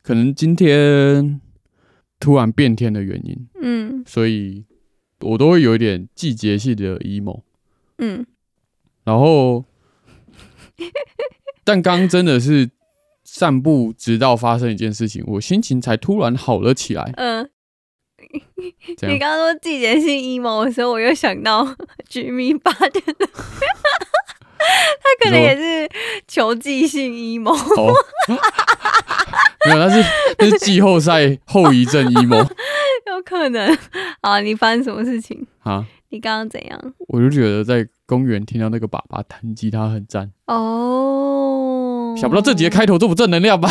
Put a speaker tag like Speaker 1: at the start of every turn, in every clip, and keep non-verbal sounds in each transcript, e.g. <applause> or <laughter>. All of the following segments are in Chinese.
Speaker 1: 可能今天突然变天的原因，
Speaker 2: 嗯
Speaker 1: 所以我都会有一点季节性的 emo。
Speaker 2: 嗯，
Speaker 1: 然后， <laughs> 但刚真的是散步，直到发生一件事情，我心情才突然好了起来。
Speaker 2: 嗯，
Speaker 1: 这
Speaker 2: 你
Speaker 1: 样，
Speaker 2: 刚刚说季节性 emo 的时候，我又想到 Jimmy Button，他可能也是球季性 emo， <laughs>
Speaker 1: 好，哦 <laughs> 没有，那是那是季后赛后遗症 emo <laughs>
Speaker 2: 有可能。啊，你发生什么事情？
Speaker 1: 啊！
Speaker 2: 你刚刚怎样？
Speaker 1: 我就觉得在公园听到那个爸爸弹吉他很赞，
Speaker 2: 哦，
Speaker 1: 想不到这节开头这么正能量吧？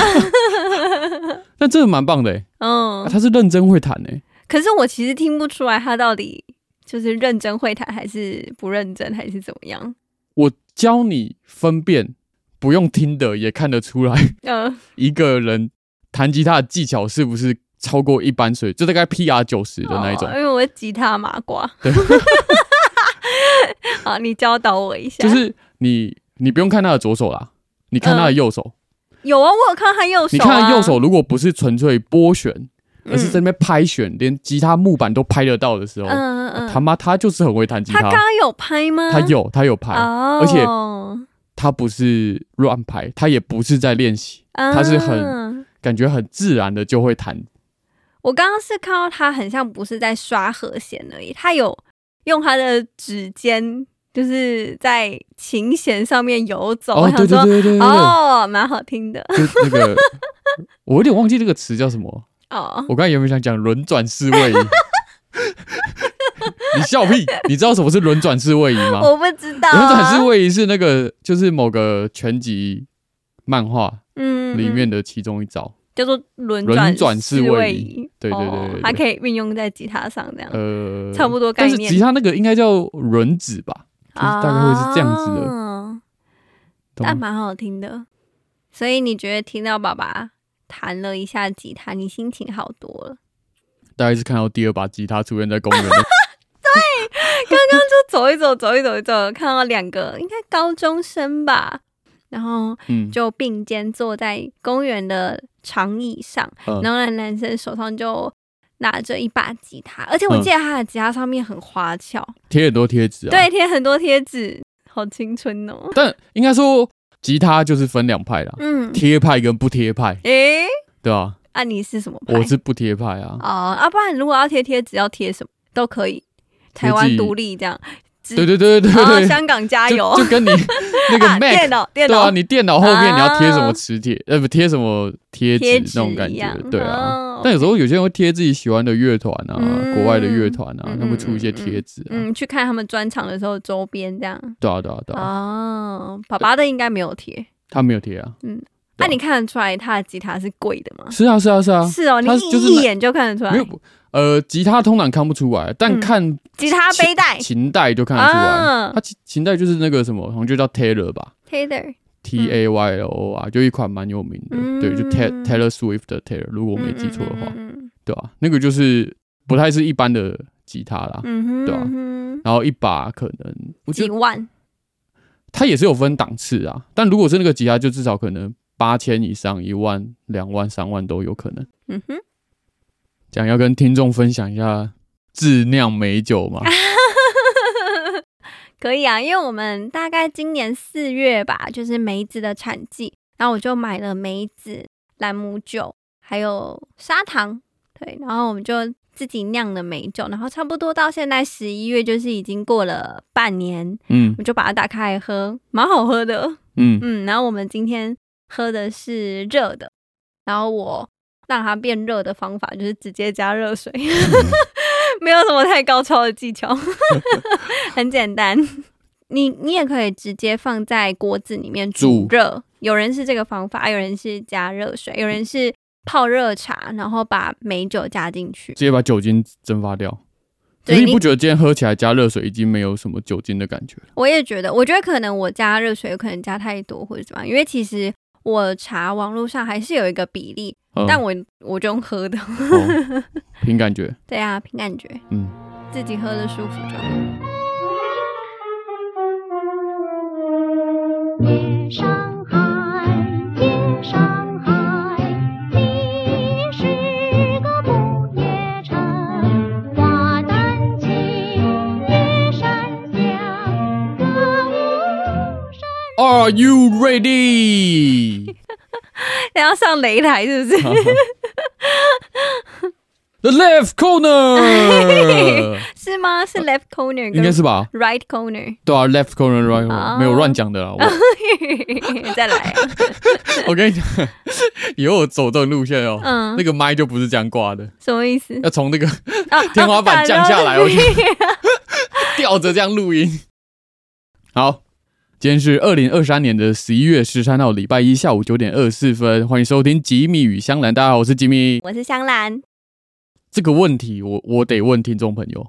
Speaker 1: <laughs> 但真的蛮棒的、欸啊
Speaker 2: 嗯，
Speaker 1: 他是认真会弹诶、欸
Speaker 2: 可是我其实听不出来他到底就是认真会弹还是不认真还是怎么样。
Speaker 1: 我教你分辨，不用听的也看得出来。
Speaker 2: 嗯
Speaker 1: 一个人弹吉他的技巧是不是超过一般水，就大概 PR 九十的那一种
Speaker 2: 哦，因为我是吉他麻瓜。
Speaker 1: 对
Speaker 2: <laughs> 好，你教导我一下。
Speaker 1: 就是你你不用看他的左手啦，你看他的右手，
Speaker 2: 有啊，我有看他右手、啊。
Speaker 1: 你看他右手如果不是纯粹拨弦，
Speaker 2: 嗯，
Speaker 1: 而是在那边拍弦，连吉他木板都拍得到的时候，
Speaker 2: 嗯嗯嗯，
Speaker 1: 他妈他就是很会弹吉
Speaker 2: 他刚
Speaker 1: 他，
Speaker 2: 刚有拍吗？
Speaker 1: 他有他有拍，
Speaker 2: 哦，
Speaker 1: 而且他不是乱拍，他也不是在练习，他是很
Speaker 2: 啊
Speaker 1: 感觉很自然的就会弹，
Speaker 2: 我刚刚是看到他很像不是在刷和弦而已，他有用他的指尖就是在琴弦上面游走。
Speaker 1: 哦
Speaker 2: 我
Speaker 1: 对
Speaker 2: 想
Speaker 1: 对
Speaker 2: 说，
Speaker 1: 对对对对，
Speaker 2: 哦，蛮好听的
Speaker 1: <laughs> 就那个我有点忘记这个词叫什么。
Speaker 2: 哦。
Speaker 1: 我刚才有没有想讲轮转式位移？ <laughs> 你笑屁！你知道什么是轮转式位移吗？
Speaker 2: 我不知道、啊，
Speaker 1: 轮转式位移是那个，就是某个全集漫画
Speaker 2: 嗯
Speaker 1: 里
Speaker 2: 嗯
Speaker 1: 面的其中一招。
Speaker 2: 叫做轮
Speaker 1: 轮
Speaker 2: 转
Speaker 1: 转式位
Speaker 2: 位
Speaker 1: 移
Speaker 2: 移，
Speaker 1: 对对对
Speaker 2: 哦
Speaker 1: 对对
Speaker 2: 还可以运用在吉他上这样，
Speaker 1: 呃，
Speaker 2: 差不多概
Speaker 1: 但是
Speaker 2: 念，
Speaker 1: 吉他那个应该叫轮指吧？就是大概会是这样子的
Speaker 2: 哦、
Speaker 1: 懂
Speaker 2: 但
Speaker 1: 吗。
Speaker 2: 蛮好听的。所以你觉得听到爸爸弹了一下吉他，你心情好多了？
Speaker 1: 大概是看到第二把吉他出现在公园
Speaker 2: <laughs>
Speaker 1: 的，
Speaker 2: 就走一走，走一走，走一走，看到两个应该高中生吧，然后
Speaker 1: 嗯，
Speaker 2: 就并肩坐在公园的长椅上，
Speaker 1: 嗯
Speaker 2: 然后那男生手上就拿着一把吉他，而且我
Speaker 1: 嗯
Speaker 2: 记得他的吉他上面很花俏，
Speaker 1: 贴很多贴纸啊。
Speaker 2: 对，，贴很多贴纸，好青
Speaker 1: <laughs>
Speaker 2: 春哦。
Speaker 1: 但应该说吉他就是分两派啦，
Speaker 2: 嗯，
Speaker 1: 贴派跟不贴派，
Speaker 2: 诶、
Speaker 1: 对吧？
Speaker 2: 啊，你是什么牌？
Speaker 1: 我是不贴派啊。
Speaker 2: 哦，啊，不然如果要贴贴纸，要贴什么都可以，台
Speaker 1: 自
Speaker 2: 湾
Speaker 1: 己
Speaker 2: 独立这样，只
Speaker 1: 对对对对
Speaker 2: 然后
Speaker 1: 对，
Speaker 2: 香港哦加
Speaker 1: 就
Speaker 2: 油，
Speaker 1: 就
Speaker 2: <laughs>
Speaker 1: 跟你那个
Speaker 2: 啊，
Speaker 1: Mac
Speaker 2: 电脑电
Speaker 1: 对
Speaker 2: 脑、
Speaker 1: 啊，你电脑后面你要贴什
Speaker 2: 啊
Speaker 1: 么磁铁，呃，不贴什么贴
Speaker 2: 贴
Speaker 1: 纸
Speaker 2: 纸
Speaker 1: 那种感
Speaker 2: 一
Speaker 1: 觉
Speaker 2: 样，
Speaker 1: 对啊。
Speaker 2: 哦
Speaker 1: 但有时候有些人会贴自己喜欢的乐团啊，
Speaker 2: 嗯
Speaker 1: 国外的乐团啊
Speaker 2: 嗯，
Speaker 1: 他会出一些贴纸啊，
Speaker 2: 嗯，去看他们专场的时候周边这样。
Speaker 1: 对啊对啊对啊，
Speaker 2: 哦，爸爸的应该没有贴。
Speaker 1: 他没有贴啊，
Speaker 2: 那、
Speaker 1: 对啊
Speaker 2: 你看得出来他的吉他是贵的吗？
Speaker 1: 是啊是啊是啊，
Speaker 2: 是哦，你
Speaker 1: 他
Speaker 2: 一
Speaker 1: 就是
Speaker 2: 一
Speaker 1: 那
Speaker 2: 眼就看得出
Speaker 1: 没
Speaker 2: 来
Speaker 1: 有。呃，吉他通常看不出来，但
Speaker 2: 嗯
Speaker 1: 看
Speaker 2: 吉他背带
Speaker 1: 琴带就看得出
Speaker 2: 啊
Speaker 1: 来，它琴琴带就是那个什么，好像就叫 Taylor 吧。
Speaker 2: ，Taylor，
Speaker 1: T A Y L O 啊，就一款蛮有名的，对，就 Ta-
Speaker 2: 嗯
Speaker 1: Taylor Swift 的 Taylor，如果我没记错的话，
Speaker 2: 嗯
Speaker 1: 对啊，那个就是不太是一般的吉他啦。
Speaker 2: 嗯哼，
Speaker 1: 对啊
Speaker 2: 嗯哼
Speaker 1: 然后一把可能，我觉
Speaker 2: 几
Speaker 1: 得
Speaker 2: 万，
Speaker 1: 它也是有分档次啊。但如果是那个吉他，就至少可能八千以上，一万、两万、三万都有可能。
Speaker 2: 嗯哼，
Speaker 1: 讲要跟听众分享一下自酿美酒
Speaker 2: <laughs>
Speaker 1: 嘛，
Speaker 2: 可以啊，因为我们大概今年四月吧，就是梅子的产季，然后我就买了梅子、兰姆酒，还有砂糖，对，然后我们就自己酿了梅酒，然后差不多到现在十一月，就是已经过了半年，
Speaker 1: 嗯
Speaker 2: 我就把它打开来喝，蛮好喝的，
Speaker 1: 嗯，
Speaker 2: 嗯，然后我们今天喝的是热的，然后我让它变热的方法就是直接加热水，
Speaker 1: 嗯
Speaker 2: <laughs> 没有什么太高超的技巧， <laughs> 很简单。你你也可以直接放在锅子里面煮
Speaker 1: 煮
Speaker 2: 热，有人是这个方法，有人是加热水，有人是泡热茶，然后把美酒加进去
Speaker 1: 直。接把酒精蒸发掉。可
Speaker 2: 对
Speaker 1: 是
Speaker 2: 你
Speaker 1: 你不觉得今天喝起来加热水已经没有什么酒精的感觉了？
Speaker 2: 我也觉得，我觉得可能我加热水有可能加太多或者怎么样，因为其实我查网络上还是有一个比例，
Speaker 1: 嗯，
Speaker 2: 但我我就用喝的， <laughs>
Speaker 1: 哦凭感觉，
Speaker 2: 对啊，凭感觉，
Speaker 1: 嗯。
Speaker 2: 自己喝的舒服就好。 <laughs>
Speaker 3: 夜上海，夜上海，你
Speaker 1: Are you ready？
Speaker 2: 然后上擂台是不是？
Speaker 1: 啊 The left corner
Speaker 2: <laughs> 是吗？是 left corner
Speaker 1: <laughs> 啊应该
Speaker 2: 跟
Speaker 1: 是吧？
Speaker 2: right corner。 <laughs>
Speaker 1: 对啊，left corner right corner、
Speaker 2: 哦
Speaker 1: 没有乱讲的啦。啊
Speaker 2: <laughs>
Speaker 1: 我
Speaker 2: 再来啊、
Speaker 1: <laughs> 我跟你讲， <laughs> 以后我走这种路线哦，
Speaker 2: 嗯
Speaker 1: 那个麦就不是这样挂的，
Speaker 2: 什么意思？
Speaker 1: <laughs> 要从那个
Speaker 2: 啊，
Speaker 1: 天花板降下来
Speaker 2: 啊
Speaker 1: 我就吊着这样录音。好，今天是二零二三年的十一月十三号，礼拜一下午九点二十四分，欢迎收听吉米与香兰。大家好，我是吉米。
Speaker 2: <laughs> 我是香兰，
Speaker 1: 这个问题我我得问听众朋友，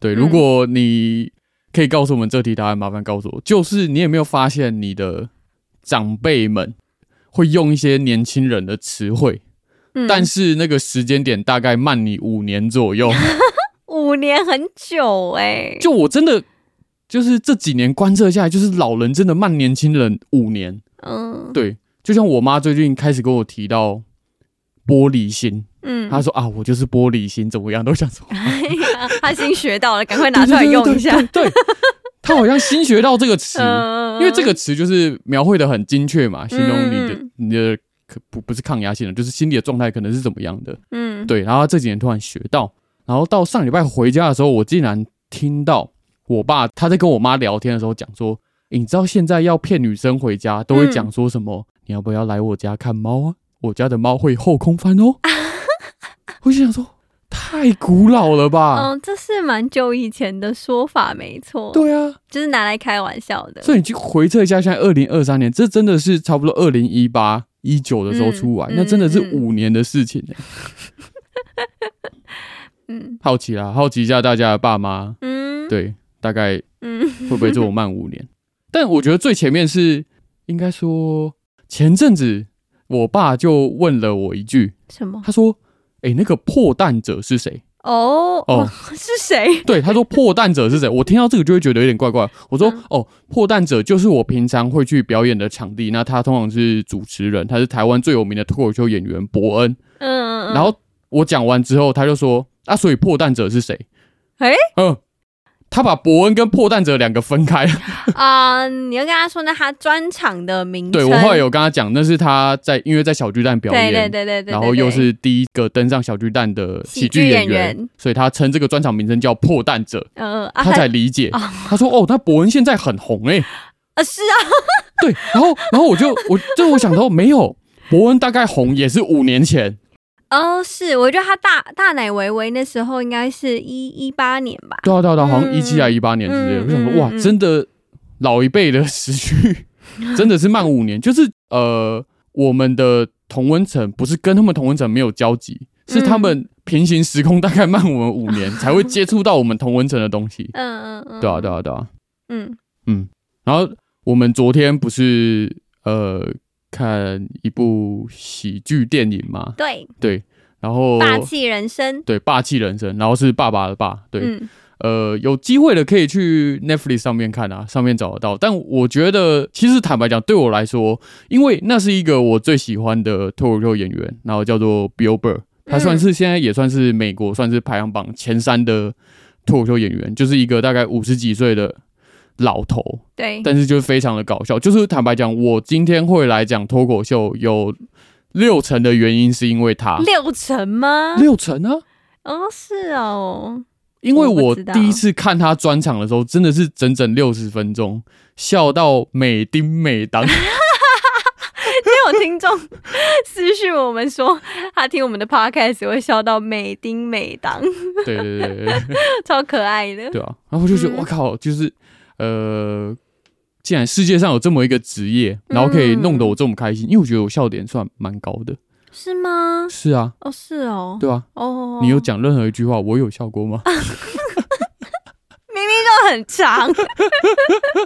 Speaker 1: 对，
Speaker 2: 嗯
Speaker 1: 如果你可以告诉我们这题答案，麻烦告诉我。就是你有没有发现你的长辈们会用一些年轻人的词汇，
Speaker 2: 嗯，
Speaker 1: 但是那个时间点大概慢你五年左右。 <laughs>
Speaker 2: 五年很久哎、
Speaker 1: 就我真的就是这几年观测下来，就是老人真的慢年轻人五年。
Speaker 2: 嗯
Speaker 1: 对，就像我妈最近开始跟我提到玻璃心，
Speaker 2: 嗯，
Speaker 1: 她说啊，我就是玻璃心，怎么样都想说
Speaker 2: 哎呀 <laughs> 他新学到了，赶快拿出来用一下。
Speaker 1: 对对对对对她好像新学到这个词，
Speaker 2: 嗯，
Speaker 1: 因为这个词就是描绘的很精确嘛，形容你的
Speaker 2: 嗯
Speaker 1: 你的可不不是抗压性的，就是心理的状态可能是怎么样的。
Speaker 2: 嗯，
Speaker 1: 对，然后她这几年突然学到，然后到上礼拜回家的时候，我竟然听到我爸他在跟我妈聊天的时候讲说，欸你知道现在要骗女生回家都会讲说什么？你要不要来我家看猫啊？我家的猫会后空翻哦。我就想说，太古老了吧？
Speaker 2: 嗯，这是蛮久以前的说法，没错，
Speaker 1: 啊对啊，
Speaker 2: 就是拿来开玩笑的。
Speaker 1: 所以你去回测一下，现在二零二三年，这真的是差不多二零一八。一九的时候出来，
Speaker 2: 嗯
Speaker 1: 那真的是
Speaker 2: 嗯
Speaker 1: 五年的事情、欸。
Speaker 2: 嗯
Speaker 1: 好奇啦，好奇一下大家的爸
Speaker 2: <laughs>
Speaker 1: 妈，
Speaker 2: 嗯，
Speaker 1: 对，大概
Speaker 2: 嗯
Speaker 1: 会不会这么慢五年？但我觉得最前面是应该说前阵子我爸就问了我一句，
Speaker 2: 什么？
Speaker 1: 他说：“诶，那个破蛋者是谁
Speaker 2: 哦
Speaker 1: 哦
Speaker 2: 哦， <laughs> 是谁？”？
Speaker 1: 对，他说破蛋者是谁？我听到这个就会觉得有点怪怪。我说
Speaker 2: 嗯：“
Speaker 1: 哦，破蛋者就是我平常会去表演的场地，那他通常是主持人，他是台湾最有名的脱口秀演员伯恩。”
Speaker 2: 嗯嗯嗯，
Speaker 1: 然后我讲完之后，他就说：“啊，所以破蛋者是谁？”
Speaker 2: 诶
Speaker 1: 嗯，他把伯恩跟破蛋者两个分
Speaker 2: <laughs>
Speaker 1: 开了。
Speaker 2: 啊、你要跟他说那他专场的名称，
Speaker 1: 对，我后来有跟他讲，那是他在因为在小巨蛋表演，
Speaker 2: 对对对对对，
Speaker 1: 然后
Speaker 2: 对
Speaker 1: 又
Speaker 2: 对
Speaker 1: 是第一个登上小巨蛋的喜
Speaker 2: 喜剧
Speaker 1: 剧演
Speaker 2: 演
Speaker 1: 员，
Speaker 2: 员
Speaker 1: 所以他称这个专场名称叫“破蛋者
Speaker 2: 呃”，啊
Speaker 1: 他才理解。他说：“哦，那伯恩现在很红诶、
Speaker 2: 啊是啊，
Speaker 1: <laughs> 对，然后然后我就我就我想到没有，伯恩大概红也是五年前，
Speaker 2: 哦是，我觉得他大大奶维维那时候应该是一一八年吧，
Speaker 1: 对啊对啊，对啊好像
Speaker 2: 嗯
Speaker 1: 一七还一八年之类的。
Speaker 2: 嗯
Speaker 1: 我想说，哇，
Speaker 2: 嗯嗯
Speaker 1: 真的老一辈的时序真的是慢五年，就是呃，我们的同温层不是跟他们同温层没有交集，是他们平行时空大概慢我们五年才会接触到我们同温层的东西。
Speaker 2: 嗯嗯嗯，
Speaker 1: 对啊对
Speaker 2: 啊，
Speaker 1: 啊对啊。
Speaker 2: 嗯
Speaker 1: 然后我们昨天不是呃看一部喜剧电影嘛，
Speaker 2: 对，
Speaker 1: 对，然后
Speaker 2: 霸气人生，
Speaker 1: 对霸气人生，然后是爸爸的爸，对，
Speaker 2: 嗯
Speaker 1: 呃，有机会的可以去 Netflix 上面看啊，上面找得到。但我觉得，其实坦白讲，对我来说，因为那是一个我最喜欢的脱口秀演员，然后叫做 Bill Burr，他
Speaker 2: 嗯
Speaker 1: 算是现在也算是美国算是排行榜前三的脱口秀演员，就是一个大概五十几岁的老头，
Speaker 2: 对，
Speaker 1: 但是就是非常的搞笑。就是坦白讲，我今天会来讲脱口秀，有六成的原因是因为他，
Speaker 2: 啊六成吗？
Speaker 1: 六成啊，
Speaker 2: 哦是哦，
Speaker 1: 因为
Speaker 2: 我
Speaker 1: 我
Speaker 2: 不知道
Speaker 1: 第一次看他专场的时候，真的是整整六十分钟，笑到美丁美
Speaker 2: <laughs>
Speaker 1: 当。
Speaker 2: 因为有听众 <laughs> 私讯我们说他听我们的 podcast 会笑到美丁美当，
Speaker 1: 对对对对对
Speaker 2: 超可爱的，
Speaker 1: 对啊！然后我就觉得，
Speaker 2: 嗯
Speaker 1: 我靠，就是呃，竟然世界上有这么一个职业，然后可以弄得我这么开心，因为我觉得我笑点算蛮高的。
Speaker 2: 是吗？
Speaker 1: 是啊，
Speaker 2: 哦是哦，
Speaker 1: 对啊，
Speaker 2: 哦，
Speaker 1: 你有讲任何一句话，我有笑过吗？
Speaker 2: 都很
Speaker 1: <laughs>
Speaker 2: 长。 <laughs>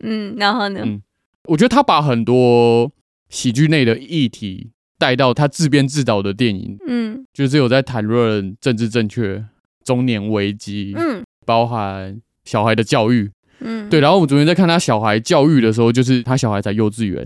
Speaker 2: 嗯，然后呢？
Speaker 1: 嗯我觉得他把很多喜剧内的议题带到他自编自导的电影，
Speaker 2: 嗯
Speaker 1: 就是有在谈论政治正确、中年危机，
Speaker 2: 嗯
Speaker 1: 包含小孩的教育。
Speaker 2: 嗯，
Speaker 1: 对，然后我们昨天在看他小孩教育的时候，就是他小孩才幼稚园，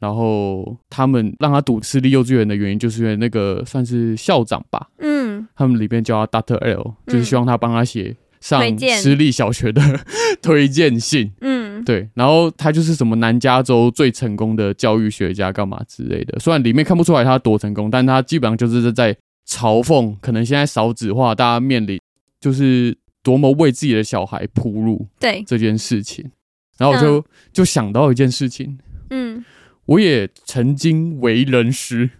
Speaker 1: 然后他们让他读私立幼稚园的原因，就是因为那个算是校长吧，
Speaker 2: 嗯
Speaker 1: 他们里面叫他 Doctor L，、就是希望他帮他写上
Speaker 2: 推荐
Speaker 1: 私立小学的 <laughs> 推荐信。
Speaker 2: 嗯嗯，
Speaker 1: 对，然后他就是什么南加州最成功的教育学家干嘛之类的，虽然里面看不出来他多成功，但他基本上就是在嘲讽，可能现在少子化，大家面临就是多么为自己的小孩铺路
Speaker 2: 对，
Speaker 1: 这件事情。然后我就、就想到一件事情，
Speaker 2: 嗯，
Speaker 1: 我也曾经为人师，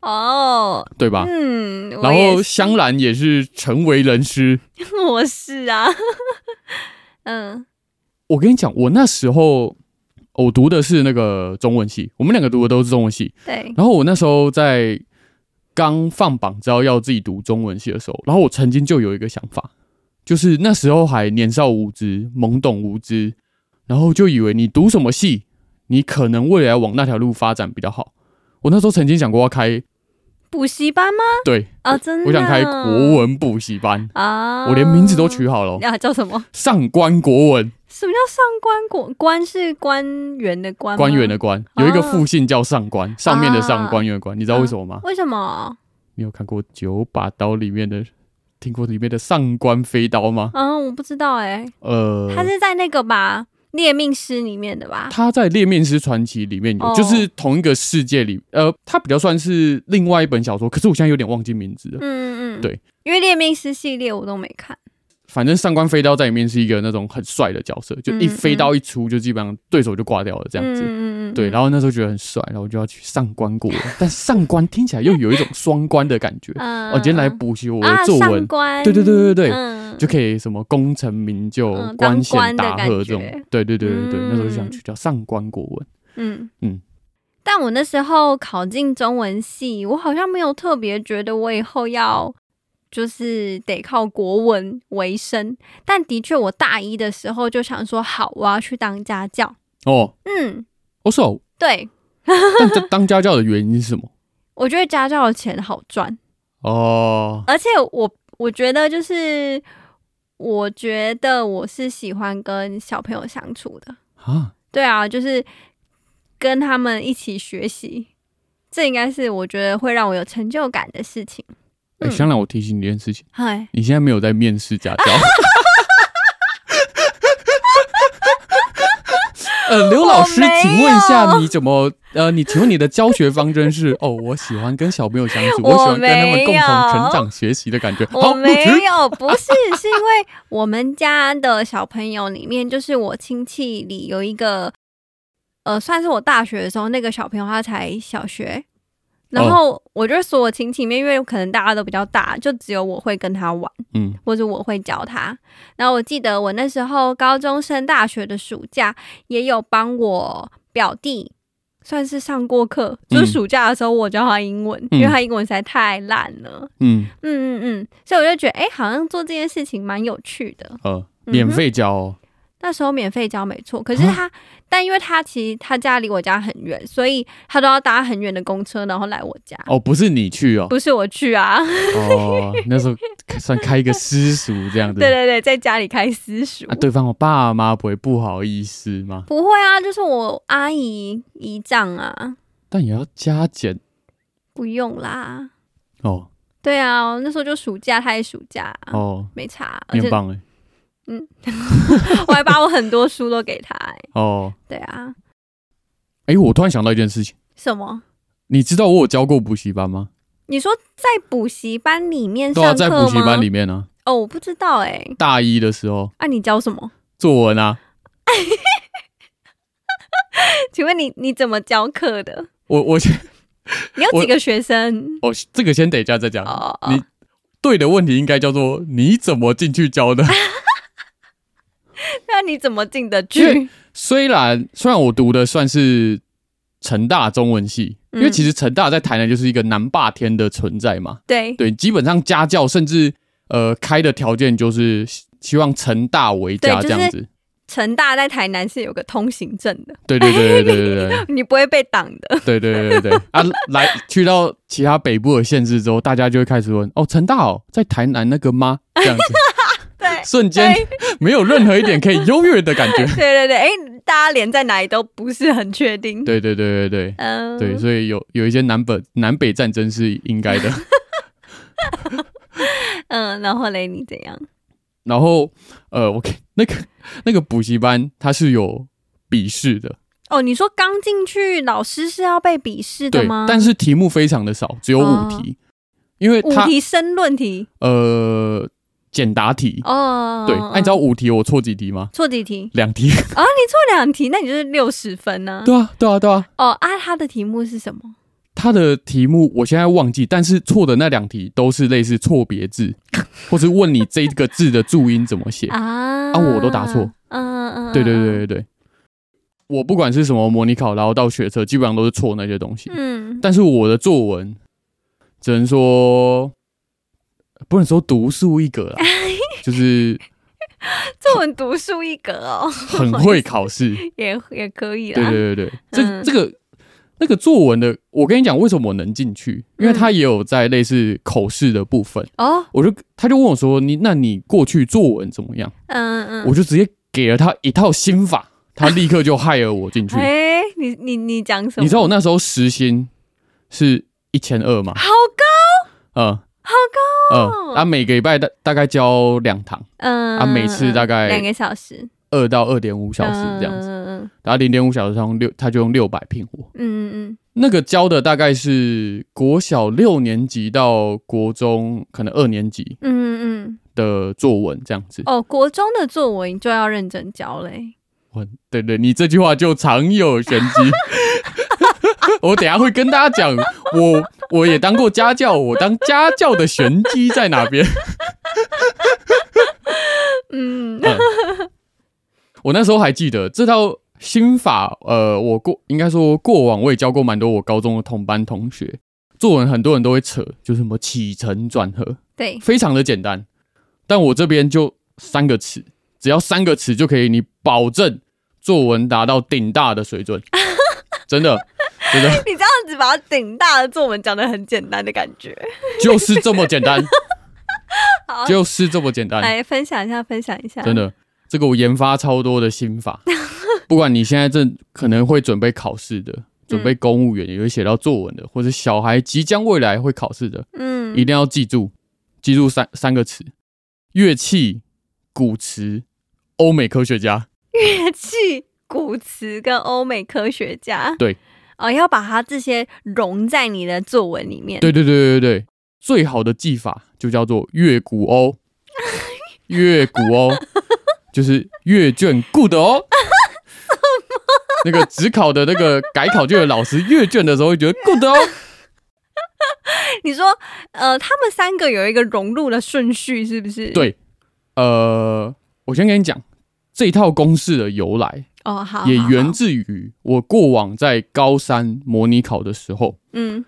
Speaker 2: 哦，
Speaker 1: 对吧？
Speaker 2: 嗯，我
Speaker 1: 然
Speaker 2: 也
Speaker 1: 后
Speaker 2: 是
Speaker 1: 香兰也是成为人师。
Speaker 2: <laughs> 我是啊，嗯
Speaker 1: 我跟你讲，我那时候我读的是那个中文系，我们两个读的都是中文系。
Speaker 2: 对，
Speaker 1: 然后我那时候在刚放榜知道要自己读中文系的时候，然后我曾经就有一个想法，就是那时候还年少无知、懵懂无知，然后就以为你读什么系，你可能未来往那条路发展比较好。我那时候曾经想过要开，
Speaker 2: 补习班吗？
Speaker 1: 对
Speaker 2: 啊，真的，
Speaker 1: 我想开国文补习班，
Speaker 2: 啊，
Speaker 1: 我连名字都取好了哦，
Speaker 2: 啊叫什么？
Speaker 1: 上官国文，
Speaker 2: 什么叫上官国？官是官员的官，
Speaker 1: 官员的。官，
Speaker 2: 啊
Speaker 1: 有一个复姓叫上官，上面的上，
Speaker 2: 啊
Speaker 1: 官员的官，你知道为什么吗？
Speaker 2: 为什么？
Speaker 1: 你有看过《九把刀》里面的，听过里面的上官飞刀吗？
Speaker 2: 嗯，我不知道哎、
Speaker 1: 呃，
Speaker 2: 他是在那个吧《猎命师》里面的吧？
Speaker 1: 他在《猎面师传奇》里面有，
Speaker 2: 哦
Speaker 1: 就是同一个世界里，呃，他比较算是另外一本小说，可是我现在有点忘记名字了。
Speaker 2: 嗯嗯，
Speaker 1: 对，
Speaker 2: 因为《猎命师》系列我都没看。
Speaker 1: 反正上官飞刀在里面是一个那种很帅的角色，就一
Speaker 2: 嗯
Speaker 1: 飞
Speaker 2: 嗯
Speaker 1: 刀一出，就基本上对手就挂掉了这样子。
Speaker 2: 嗯嗯嗯，
Speaker 1: 对，然后那时候觉得很帅，然后我就要去上官国文，但上官听起来又有一种双关的感
Speaker 2: <laughs>
Speaker 1: 觉。
Speaker 2: 嗯，
Speaker 1: 我、今天哦来补习我的
Speaker 2: 啊，
Speaker 1: 作
Speaker 2: 上
Speaker 1: 文，
Speaker 2: 官，
Speaker 1: 对对对对对
Speaker 2: 嗯，
Speaker 1: 就可以什么功成名就、
Speaker 2: 嗯
Speaker 1: 官衔
Speaker 2: 当官的
Speaker 1: 大
Speaker 2: 感
Speaker 1: 贺这种
Speaker 2: 觉。
Speaker 1: 对对对对对，那时候就想
Speaker 2: 嗯
Speaker 1: 去叫上官国文。
Speaker 2: 嗯
Speaker 1: 嗯
Speaker 2: 嗯。但我那时候考进中文系，我好像没有特别觉得我以后要就是得靠国文为生。但的确，我大一的时候就想说，好，我要去当家教。
Speaker 1: 哦，
Speaker 2: 嗯，
Speaker 1: 哦是哦，
Speaker 2: 对，
Speaker 1: 但这 <laughs> 当家教的原因是什么？
Speaker 2: 我觉得家教的钱好赚，
Speaker 1: 哦，
Speaker 2: 而且我我觉得就是，我觉得我是喜欢跟小朋友相处的。
Speaker 1: 啊，
Speaker 2: 对啊，就是跟他们一起学习，这应该是我觉得会让我有成就感的事情。
Speaker 1: 哎、
Speaker 2: 嗯
Speaker 1: 香兰，我提醒你一件事情，
Speaker 2: 嗨，
Speaker 1: 你现在没有在面试
Speaker 2: <laughs>
Speaker 1: 家教。呃，刘老师
Speaker 2: 我没，有
Speaker 1: 请问一下，你怎么呃，你请问你的教学方针是？ <laughs> 哦，我喜欢跟小朋友相处，我
Speaker 2: 我
Speaker 1: 喜欢跟他们
Speaker 2: 没
Speaker 1: 共同成
Speaker 2: 有
Speaker 1: 长学习的感觉。好，录
Speaker 2: 我没
Speaker 1: 取
Speaker 2: 有，不是，是因为我们家的小朋友里面，就是我亲戚里有一个，呃，算是我大学的时候那个小朋友，他才小学。然后我觉得所有亲戚里面，因为可能大家都比较大，就只有我会跟他玩。
Speaker 1: 嗯，
Speaker 2: 或者我会教他。然后我记得我那时候高中升大学的暑假，也有帮我表弟算是上过课，
Speaker 1: 嗯
Speaker 2: 就是暑假的时候我教他英文，
Speaker 1: 嗯
Speaker 2: 因为他英文实在太烂了。
Speaker 1: 嗯
Speaker 2: 嗯嗯嗯，所以我就觉得，哎、好像做这件事情蛮有趣的。
Speaker 1: 呃，免
Speaker 2: 嗯哼
Speaker 1: 费教、哦，
Speaker 2: 那时候免费教没错，可
Speaker 1: 啊
Speaker 2: 是他，但因为他其实他家离我家很远，所以他都要搭很远的公车，然后来我家。
Speaker 1: 哦，不是你去哦，
Speaker 2: 不是我去啊， <laughs>
Speaker 1: 哦，那时候算开一个私塾这样子。
Speaker 2: 对对对，在家里开私塾、
Speaker 1: 啊，对方我爸妈不会不好意思吗？
Speaker 2: 不会啊，就是我阿姨姨丈啊，
Speaker 1: 但也要加减
Speaker 2: 不用啦。
Speaker 1: 哦
Speaker 2: 对啊，我那时候就暑假，他也暑假啊、
Speaker 1: 哦，
Speaker 2: 没差。
Speaker 1: 你很
Speaker 2: 而且
Speaker 1: 棒哎
Speaker 2: 我还把我很多书都给他、哎，
Speaker 1: 哦，
Speaker 2: 对啊，
Speaker 1: 哎、我突然想到一件事情，
Speaker 2: 什么？
Speaker 1: 你知道我有教过补习班吗？
Speaker 2: 你说在补习班里面
Speaker 1: 对啊，
Speaker 2: 嗯上
Speaker 1: 在
Speaker 2: 课
Speaker 1: 补
Speaker 2: 吗？
Speaker 1: 习班里面呢、
Speaker 2: 哦，我不知道哎、
Speaker 1: 啊，大一的时候
Speaker 2: 啊，你教什么？ <laughs>
Speaker 1: 作文啊，
Speaker 2: 请问你你怎么教课的？
Speaker 1: 我我先
Speaker 2: 你有
Speaker 1: 我
Speaker 2: 几个学生？
Speaker 1: 哦，这个先等一下再讲。
Speaker 2: 哦，哦
Speaker 1: 你对的问题应该叫做你怎么进去教的？
Speaker 2: 那你怎么进得
Speaker 1: 因为
Speaker 2: 去？
Speaker 1: 虽然虽然我读的算是成大中文系，因为其实成大在台南就是一个南霸天的存在嘛。
Speaker 2: 对，
Speaker 1: 对，基本上家教甚至呃开的条件就是希希望成大为家
Speaker 2: 对
Speaker 1: 这
Speaker 2: 就是
Speaker 1: 样子。
Speaker 2: 成大在台南是有个通行证的，
Speaker 1: 对对对对对对
Speaker 2: 你不会被挡的。
Speaker 1: 对对对对对啊！来去到其他北部的县市之后，大家就会开始问：哦，成大哦，在台南那个吗？这样子，
Speaker 2: 对，
Speaker 1: 瞬间没有任何一点可以优越的感觉。
Speaker 2: <laughs> 对对对，哎、大家连在哪里都不是很确定。
Speaker 1: 对对对对对，
Speaker 2: 嗯，
Speaker 1: 对，所以有有一些南北南北战争是应该的。
Speaker 2: 嗯，然后嘞，你怎样？
Speaker 1: 然后呃，我给那个 <laughs> 那个补习班它是有笔试的，
Speaker 2: 哦，你说刚进去老师是要被鄙视的
Speaker 1: 对
Speaker 2: 吗？，
Speaker 1: 但是题目非常的少，只有五
Speaker 2: 哦
Speaker 1: 题，因为
Speaker 2: 五
Speaker 1: 它
Speaker 2: 题申论题
Speaker 1: 呃简答题，
Speaker 2: 哦，
Speaker 1: 对，那你知道五题我错几题吗？
Speaker 2: 错几题
Speaker 1: 两
Speaker 2: <laughs>
Speaker 1: 题，
Speaker 2: 啊？你错两题，那你就是六十分呢、
Speaker 1: 对啊，对啊，对啊。
Speaker 2: 哦啊，他的题目是什么？
Speaker 1: 它的题目我现在忘记，但是错的那两题都是类似错别
Speaker 2: <laughs>
Speaker 1: 字，或是问你这个字的注音怎么写。
Speaker 2: 啊
Speaker 1: 啊我都答错。
Speaker 2: 嗯嗯，
Speaker 1: 对对对对对，我不管是什么模拟考，然后到学测，基本上都是错那些东西。
Speaker 2: 嗯，
Speaker 1: 但是我的作文只能说不能说独树一格
Speaker 2: <laughs>
Speaker 1: 啦，就是
Speaker 2: 作文独树一格哦， <laughs>
Speaker 1: 很会考试。
Speaker 2: 也也可以
Speaker 1: 对
Speaker 2: 啦。
Speaker 1: 对对对，这
Speaker 2: 嗯
Speaker 1: 这个那个作文的，我跟你讲，为什么我能进去？因为
Speaker 2: 嗯
Speaker 1: 他也有在类似口试的部分，
Speaker 2: 哦，
Speaker 1: 我就他就问我说：“你那你过去作文怎么样
Speaker 2: 嗯？”嗯，
Speaker 1: 我就直接给了他一套心法，他立刻就害了我进去。
Speaker 2: <laughs> 哎、你你你讲什么？
Speaker 1: 你知道我那时候时薪是一千二吗？
Speaker 2: 好
Speaker 1: 嗯，好高
Speaker 2: 哦
Speaker 1: 嗯，啊，每个礼拜大大概教两堂，
Speaker 2: 嗯
Speaker 1: 啊每次大概
Speaker 2: 两个小时，
Speaker 1: 二到二点五小时这样子，
Speaker 2: 嗯
Speaker 1: 然后零点五小时上六，他就用六百聘我。
Speaker 2: 嗯嗯
Speaker 1: 那个教的大概是国小六年级到国中可能二年级
Speaker 2: 嗯嗯嗯，
Speaker 1: 的作文这样子。
Speaker 2: 哦，国中的作文就要认真教嘞、
Speaker 1: 我对对，你这句话就常有玄机。 <laughs> 我等一下会跟大家讲，我我也当过家教，我当家教的玄机在哪边？
Speaker 2: 嗯，
Speaker 1: 我那时候还记得这套心法，呃，我过应该说过往我也教过蛮多我高中的同班同学，作文很多人都会扯，就是什么起承转合，
Speaker 2: 对， <laughs>
Speaker 1: 非常的简单。但我这边就三个词，只要三个词就可以，你保证作文达到顶大的水准，真的，真
Speaker 2: <laughs>
Speaker 1: 的
Speaker 2: 你这样子把顶大的作文讲的很简单的感觉。
Speaker 1: 就是这么简单，
Speaker 2: 好，
Speaker 1: 就是这么简单，
Speaker 2: 来分享一下，分享一下。
Speaker 1: 真的。这个我研发超多的心法，不管你现在正可能会准备考试的，准备公务员也会写到作文的，或者小孩即将未来会考试的，
Speaker 2: 嗯，
Speaker 1: 一定要记住，记住三三个词：乐器、古词、欧美科学家。
Speaker 2: 乐器、古词跟欧美科学家。
Speaker 1: 对。
Speaker 2: 哦，要把它这些融在你的作文里面。
Speaker 1: 对对对对对，最好的技法就叫做越古欧，越古欧就是阅卷 good 哦。 <laughs> 那个只考的那个改考卷的老师阅卷的时候会觉得 good 哦，
Speaker 2: 你说，呃，他们三个有一个融入的顺序，是不是？。
Speaker 1: 对，呃，我先跟你讲这一套公式的由来，
Speaker 2: 哦，好。
Speaker 1: 也
Speaker 2: 好
Speaker 1: 源
Speaker 2: 好
Speaker 1: 自于我过往在高三模拟考的时候，
Speaker 2: 嗯，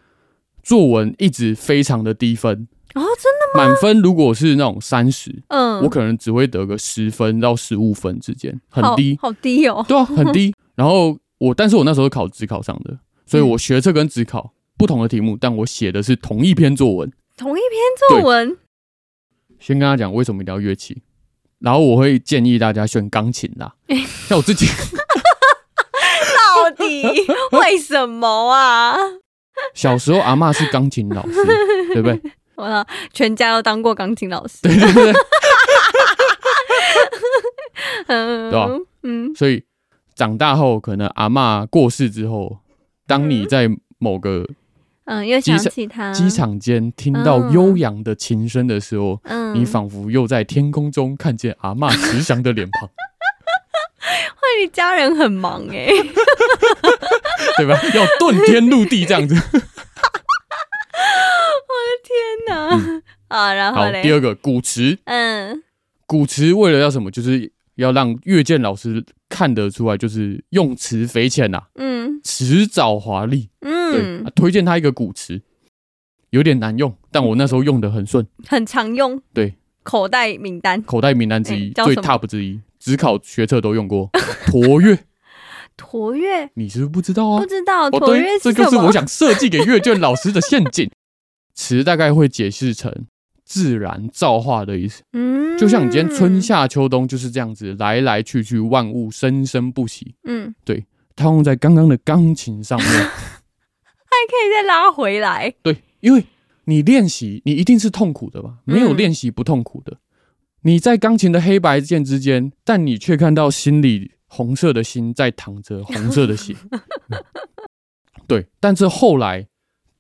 Speaker 1: 作文一直非常的低分，
Speaker 2: 哦，真的，
Speaker 1: 满分如果是那种三十，
Speaker 2: 嗯，
Speaker 1: 我可能只会得个十分到十五分之间，很低，
Speaker 2: 好，好低哦。
Speaker 1: 对啊，很低。 <laughs> 然后我，但是我那时候考职考上的，所以
Speaker 2: 嗯
Speaker 1: 我学测跟职考不同的题目，但我写的是同一篇作文。
Speaker 2: 同一篇作文，
Speaker 1: 先跟他讲为什么一定要乐器，然后我会建议大家选钢琴
Speaker 2: <laughs>
Speaker 1: 啦。像我自己
Speaker 2: 到底为什么 <laughs> 啊？
Speaker 1: 小时候，阿嬷是钢琴
Speaker 2: <laughs>
Speaker 1: 老师，对不对？
Speaker 2: 我的全家都当过钢琴老师，
Speaker 1: 对对对对，
Speaker 2: 嗯，
Speaker 1: 对啊
Speaker 2: <laughs> 嗯，
Speaker 1: 所以长大后，可能阿嬷过世之后，当你在某个
Speaker 2: 嗯，又
Speaker 1: 机
Speaker 2: 想
Speaker 1: 场
Speaker 2: 起他，
Speaker 1: 机，场间听到悠扬的琴声的时候，
Speaker 2: 嗯，
Speaker 1: 你仿佛又在天空中看见阿嬷慈祥的脸庞， <laughs>
Speaker 2: 那你家人很忙哎、
Speaker 1: 嗯对吧？要遁天入地这样
Speaker 2: <laughs>
Speaker 1: 子。
Speaker 2: 天哪！ <laughs> 啊，然
Speaker 1: 嗯
Speaker 2: 后
Speaker 1: 好，
Speaker 2: 嘞，
Speaker 1: 第二个古词，
Speaker 2: 嗯，
Speaker 1: 古词为了要什么？就是要让阅卷老师看得出来，就是用词匪浅呐，
Speaker 2: 嗯
Speaker 1: 辞藻华丽。对，
Speaker 2: 嗯
Speaker 1: 啊，推荐他一个古词，有点难用，但我那时候用的很顺，
Speaker 2: 很常用。
Speaker 1: 对，
Speaker 2: 口袋名单，
Speaker 1: 口袋名单之一，
Speaker 2: 哎叫
Speaker 1: 最
Speaker 2: 什么
Speaker 1: top 之一，只考学测都用过。 <laughs> 驼月，
Speaker 2: 驼月
Speaker 1: 你是不是不知道啊
Speaker 2: 不？知道
Speaker 1: 哦，
Speaker 2: 驼月
Speaker 1: 对，
Speaker 2: 是
Speaker 1: 这
Speaker 2: 什
Speaker 1: 就是
Speaker 2: 么
Speaker 1: 我？想设计给阅卷老师的陷阱。词大概会解释成自然造化的意思，
Speaker 2: 嗯
Speaker 1: 就像你今天春，夏秋冬就是这样子，来来去去，万物生生不息。
Speaker 2: 嗯，
Speaker 1: 它用在刚刚的钢琴上面，
Speaker 2: <laughs> 还可以再拉回来。 <laughs>
Speaker 1: 对，因为你练习，你一定是痛苦的吧？没有
Speaker 2: 嗯
Speaker 1: 练习不痛苦的。你在钢琴的黑白键之间，但你却看到心里红色的心在淌着红色的血。嗯对，但是后来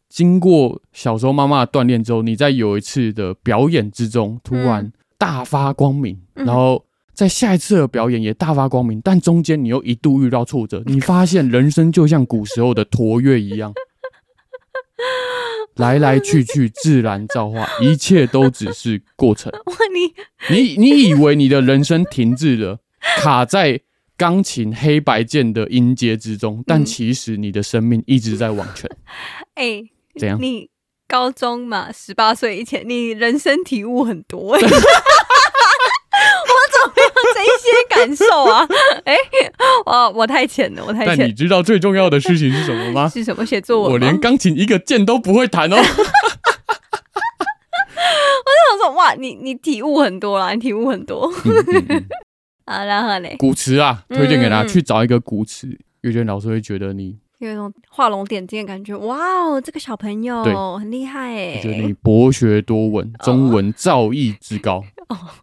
Speaker 1: 经过小时候妈妈的锻炼之后，你在有一次的表演之中突然
Speaker 2: 嗯
Speaker 1: 大发光明，
Speaker 2: 嗯
Speaker 1: 然后在下一次的表演也大发光明，但中间你又一度遇到挫折，你发现人生就像古时候的驼月一样。来来去去，自然造化，一切都只是过程。
Speaker 2: 哇，你
Speaker 1: 你你以为你的人生停滞了，卡在钢琴黑白键的音阶之中，但
Speaker 2: 嗯
Speaker 1: 其实你的生命一直在往前。
Speaker 2: 哎、
Speaker 1: 怎样？
Speaker 2: 你高中嘛，十八岁以前，你人生体悟很
Speaker 1: <laughs>
Speaker 2: 多、欸。我怎么有这一些感受啊？ <laughs> 哎、哦，我太浅了，我太
Speaker 1: 但你
Speaker 2: 浅。
Speaker 1: 知道最重要的事情是什么吗？
Speaker 2: <laughs> 是什么写作文吗？
Speaker 1: 我连钢琴一个键都不会
Speaker 2: <laughs>
Speaker 1: 弹哦。
Speaker 2: 我说哇，你你体悟很多啦，你体悟很多。 <laughs>
Speaker 1: 嗯嗯嗯
Speaker 2: 啊，然后嘞，
Speaker 1: 古词啊，推荐给大
Speaker 2: 嗯嗯
Speaker 1: 家去找一个古词，阅卷老师会觉得你，
Speaker 2: 有一种画龙点睛的感觉。哇哦，这个小朋
Speaker 1: 对
Speaker 2: 友很厉害哎、
Speaker 1: 会觉得你博学多闻，
Speaker 2: 哦
Speaker 1: 中文造诣之高。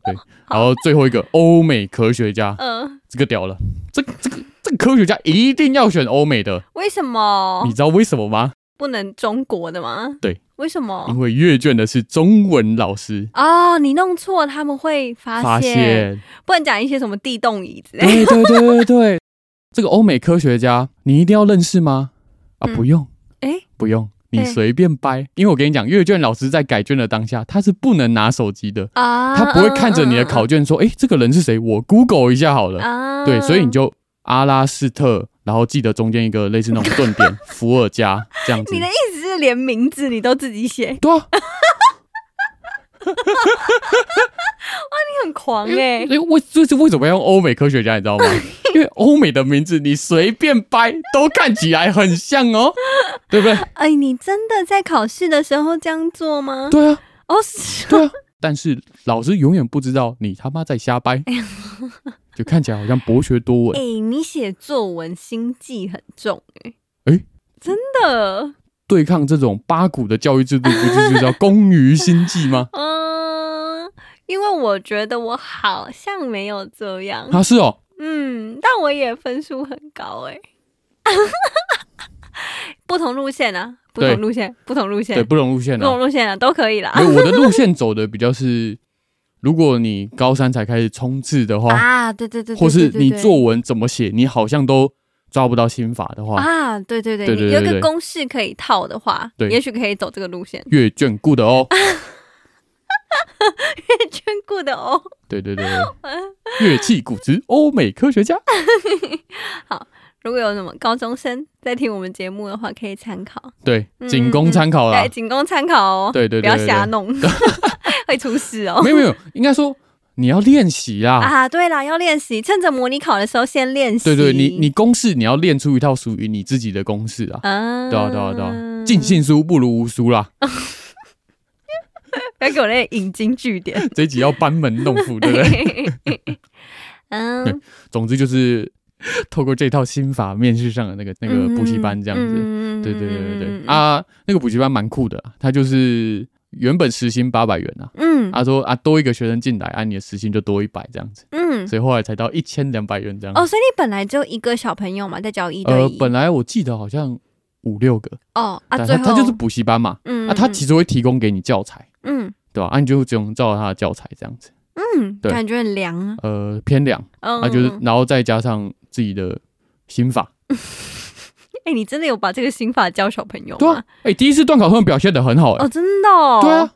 Speaker 1: 对，然后最后一个欧美科学家，
Speaker 2: 嗯、
Speaker 1: 这个屌了，这个这个这个科学家一定要选欧美的，
Speaker 2: 为什么
Speaker 1: 你知道为什么吗？
Speaker 2: 不能中国的吗？
Speaker 1: 对，
Speaker 2: 为什么
Speaker 1: 因？为阅卷的是中文老师
Speaker 2: 哦，你弄错，他们会发
Speaker 1: 发
Speaker 2: 现，
Speaker 1: 现，
Speaker 2: 不能讲一些什么地动仪之类的。
Speaker 1: 对对对对对， <laughs> 这个欧美科学家你一定要认识吗？啊，
Speaker 2: 嗯
Speaker 1: 不用
Speaker 2: 哎、
Speaker 1: 不用，你
Speaker 2: 哎
Speaker 1: 随便掰，因为我跟你讲，阅卷老师在改卷的当下，他是不能拿手机的，
Speaker 2: 啊，
Speaker 1: 他不会看着你的考卷说，哎，这个人是谁？我 Google 一下好了。
Speaker 2: 啊，
Speaker 1: 对，所以你就阿拉斯特，然后记得中间一个类似
Speaker 2: <laughs>
Speaker 1: 那种顿点，伏尔加这样子
Speaker 2: 你。的意思是连名字你都自己写，你
Speaker 1: 对啊，
Speaker 2: 很狂哎、
Speaker 1: 所以为这是为什么要用欧美科学家，你知
Speaker 2: <laughs>
Speaker 1: 道吗？因为欧美的名字你随便掰都看起来很像哦，对不对？
Speaker 2: 哎、你真的在考试的时候这样做吗？
Speaker 1: 对啊，
Speaker 2: 哦，是 <laughs>
Speaker 1: 对啊。但是老师永远不知道你他妈在瞎掰，就看起来好像博学多
Speaker 2: 哎、
Speaker 1: 闻。
Speaker 2: 你写作文心计很重哎、
Speaker 1: 哎
Speaker 2: 真的，
Speaker 1: 对抗这种八股的教育制度，不是就叫工于心计吗？
Speaker 2: 嗯，因为我觉得我好像没有这样，
Speaker 1: 啊，是哦，
Speaker 2: 嗯，但我也分数很高哎、 <laughs> 不同路线啊，不
Speaker 1: 对
Speaker 2: 同路线，不同路线，
Speaker 1: 对，不同路线
Speaker 2: 不
Speaker 1: 啊
Speaker 2: 同。路线啊，都可以啦。
Speaker 1: 因为我的路线走的比较是，如果你高三才开始冲刺的话，
Speaker 2: 啊，对对对，对
Speaker 1: 或是
Speaker 2: 对
Speaker 1: 你
Speaker 2: 对
Speaker 1: 作文怎么写，你好像都抓不到心法的话，
Speaker 2: 啊，对对对，
Speaker 1: 对对
Speaker 2: 你
Speaker 1: 对
Speaker 2: 有一个
Speaker 1: 对
Speaker 2: 公式可以套的话，
Speaker 1: 对。
Speaker 2: 也许可以走这个路线
Speaker 1: 阅卷顾的哦。
Speaker 2: 眷顾的哦，
Speaker 1: 对对对，对乐器古籍欧美科学家。
Speaker 2: 如果有什么高中生在听我们节目的话，可以参考，
Speaker 1: 对
Speaker 2: 嗯，
Speaker 1: 仅供参考啦
Speaker 2: 对，。仅供参考哦。
Speaker 1: 啊对对对
Speaker 2: 不要
Speaker 1: 对对
Speaker 2: 瞎
Speaker 1: <laughs>
Speaker 2: 弄，会出事哦。
Speaker 1: 没有没有，应该说你要练习啦。
Speaker 2: 啊，对啦，要练习，趁着模拟考的时候先练习。
Speaker 1: 对对，你你公式你要练出一套属于你自己的公式啊。
Speaker 2: 啊，
Speaker 1: 对啊对啊对啊，尽，信书不如无书
Speaker 2: <laughs>
Speaker 1: 啦。
Speaker 2: 不要给我那个引经
Speaker 1: <laughs>
Speaker 2: 据典。
Speaker 1: 这一集要班门弄斧，对不
Speaker 2: <laughs>
Speaker 1: 对？
Speaker 2: 嗯，
Speaker 1: 总之就是 <laughs> 透过这套心法，面试上的那个那
Speaker 2: 嗯
Speaker 1: 个补习班这样子。
Speaker 2: 子
Speaker 1: 对对对对对，，
Speaker 2: 嗯
Speaker 1: 啊，那个补习班蛮酷的啊，他就是原本时薪八百元啊，
Speaker 2: 嗯
Speaker 1: 他说啊多一个学生进来，啊你的时薪就多一百这样子，
Speaker 2: 嗯，
Speaker 1: 所以后来才到一千两百元这样子。
Speaker 2: 哦，所以你本来就一个小朋友嘛，在教一对
Speaker 1: 呃，
Speaker 2: 一，
Speaker 1: 本来我记得好像五六个，
Speaker 2: 哦啊，
Speaker 1: 但
Speaker 2: 最
Speaker 1: 他
Speaker 2: 后
Speaker 1: 他就是补习班嘛，
Speaker 2: 嗯
Speaker 1: 啊他其实会提供给你教材，
Speaker 2: 嗯
Speaker 1: 对吧？啊你就只能照他的教材这样子，
Speaker 2: 嗯，
Speaker 1: 对
Speaker 2: 感觉很凉啊，
Speaker 1: 呃偏凉，
Speaker 2: 嗯，
Speaker 1: 啊就是
Speaker 2: 嗯嗯
Speaker 1: 然后再加上自己的心法，
Speaker 2: 哎，你真的有把这个心法教小朋友
Speaker 1: 对
Speaker 2: 吗
Speaker 1: 啊？，哎第一次段考他们表现的很好哎
Speaker 2: 哦，，真的嗯哦，
Speaker 1: 对啊，，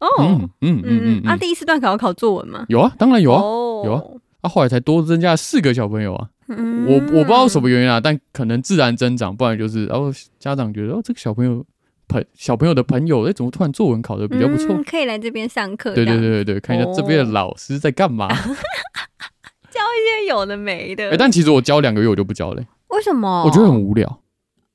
Speaker 2: 哦，
Speaker 1: 嗯嗯嗯
Speaker 2: 嗯
Speaker 1: 嗯
Speaker 2: 嗯，啊，
Speaker 1: 嗯，
Speaker 2: 第一次段考要考作文吗？
Speaker 1: 有啊，当然有啊，
Speaker 2: 哦
Speaker 1: 有啊，啊后来才多增加四个小朋友啊。
Speaker 2: 嗯
Speaker 1: 我我不知道什么原因啊，但可能自然增长，不然就是然后、家长觉得哦，这个小朋友朋小朋友的朋友，哎，怎么突然作文考得比较不错？
Speaker 2: 嗯可以来这哦边上课，
Speaker 1: 对对，对对对，看一下这边的老师在干嘛。
Speaker 2: <laughs>
Speaker 1: 哎、
Speaker 2: 这些有的没的，
Speaker 1: 但其实我教两个月我就不教了、
Speaker 2: 为什么？
Speaker 1: 我觉得很无聊。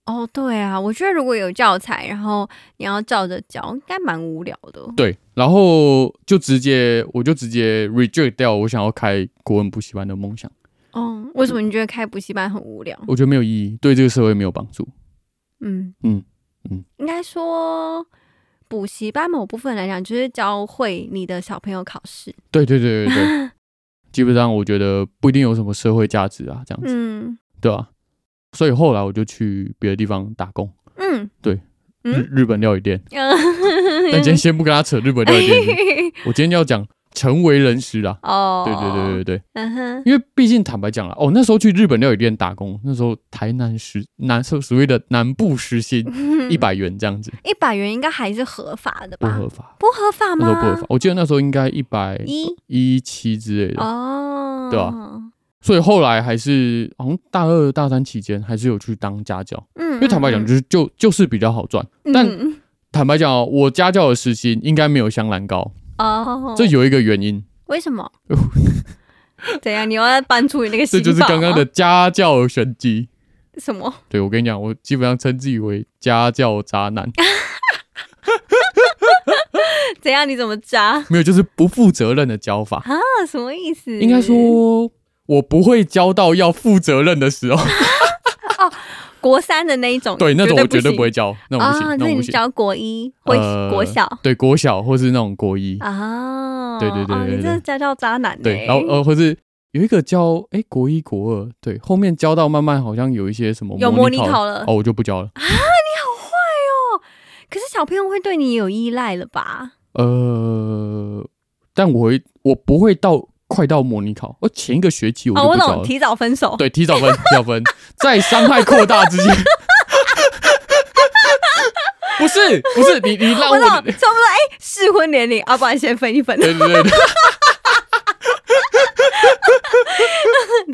Speaker 2: 哦，对啊，我觉得如果有教材，然后你要照着教，应该蛮无聊的。哦
Speaker 1: 对，然后就直接我就直接 reject 掉我想要开国文补习班的梦想，
Speaker 2: 嗯，为什么你觉得开补习班很无聊？
Speaker 1: 我觉得没有意义，对这个社会没有帮助。
Speaker 2: 嗯
Speaker 1: 嗯嗯，
Speaker 2: 应该说。补习班某部分来讲，就是教会你的小朋友考试。
Speaker 1: 对对对对
Speaker 2: <laughs>
Speaker 1: 对，基本上我觉得不一定有什么社会价值啊，这样子，
Speaker 2: 嗯
Speaker 1: 对吧、所以后来我就去别的地方打工，
Speaker 2: 嗯
Speaker 1: 日
Speaker 2: 嗯，
Speaker 1: 日本料理店。
Speaker 2: 嗯
Speaker 1: 但今天先不跟他扯日本料理
Speaker 2: <laughs>
Speaker 1: 店，我今天要讲成为人师啦。
Speaker 2: 哦，
Speaker 1: 对对对对对，
Speaker 2: 嗯哼，
Speaker 1: 因为毕竟坦白讲啦，哦，那时候去日本料理店打工，那时候台南时南所所谓的南部时薪
Speaker 2: 嗯
Speaker 1: 一百元这样子，
Speaker 2: 一百元应该还是合法的
Speaker 1: 不
Speaker 2: 吧？
Speaker 1: 合法，
Speaker 2: 不合法
Speaker 1: 那时
Speaker 2: 吗？
Speaker 1: 候不合法。我记得那时候应该一百
Speaker 2: 一
Speaker 1: 一七之类的，
Speaker 2: 哦，
Speaker 1: 对
Speaker 2: 啊，
Speaker 1: 所以后来还是好像大二大三期间还是有去当家教，
Speaker 2: 嗯，
Speaker 1: 因为坦白讲就是就就是比较好赚。
Speaker 2: 嗯，
Speaker 1: 但
Speaker 2: 嗯
Speaker 1: 坦白讲哦，我家教的时薪应该没有香兰高，
Speaker 2: 哦，
Speaker 1: 这有一个原因，
Speaker 2: 为
Speaker 1: <laughs>
Speaker 2: 什么？怎样？你要搬出你那个
Speaker 1: 这
Speaker 2: 心法
Speaker 1: 就是刚刚的
Speaker 2: 吗
Speaker 1: 家教玄机。
Speaker 2: 什么？
Speaker 1: 对我跟你讲，我基本上称自己为家教渣
Speaker 2: <laughs>
Speaker 1: 男，
Speaker 2: 怎样？你怎么扎？ <laughs>
Speaker 1: 没有就是不负责任的教法。
Speaker 2: 那什么意思？
Speaker 1: <laughs> 应该说，我不会教到要负责任的
Speaker 2: <laughs>
Speaker 1: 时候。
Speaker 2: 国三的那一种，
Speaker 1: 对，那种我绝
Speaker 2: 绝
Speaker 1: 对
Speaker 2: 不
Speaker 1: 不会教，那种不行，那
Speaker 2: 啊，那
Speaker 1: 种
Speaker 2: 你
Speaker 1: 不行。
Speaker 2: 教国一或
Speaker 1: 呃
Speaker 2: 国小
Speaker 1: 对，国小或是那种国一，
Speaker 2: 啊？
Speaker 1: 对对对
Speaker 2: 哦
Speaker 1: 对对
Speaker 2: 你这家教渣男欸
Speaker 1: 对，然后呃，或是有一个教哎、国一国二，对，后面教到慢慢好像有一些什么
Speaker 2: 有模
Speaker 1: 模
Speaker 2: 拟
Speaker 1: 拟
Speaker 2: 考了
Speaker 1: 哦，我就不教了。
Speaker 2: 可是小朋友会对你有依赖了吧？
Speaker 1: 呃，但我会我不会到快到模拟考，我前一个学期我
Speaker 2: 哦，
Speaker 1: 就
Speaker 2: 我
Speaker 1: 不教
Speaker 2: 懂，
Speaker 1: 了，
Speaker 2: 提早分手。
Speaker 1: 对，提早分，提早分，在伤害扩大之间。 <laughs> 不是不是，你你让
Speaker 2: 我懂，差
Speaker 1: <laughs> 我
Speaker 2: 不多哎，适婚年龄，啊，不然先分一分，
Speaker 1: 对对对对，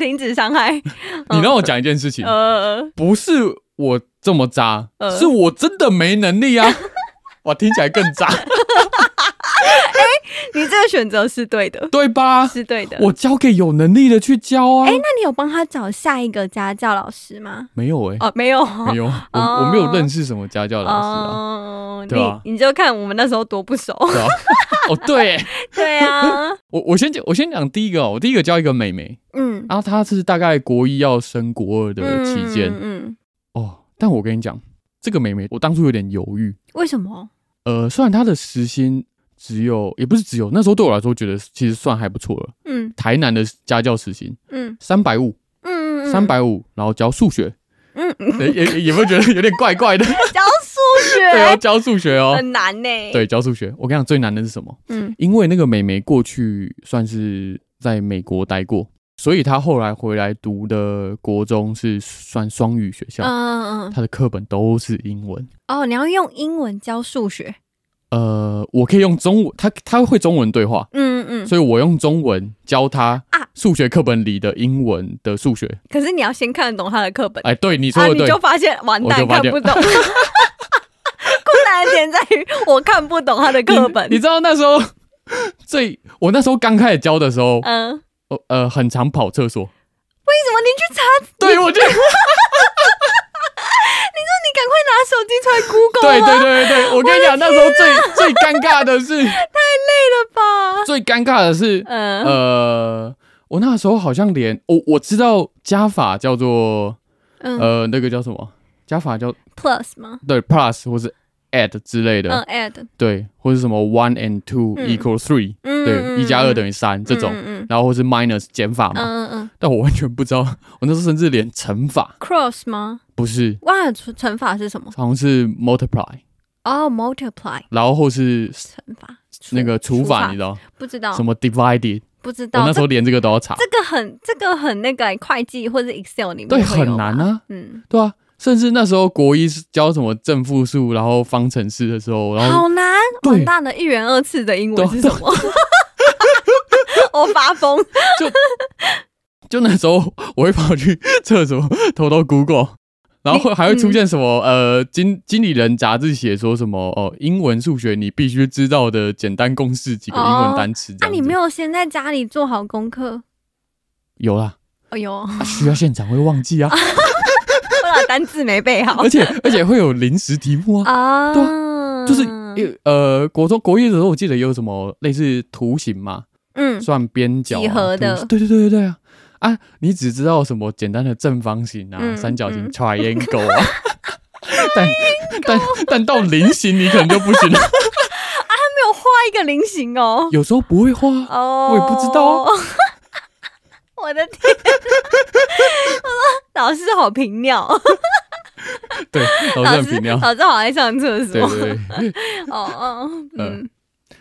Speaker 2: <laughs> 停止伤害。嗯
Speaker 1: 你让我讲一件事情，
Speaker 2: 呃，
Speaker 1: 不是我这么渣，
Speaker 2: 呃
Speaker 1: 是我真的没能力
Speaker 2: <laughs>
Speaker 1: 啊！哇，听起来更渣，
Speaker 2: 你这个选择是对的，
Speaker 1: 对吧？
Speaker 2: 是对的。
Speaker 1: 我交给有能力的去教啊。
Speaker 2: 哎，那你有帮他找下一个家教老师吗？
Speaker 1: 没有哎、
Speaker 2: 哦，没有，
Speaker 1: 没有，我我没有认识什么家教老师啊。
Speaker 2: 哦，
Speaker 1: 对啊
Speaker 2: 你你就看我们那时候多不熟。
Speaker 1: 对啊哦，对、欸，
Speaker 2: 对啊，
Speaker 1: 我我先讲，我先讲第一个哦。我第一个教一个妹妹，
Speaker 2: <laughs> 嗯，
Speaker 1: 然后她是大概国一要升国二的期间、
Speaker 2: 嗯，嗯
Speaker 1: 哦。但我跟你讲，这个妹妹我当初有点犹豫，
Speaker 2: 为什么？
Speaker 1: 呃，虽然她的时薪只有，也不是只有，那时候对我来说觉得其实算还不错了。
Speaker 2: 嗯
Speaker 1: 台南的家教时薪
Speaker 2: 嗯
Speaker 1: 三百五，
Speaker 2: 嗯嗯，
Speaker 1: 三百五，然后教数
Speaker 2: <laughs>
Speaker 1: 学，
Speaker 2: 嗯，
Speaker 1: 也也也不觉得有点怪怪的，
Speaker 2: 教数
Speaker 1: <laughs> 对哦，
Speaker 2: 学
Speaker 1: 教数学哦，
Speaker 2: <laughs> 很难呢。，
Speaker 1: 对，教数学。我跟你讲，最难的是什么？
Speaker 2: 嗯
Speaker 1: 因为那个美眉过去算是在美国待过，所以她后来回来读的国中是算双语学校，
Speaker 2: 嗯嗯嗯，
Speaker 1: 她的课本都是英文。
Speaker 2: 哦，你要用英文教数学，
Speaker 1: 呃，我可以用中文，她她会中文对话，
Speaker 2: 嗯嗯，
Speaker 1: 所以我用中文教她
Speaker 2: 啊
Speaker 1: 数学课本里的英文的数学。
Speaker 2: 可是你要先看得懂他的课本。
Speaker 1: 哎，对，你说
Speaker 2: 啊！
Speaker 1: 的
Speaker 2: 你
Speaker 1: 对，
Speaker 2: 就发现完
Speaker 1: 我
Speaker 2: 蛋，
Speaker 1: 就发
Speaker 2: 看
Speaker 1: 现 <laughs>
Speaker 2: 不懂。困难的点在于我看不懂他的课本
Speaker 1: 你。知道那时候 <laughs> 最我那时候刚开始教的时候，
Speaker 2: 嗯，为
Speaker 1: 呃呃，很常跑厕所。
Speaker 2: 什么你去查？
Speaker 1: 对，我就
Speaker 2: 你赶快拿手机出来 Google
Speaker 1: 对
Speaker 2: 啊！
Speaker 1: 对对对对，我跟你讲，那时候最最尴尬的是，
Speaker 2: 对 <laughs> 吧？
Speaker 1: 最尴尬的是，<laughs>
Speaker 2: 嗯，
Speaker 1: 呃，我那时候好像连我我知道加法叫做
Speaker 2: 嗯
Speaker 1: 呃那个叫什么加法叫
Speaker 2: ，plus 吗？
Speaker 1: 对 plus 或是 add 之类
Speaker 2: 嗯
Speaker 1: 的，
Speaker 2: ，add，
Speaker 1: 对，或是什么 one and two
Speaker 2: 嗯
Speaker 1: equal three，
Speaker 2: 嗯，
Speaker 1: 对，一加二等于三这种，
Speaker 2: 嗯嗯
Speaker 1: 然后或是 minus 减法嘛，
Speaker 2: 嗯嗯
Speaker 1: 但我完全不知道， <laughs> 我那时候甚至连乘法
Speaker 2: ，cross 吗？
Speaker 1: 不是，
Speaker 2: 哇，乘乘法是什么？
Speaker 1: 好像是 multiply，
Speaker 2: 哦，multiply
Speaker 1: 然后或是
Speaker 2: 乘法，
Speaker 1: 那个除法，你
Speaker 2: 除
Speaker 1: 知道
Speaker 2: 不知道
Speaker 1: 什，么 divided，
Speaker 2: 不知
Speaker 1: 我
Speaker 2: 道。
Speaker 1: 那时候连这个都要查，
Speaker 2: 这这个很这个很那个欸会计或者 Excel 里面
Speaker 1: 对，
Speaker 2: 会有
Speaker 1: 很难
Speaker 2: 吧。
Speaker 1: 啊。
Speaker 2: 嗯，
Speaker 1: 对啊，甚至那时候国一是教什么正负数，然后方程式的时候，然后
Speaker 2: 好难。
Speaker 1: 对
Speaker 2: 完蛋了，一元二次的英文是什么？ <laughs> 我发疯。
Speaker 1: 就那时候我会跑去厕所偷偷
Speaker 2: <laughs>
Speaker 1: Google。然后会还会出现什么？
Speaker 2: 嗯
Speaker 1: 呃，经经理人杂志写说什么？哦，英文、数学你必须知道的简单公式几个英文单词。这
Speaker 2: 那
Speaker 1: 样
Speaker 2: 啊你
Speaker 1: 子
Speaker 2: 没有先在家里做好功课？
Speaker 1: 有啦，<laughs>
Speaker 2: 哎呦，
Speaker 1: 啊需要现场会忘
Speaker 2: <laughs>
Speaker 1: 记啊，
Speaker 2: 我把单字没背好
Speaker 1: 而且而且会有临时题目啊，
Speaker 2: 啊
Speaker 1: 对就是因呃国中国一的时候，我记得也有什么类似图形嘛，
Speaker 2: 嗯
Speaker 1: 算边角、啊、
Speaker 2: 几何的
Speaker 1: 图对对对对对啊啊！你只知道什么简单的正方形啊、
Speaker 2: 嗯
Speaker 1: 三角形、
Speaker 2: 嗯 <laughs> <laughs>
Speaker 1: triangle 啊，但但但到菱形你可能就不行了。
Speaker 2: 一个菱形哦。
Speaker 1: 有时候不会画，
Speaker 2: 哦，
Speaker 1: 我也不知道啊。
Speaker 2: <laughs> 我的天、我说老师好平尿，
Speaker 1: 对，老师
Speaker 2: 老
Speaker 1: 很
Speaker 2: 师
Speaker 1: 平尿。
Speaker 2: 老师好爱上厕所。
Speaker 1: 对对对，
Speaker 2: 哦哦，嗯
Speaker 1: 嗯，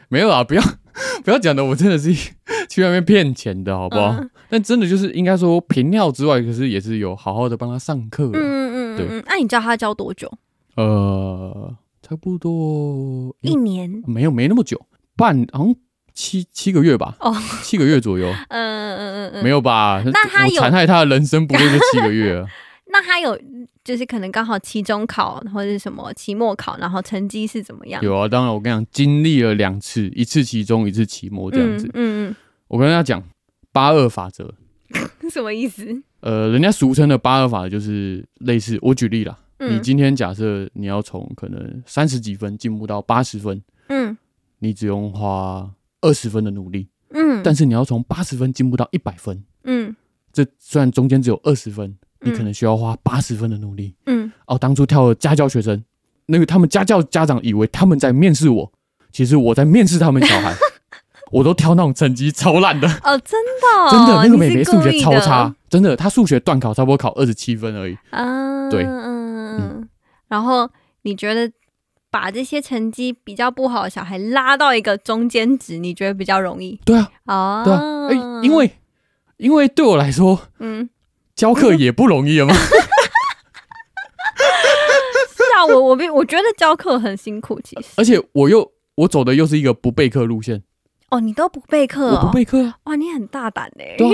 Speaker 1: 没有啊，不要 <laughs> 不要讲的，我真的是 <laughs> 去那边骗钱的好不好
Speaker 2: 嗯？
Speaker 1: 但真的就是应该说平尿之外，可是也是有好好的帮他上课啊。
Speaker 2: 嗯嗯嗯
Speaker 1: 对
Speaker 2: 嗯嗯。那、你知道他教多久？
Speaker 1: 呃，差不多
Speaker 2: 一年。
Speaker 1: 没有没那么久，半好像七七个月吧，
Speaker 2: 哦
Speaker 1: 七个月左右，
Speaker 2: 嗯嗯 <laughs> 嗯嗯嗯。
Speaker 1: 没有吧？
Speaker 2: 那他
Speaker 1: 我
Speaker 2: 有
Speaker 1: 残害他的人生不过就七个
Speaker 2: <laughs>
Speaker 1: 月啊，
Speaker 2: 那他有就是可能刚好期中考或者是什么期末考，然后成绩是怎么样？
Speaker 1: 有啊。当然，我跟你讲，经历了两次，一次期中，一次期末这样子。
Speaker 2: 嗯嗯
Speaker 1: 我跟大家讲八二法则，
Speaker 2: 嗯，什么意思？
Speaker 1: 呃，人家俗称的八二法则就是类似，我举例啦，你
Speaker 2: 嗯
Speaker 1: 今天假设你要从可能三十几分进步到八十分，
Speaker 2: 嗯
Speaker 1: 你只用花二十分的努力，
Speaker 2: 嗯，
Speaker 1: 但是你要从八十分进步到一百分，
Speaker 2: 嗯
Speaker 1: 这虽然中间只有二十分，你
Speaker 2: 嗯
Speaker 1: 可能需要花八十分的努力。
Speaker 2: 嗯
Speaker 1: 哦，当初跳的家教学生，那个他们家教家长以为他们在面试我，其实我在面试他们小
Speaker 2: <laughs>
Speaker 1: 孩。我都挑那种成绩超烂的，
Speaker 2: 哦，真的哦、
Speaker 1: 真的，那个
Speaker 2: 你
Speaker 1: 美眉
Speaker 2: 是
Speaker 1: 数学
Speaker 2: 故意
Speaker 1: 超
Speaker 2: 的
Speaker 1: 差，真的，她数学断考差不多考二十七分而已。
Speaker 2: 啊，
Speaker 1: 对
Speaker 2: 嗯嗯，然后你觉得把这些成绩比较不好的小孩拉到一个中间值，你觉得比较容易
Speaker 1: 对啊，
Speaker 2: 哦？
Speaker 1: 对啊，哎、因为因为对我来说，
Speaker 2: 嗯，
Speaker 1: 教课也不容易了嘛。
Speaker 2: 是啊，我我比我觉得教课很辛苦，其实
Speaker 1: 而且我又我走的又是一个不备课路线，
Speaker 2: 哦，你都不备课
Speaker 1: 我不
Speaker 2: 哦，
Speaker 1: 备课啊，
Speaker 2: 哇，你很大胆嘞，
Speaker 1: 对啊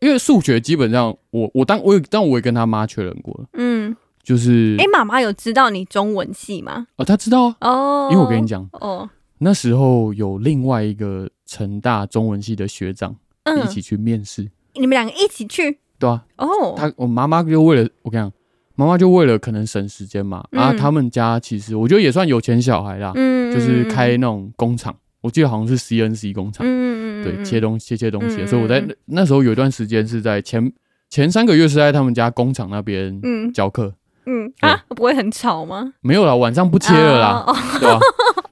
Speaker 1: 因为数学基本上我我当我有但我也跟他妈确认过了，
Speaker 2: 嗯，
Speaker 1: 就是
Speaker 2: 哎，妈妈有知道你中文系吗？
Speaker 1: 哦他知道啊，
Speaker 2: 哦，
Speaker 1: 因为我跟你讲，
Speaker 2: 哦，
Speaker 1: 那时候有另外一个成大中文系的学长
Speaker 2: 嗯
Speaker 1: 一，起去面试，
Speaker 2: 你们两个一起去
Speaker 1: 对啊，
Speaker 2: 哦，
Speaker 1: 他我妈妈就为了我跟你讲。妈妈就为了可能省时间嘛，啊，
Speaker 2: 嗯
Speaker 1: 他们家其实我觉得也算有钱小孩啦，
Speaker 2: 嗯
Speaker 1: 就是开那种工厂，我记得好像是 CNC 工厂，
Speaker 2: 嗯嗯嗯，
Speaker 1: 对，切
Speaker 2: 的，
Speaker 1: 东切切东西的。
Speaker 2: 嗯
Speaker 1: 所以我在
Speaker 2: 嗯
Speaker 1: 那那时候有一段时间是在前前三个月是在他们家工厂那边
Speaker 2: 嗯
Speaker 1: 教课，
Speaker 2: 嗯啊，不会很吵吗？
Speaker 1: 没有啦，晚上不切了啦，
Speaker 2: 哦，
Speaker 1: <laughs> 对吧、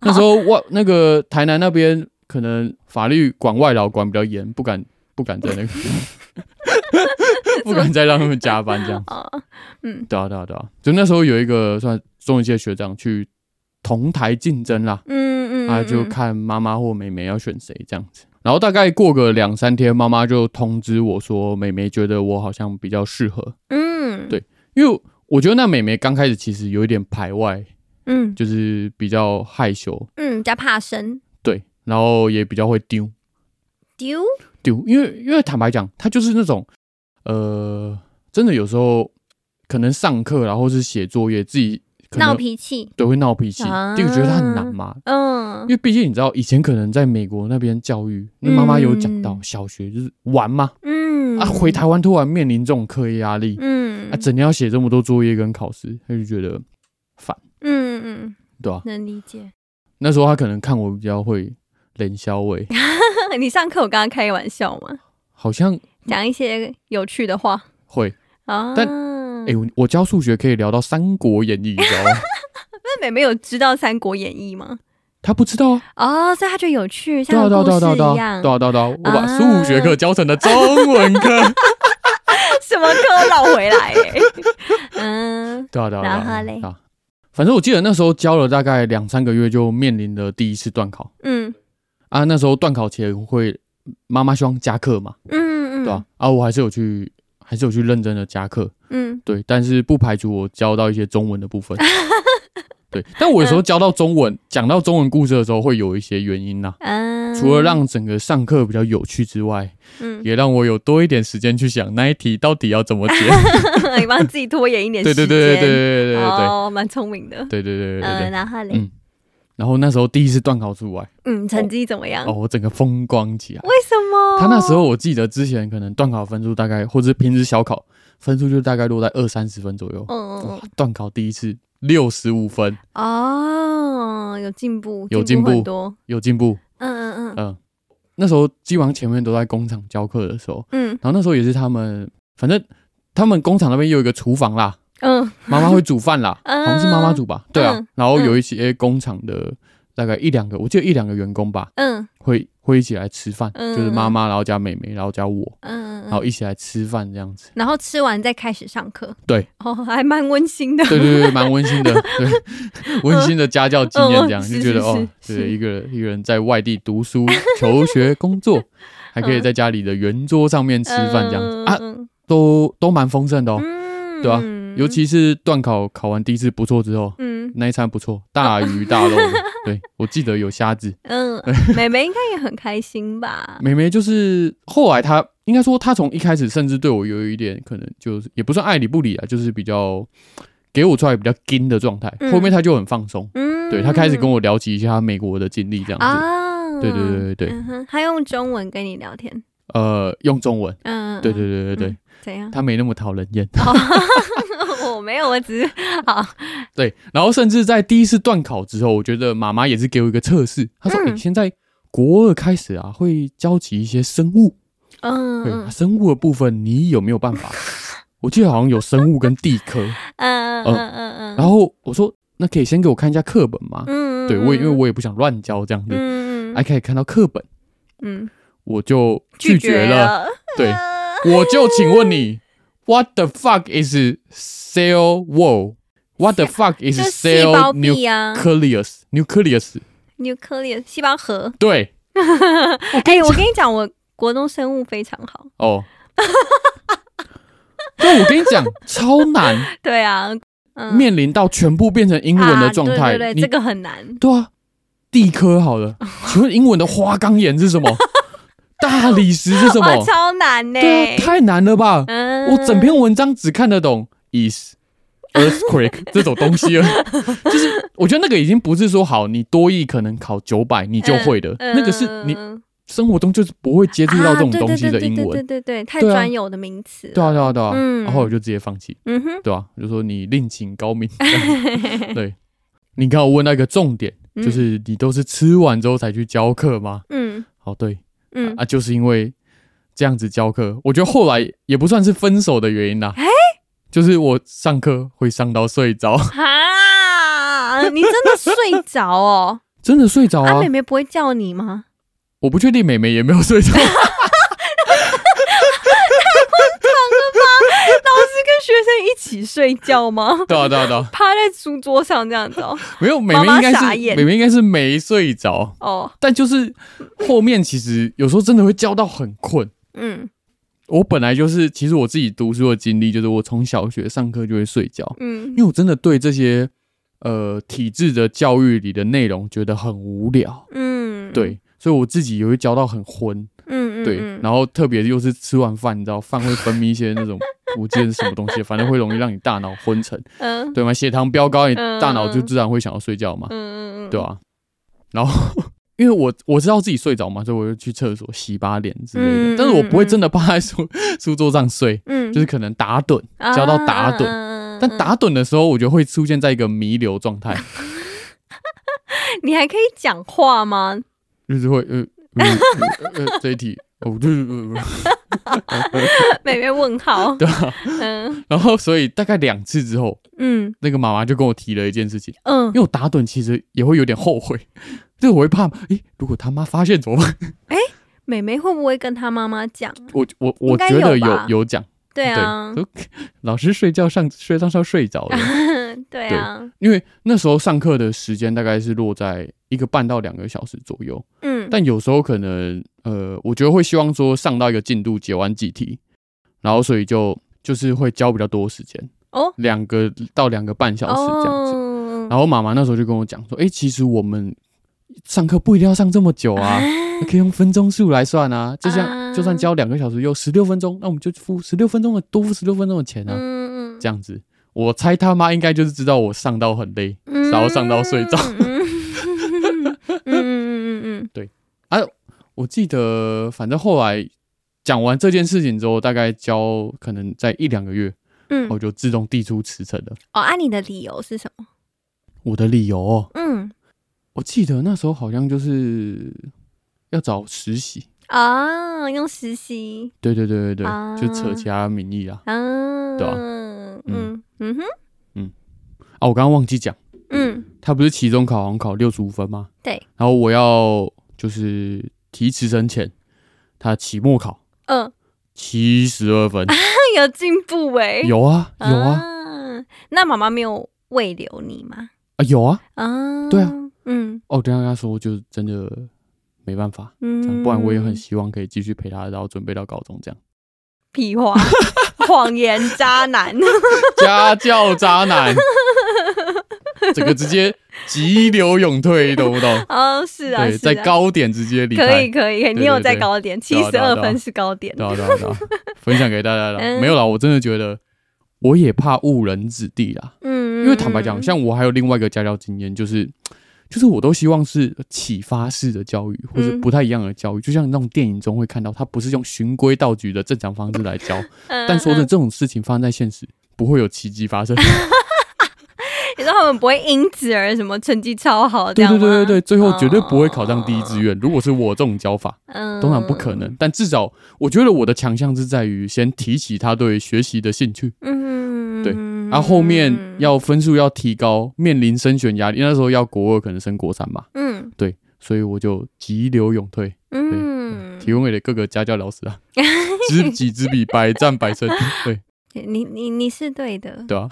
Speaker 1: 那时候外那个台南那边可能法律管外劳管比较严，不敢不敢在那个不敢再让他们加班这样。
Speaker 2: 哦哦
Speaker 1: 对啊对啊对啊，就那时候有一个算中文系的学长去同台竞争啦，
Speaker 2: 嗯嗯，
Speaker 1: 啊，就
Speaker 2: 嗯
Speaker 1: 看妈妈或妹妹要选谁这样子。然后大概过个两三天，妈妈就通知我说，妹妹觉得我好像比较适合，
Speaker 2: 嗯，
Speaker 1: 对因为我觉得那妹妹刚开始其实有一点排外，
Speaker 2: 嗯
Speaker 1: 就是比较害羞，
Speaker 2: 嗯，加怕生
Speaker 1: 对，然后也比较会丢
Speaker 2: 丢，
Speaker 1: 丢，因为因为坦白讲，她就是那种，呃，真的有时候可能上课然后是写作业自己可
Speaker 2: 闹
Speaker 1: 能
Speaker 2: 脾气，
Speaker 1: 对会闹脾气，
Speaker 2: 啊
Speaker 1: 这个觉得她很难嘛，
Speaker 2: 嗯
Speaker 1: 因为毕竟你知道，以前可能在美国那边教育，那妈妈有讲到
Speaker 2: 嗯
Speaker 1: 小学就是玩嘛，
Speaker 2: 嗯
Speaker 1: 啊，回，台湾突然面临这种课业压力，
Speaker 2: 嗯
Speaker 1: 啊，整天要写这么多作业跟考试，他就觉得
Speaker 2: 嗯嗯，
Speaker 1: 对吧、
Speaker 2: 能理解。 <laughs>
Speaker 1: 那时候他可能看我比较会冷笑味，
Speaker 2: 你上课有跟他开玩笑吗？
Speaker 1: 好像
Speaker 2: 讲一些有趣的话
Speaker 1: 会，
Speaker 2: 啊？
Speaker 1: 但哎、我我教数学可以聊到《三国演义》，你知道吗？
Speaker 2: 那妹妹有知道《三国演义》吗？
Speaker 1: 他不知道啊，
Speaker 2: 哦，所以她觉得有
Speaker 1: 对
Speaker 2: 趣，
Speaker 1: 啊
Speaker 2: 像
Speaker 1: 对
Speaker 2: 个
Speaker 1: 啊
Speaker 2: 故
Speaker 1: 对啊对啊
Speaker 2: 事
Speaker 1: 对
Speaker 2: 一
Speaker 1: 啊
Speaker 2: 样
Speaker 1: 对。啊对啊对啊，我把
Speaker 2: 啊
Speaker 1: 数学课教成了中文课，
Speaker 2: <laughs> 什么课都绕回来？哎嗯
Speaker 1: 对啊对啊对
Speaker 2: 然
Speaker 1: 啊，
Speaker 2: 后嘞
Speaker 1: 对啊，反正我记得那时候教了大概两三个月，就面临了第一次断考。
Speaker 2: 嗯
Speaker 1: 啊，那时候断考前会妈妈希望加课嘛，
Speaker 2: 嗯嗯，
Speaker 1: 对吧、啊？我还是有去，还是有去认真的加课，
Speaker 2: 嗯
Speaker 1: 对，但是不排除我教到一些中文的部分。对，但我有时候教到中文，讲到中文故事的时候，会有一些原因啦。
Speaker 2: 嗯，
Speaker 1: 除了让整个上课比较有趣之外，
Speaker 2: 嗯，
Speaker 1: 也让我有多一点时间去想那一题到底要怎么解。
Speaker 2: <laughs> 你帮自己拖延一点
Speaker 1: 对对
Speaker 2: 时间，
Speaker 1: 对对对对对对
Speaker 2: 哦，蛮聪明的。
Speaker 1: 对对对对
Speaker 2: 嗯，
Speaker 1: 对。
Speaker 2: 然后嘞，
Speaker 1: 嗯然后那时候第一次断考出来，
Speaker 2: 嗯，成绩怎么样？
Speaker 1: 哦，我整个风光起来。
Speaker 2: 为什么？
Speaker 1: 他那时候我记得之前可能段考分数大概，或者是平时小考分数就大概落在二三十分左右。
Speaker 2: 嗯，嗯
Speaker 1: 段考第一次六十五分，
Speaker 2: 嗯，哦，有进步，
Speaker 1: 有
Speaker 2: 进
Speaker 1: 进步
Speaker 2: 很多。
Speaker 1: 有进步。
Speaker 2: 嗯嗯嗯
Speaker 1: 嗯，那时候基本上前面都在工厂教课的时候，
Speaker 2: 嗯
Speaker 1: 然后那时候也是他们，反正他们工厂那边也有一个厨房啦，
Speaker 2: 嗯
Speaker 1: 妈妈会煮饭啦，
Speaker 2: <laughs> 嗯
Speaker 1: 好像是妈妈煮吧？对啊
Speaker 2: 嗯，
Speaker 1: 然后有一些工厂的大概一两个，我记得一两个员工吧，
Speaker 2: 嗯
Speaker 1: 会会一起来吃饭，
Speaker 2: 嗯
Speaker 1: 就是妈妈，然后加妹妹，然后加我，
Speaker 2: 嗯，嗯
Speaker 1: 然后一起来吃饭这样子。
Speaker 2: 然后吃完再开始上课。
Speaker 1: 对，
Speaker 2: 哦，还蛮温馨的。
Speaker 1: 对对对，蛮温
Speaker 2: <laughs>
Speaker 1: 馨的，对，温馨的家教经验这样，
Speaker 2: 嗯嗯
Speaker 1: 就觉得
Speaker 2: 是
Speaker 1: 哦，
Speaker 2: 是是
Speaker 1: 对，一个人一个人在外地读书、求学、工
Speaker 2: <laughs>
Speaker 1: 作，还可以在家里的圆桌上面吃饭这样子啊，
Speaker 2: 嗯，
Speaker 1: 都都蛮丰盛的哦。
Speaker 2: 嗯
Speaker 1: 对啊，尤其是段考考完第一次不错之后，
Speaker 2: 嗯
Speaker 1: 那一餐不错，大鱼大
Speaker 2: <laughs>
Speaker 1: 肉的，对我记得有虾子。 <laughs>
Speaker 2: 嗯，妹妹应该也很开心吧？
Speaker 1: 美眉就是后来她应该说她从一开始甚至对我有一点可能就是也不算爱理不理啊，就是比较给我出来比较硬的状态，
Speaker 2: 嗯
Speaker 1: 后面她就很放松。<laughs>
Speaker 2: 嗯，
Speaker 1: 对她开始跟我聊起一下美国的经历，这样子，
Speaker 2: 啊，
Speaker 1: 对对对对对，
Speaker 2: 嗯哼，他用中文跟你聊天，
Speaker 1: 呃，用中文，
Speaker 2: 嗯，
Speaker 1: 对对对对对
Speaker 2: 嗯，哦怎样？
Speaker 1: 她没那么讨人厌，
Speaker 2: <laughs> 我没有，我只是好，
Speaker 1: <laughs> 对，然后甚至在第一次断考之后，我觉得妈妈也是给我一个测试，她说：“
Speaker 2: 嗯
Speaker 1: 你、现在国二开始啊，会教起一些生物，
Speaker 2: 嗯
Speaker 1: 对，
Speaker 2: 嗯
Speaker 1: 生物的部分你有没有
Speaker 2: <laughs>
Speaker 1: 办法？”我记得好像有生物跟地科，
Speaker 2: 嗯嗯嗯嗯，
Speaker 1: 哦然后我说：“那可以先给我看一下课本吗？”
Speaker 2: 嗯，嗯
Speaker 1: 对我也因为我也不想乱教这样子，哎
Speaker 2: 嗯嗯
Speaker 1: 还可以看到课本，
Speaker 2: 嗯
Speaker 1: 我就拒
Speaker 2: 拒
Speaker 1: 绝了。
Speaker 2: 了， <laughs>
Speaker 1: 对，我就请问你，What the fuck is cell wall？What the fuck
Speaker 2: <laughs>
Speaker 1: is
Speaker 2: 就细
Speaker 1: cell
Speaker 2: 胞壁啊
Speaker 1: nucleus nucleus？
Speaker 2: ，nuclear 细胞核。
Speaker 1: 对，
Speaker 2: 哎，我跟你讲，我国中生物非常好， <laughs>
Speaker 1: 哦，对，我跟你讲，超难，
Speaker 2: 对啊，嗯，
Speaker 1: 面临到全部变成英文的
Speaker 2: 啊
Speaker 1: 状
Speaker 2: 对
Speaker 1: 态，
Speaker 2: 对对，
Speaker 1: 你
Speaker 2: 这个很难。
Speaker 1: 对啊，地科好
Speaker 2: <laughs>
Speaker 1: 了，请问英文的花岗岩是什么？大理石是什
Speaker 2: 哇，
Speaker 1: 么？
Speaker 2: 超难呢、
Speaker 1: 对啊，太难了吧！
Speaker 2: 嗯
Speaker 1: 我整篇文章只看得懂 is earthquake 这种东西了，
Speaker 2: <laughs>
Speaker 1: 就是我觉得那个已经不是说好你多译可能考九百你就会的，那个是你
Speaker 2: 嗯
Speaker 1: 生活中就是不会接触到这种
Speaker 2: 啊对
Speaker 1: 东西的英
Speaker 2: 对
Speaker 1: 文。
Speaker 2: 对对对对对，太
Speaker 1: 对啊
Speaker 2: 专有的名词了。
Speaker 1: 对啊，对啊，对啊，
Speaker 2: 嗯
Speaker 1: 然后我就直接放弃，
Speaker 2: 嗯哼，
Speaker 1: 对啊，我就说你另请高明。对，你刚好问到一个重点，
Speaker 2: 嗯
Speaker 1: 就是你都是吃完之后才去教课吗？
Speaker 2: 嗯
Speaker 1: 好，对，
Speaker 2: 嗯，
Speaker 1: 啊，就是因为这样子教课，我觉得后来也不算是分手的原因啦。
Speaker 2: 哎
Speaker 1: 就是我上课会上到睡着，
Speaker 2: 啊，你真的睡着
Speaker 1: <laughs>
Speaker 2: 哦？
Speaker 1: 真的睡着
Speaker 2: 啊，
Speaker 1: 啊
Speaker 2: 妹！妹不会叫你吗？
Speaker 1: 我不确定美美有没有
Speaker 2: <laughs>
Speaker 1: 睡着，
Speaker 2: 老师跟学生一起睡
Speaker 1: <laughs>
Speaker 2: 觉吗？
Speaker 1: 对啊对啊对啊，
Speaker 2: 趴在书桌上这样子哦？
Speaker 1: 没有美
Speaker 2: 妈
Speaker 1: 美
Speaker 2: 妈
Speaker 1: 应该
Speaker 2: 傻
Speaker 1: 是
Speaker 2: 眼
Speaker 1: 美美应该是没睡着，
Speaker 2: 哦，
Speaker 1: 但就是后面其实有时候真的会教到很困。
Speaker 2: 嗯
Speaker 1: 我本来就是，其实我自己读书的经历就是，我从小学上课就会睡觉，
Speaker 2: 嗯
Speaker 1: 因为我真的对这些呃体制的教育里的内容觉得很无聊，
Speaker 2: 嗯，
Speaker 1: 对，所以我自己也会教到很昏，
Speaker 2: 嗯，嗯嗯
Speaker 1: 对，
Speaker 2: 嗯
Speaker 1: 然后特别又是吃完饭，你知道饭会分泌一些那种我记得是什么东西，反正会容易让你大脑昏沉，
Speaker 2: 嗯
Speaker 1: 对吗？血糖飙高，你
Speaker 2: 嗯
Speaker 1: 大脑就自然会想要睡觉嘛
Speaker 2: 嗯，嗯嗯，
Speaker 1: 对吧、啊然后因为我我知道自己睡着嘛，所以我就去厕所洗把脸之类的，
Speaker 2: 嗯
Speaker 1: 但是我不会
Speaker 2: 嗯嗯
Speaker 1: 真的趴在书 <laughs> 书桌上睡，
Speaker 2: 嗯，
Speaker 1: 啊
Speaker 2: 啊
Speaker 1: 就是可能打盹，教到打盹。
Speaker 2: 盹
Speaker 1: 但打盹的时候，我觉得会出现在一个弥留状态，
Speaker 2: <laughs> 你还可以讲话吗？
Speaker 1: 就是会呃呃呃呃这一题，哦，就是、
Speaker 2: <laughs> 妹妹问号。
Speaker 1: 对啊，
Speaker 2: 嗯
Speaker 1: 然后所以大概两次之后，
Speaker 2: 嗯
Speaker 1: 那个妈妈就跟我提了一件事情，
Speaker 2: 嗯
Speaker 1: 因，为我打盹其实也会有点后悔， <laughs> 就是我会怕，诶、如果他妈发现怎么办？
Speaker 2: 妹妹会不会跟她妈妈讲？
Speaker 1: 我我
Speaker 2: 应
Speaker 1: 我
Speaker 2: 该
Speaker 1: 觉得
Speaker 2: 有吧
Speaker 1: 有有讲，
Speaker 2: 对啊，
Speaker 1: 都老师睡觉上睡上上睡
Speaker 2: <laughs>
Speaker 1: 着了，
Speaker 2: 对啊，
Speaker 1: 因为那时候上课的时间大概是落在一个半到两个小时左右，
Speaker 2: 嗯，
Speaker 1: 但有时候可能呃，我觉得会希望说上到一个进度解完几题，然后所以就就是会教比较多时间，
Speaker 2: 哦，
Speaker 1: 两个到两个半小时这样子。
Speaker 2: 哦
Speaker 1: 然后妈妈那时候就跟我讲说，哎、其实我们上课不一定要上这么久啊，可以用分钟数来算啊，就像、
Speaker 2: 啊
Speaker 1: 就算教两个小时又十六分钟，那我们就付十六分钟的多付十六分钟的钱啊，
Speaker 2: 嗯嗯，
Speaker 1: 这样子。我猜他妈应该就是知道我上到很累
Speaker 2: 嗯
Speaker 1: 然后上到睡着
Speaker 2: 嗯嗯嗯嗯嗯
Speaker 1: 啊。我记得，反正后来讲完这件事情之后，大概教可能在一两个月， <laughs>
Speaker 2: 嗯嗯，
Speaker 1: 我就自动递出辞呈了。
Speaker 2: 哦，按你的理由是什么？
Speaker 1: 我的理由、哦，
Speaker 2: 嗯
Speaker 1: 我记得那时候好像就是要找实习，
Speaker 2: 啊，用实习
Speaker 1: 对对对对对，
Speaker 2: 啊
Speaker 1: 就扯其他名义啦。
Speaker 2: 啊，
Speaker 1: 对啊
Speaker 2: 嗯嗯哼，
Speaker 1: 啊，我刚刚忘记讲，
Speaker 2: 嗯，
Speaker 1: 他不是期中考好像考六十五分吗？
Speaker 2: 对。
Speaker 1: 然后我要就是提职升前，他期末考
Speaker 2: 嗯，
Speaker 1: 七十二分，
Speaker 2: 有进步哎、
Speaker 1: 有啊有啊
Speaker 2: 啊那妈妈没有喂留你吗？
Speaker 1: 啊有啊。
Speaker 2: 啊，
Speaker 1: 对啊，
Speaker 2: 嗯
Speaker 1: 哦，等一下跟他说，就是真的没办法，这样
Speaker 2: 嗯，
Speaker 1: 不然我也很希望可以继续陪他，然后准备到高中这样。 <laughs>
Speaker 2: 屁话，谎言渣男，
Speaker 1: 家教渣男，这个直接急流勇退，你懂不懂？
Speaker 2: 哦，是啊，
Speaker 1: 对，
Speaker 2: 是
Speaker 1: 在
Speaker 2: 啊
Speaker 1: 高点直接离
Speaker 2: 可
Speaker 1: 开
Speaker 2: 以。可以，可以你有在高
Speaker 1: 对
Speaker 2: 点，七
Speaker 1: 对
Speaker 2: 十
Speaker 1: 对啊
Speaker 2: 二
Speaker 1: 对啊
Speaker 2: 分是高点，
Speaker 1: 对啊，对啊，
Speaker 2: <laughs>
Speaker 1: 对啊，分享给大家啦。
Speaker 2: 嗯
Speaker 1: <laughs> 没有啦，我真的觉得我也怕误人子弟啦。
Speaker 2: 嗯，
Speaker 1: 因为坦白讲，
Speaker 2: 嗯
Speaker 1: 像我还有另外一个家教经验，就是就是我都希望是启发式的教育，或是
Speaker 2: 嗯
Speaker 1: 不太一样的教育，就像那种电影中会看到，他不是用循规蹈矩的正常方式来教。
Speaker 2: 嗯
Speaker 1: 但说真的，
Speaker 2: 嗯
Speaker 1: 这种事情发生在现实，不会有奇迹发
Speaker 2: <laughs>
Speaker 1: 生。
Speaker 2: 你知道他们不会因此而什么成绩超好，这
Speaker 1: 对
Speaker 2: 样
Speaker 1: 对
Speaker 2: 吗
Speaker 1: 对
Speaker 2: 哦
Speaker 1: 对对，最后绝对不会考上第一志愿。如果是我这种教法，
Speaker 2: 嗯
Speaker 1: 当然不可，能。但至少我觉得我的强项是在于先提起他对学习的兴趣，
Speaker 2: 嗯，
Speaker 1: 对，然后后面，要分数要提高，面临升学压力，那时候要国二可能升国三吧。
Speaker 2: 嗯
Speaker 1: 对，所以我就急流勇退，
Speaker 2: 嗯，
Speaker 1: 提供给了各个家教老师啊，知己知彼，百战百胜。对
Speaker 2: 嗯你你你是对的，
Speaker 1: 对啊，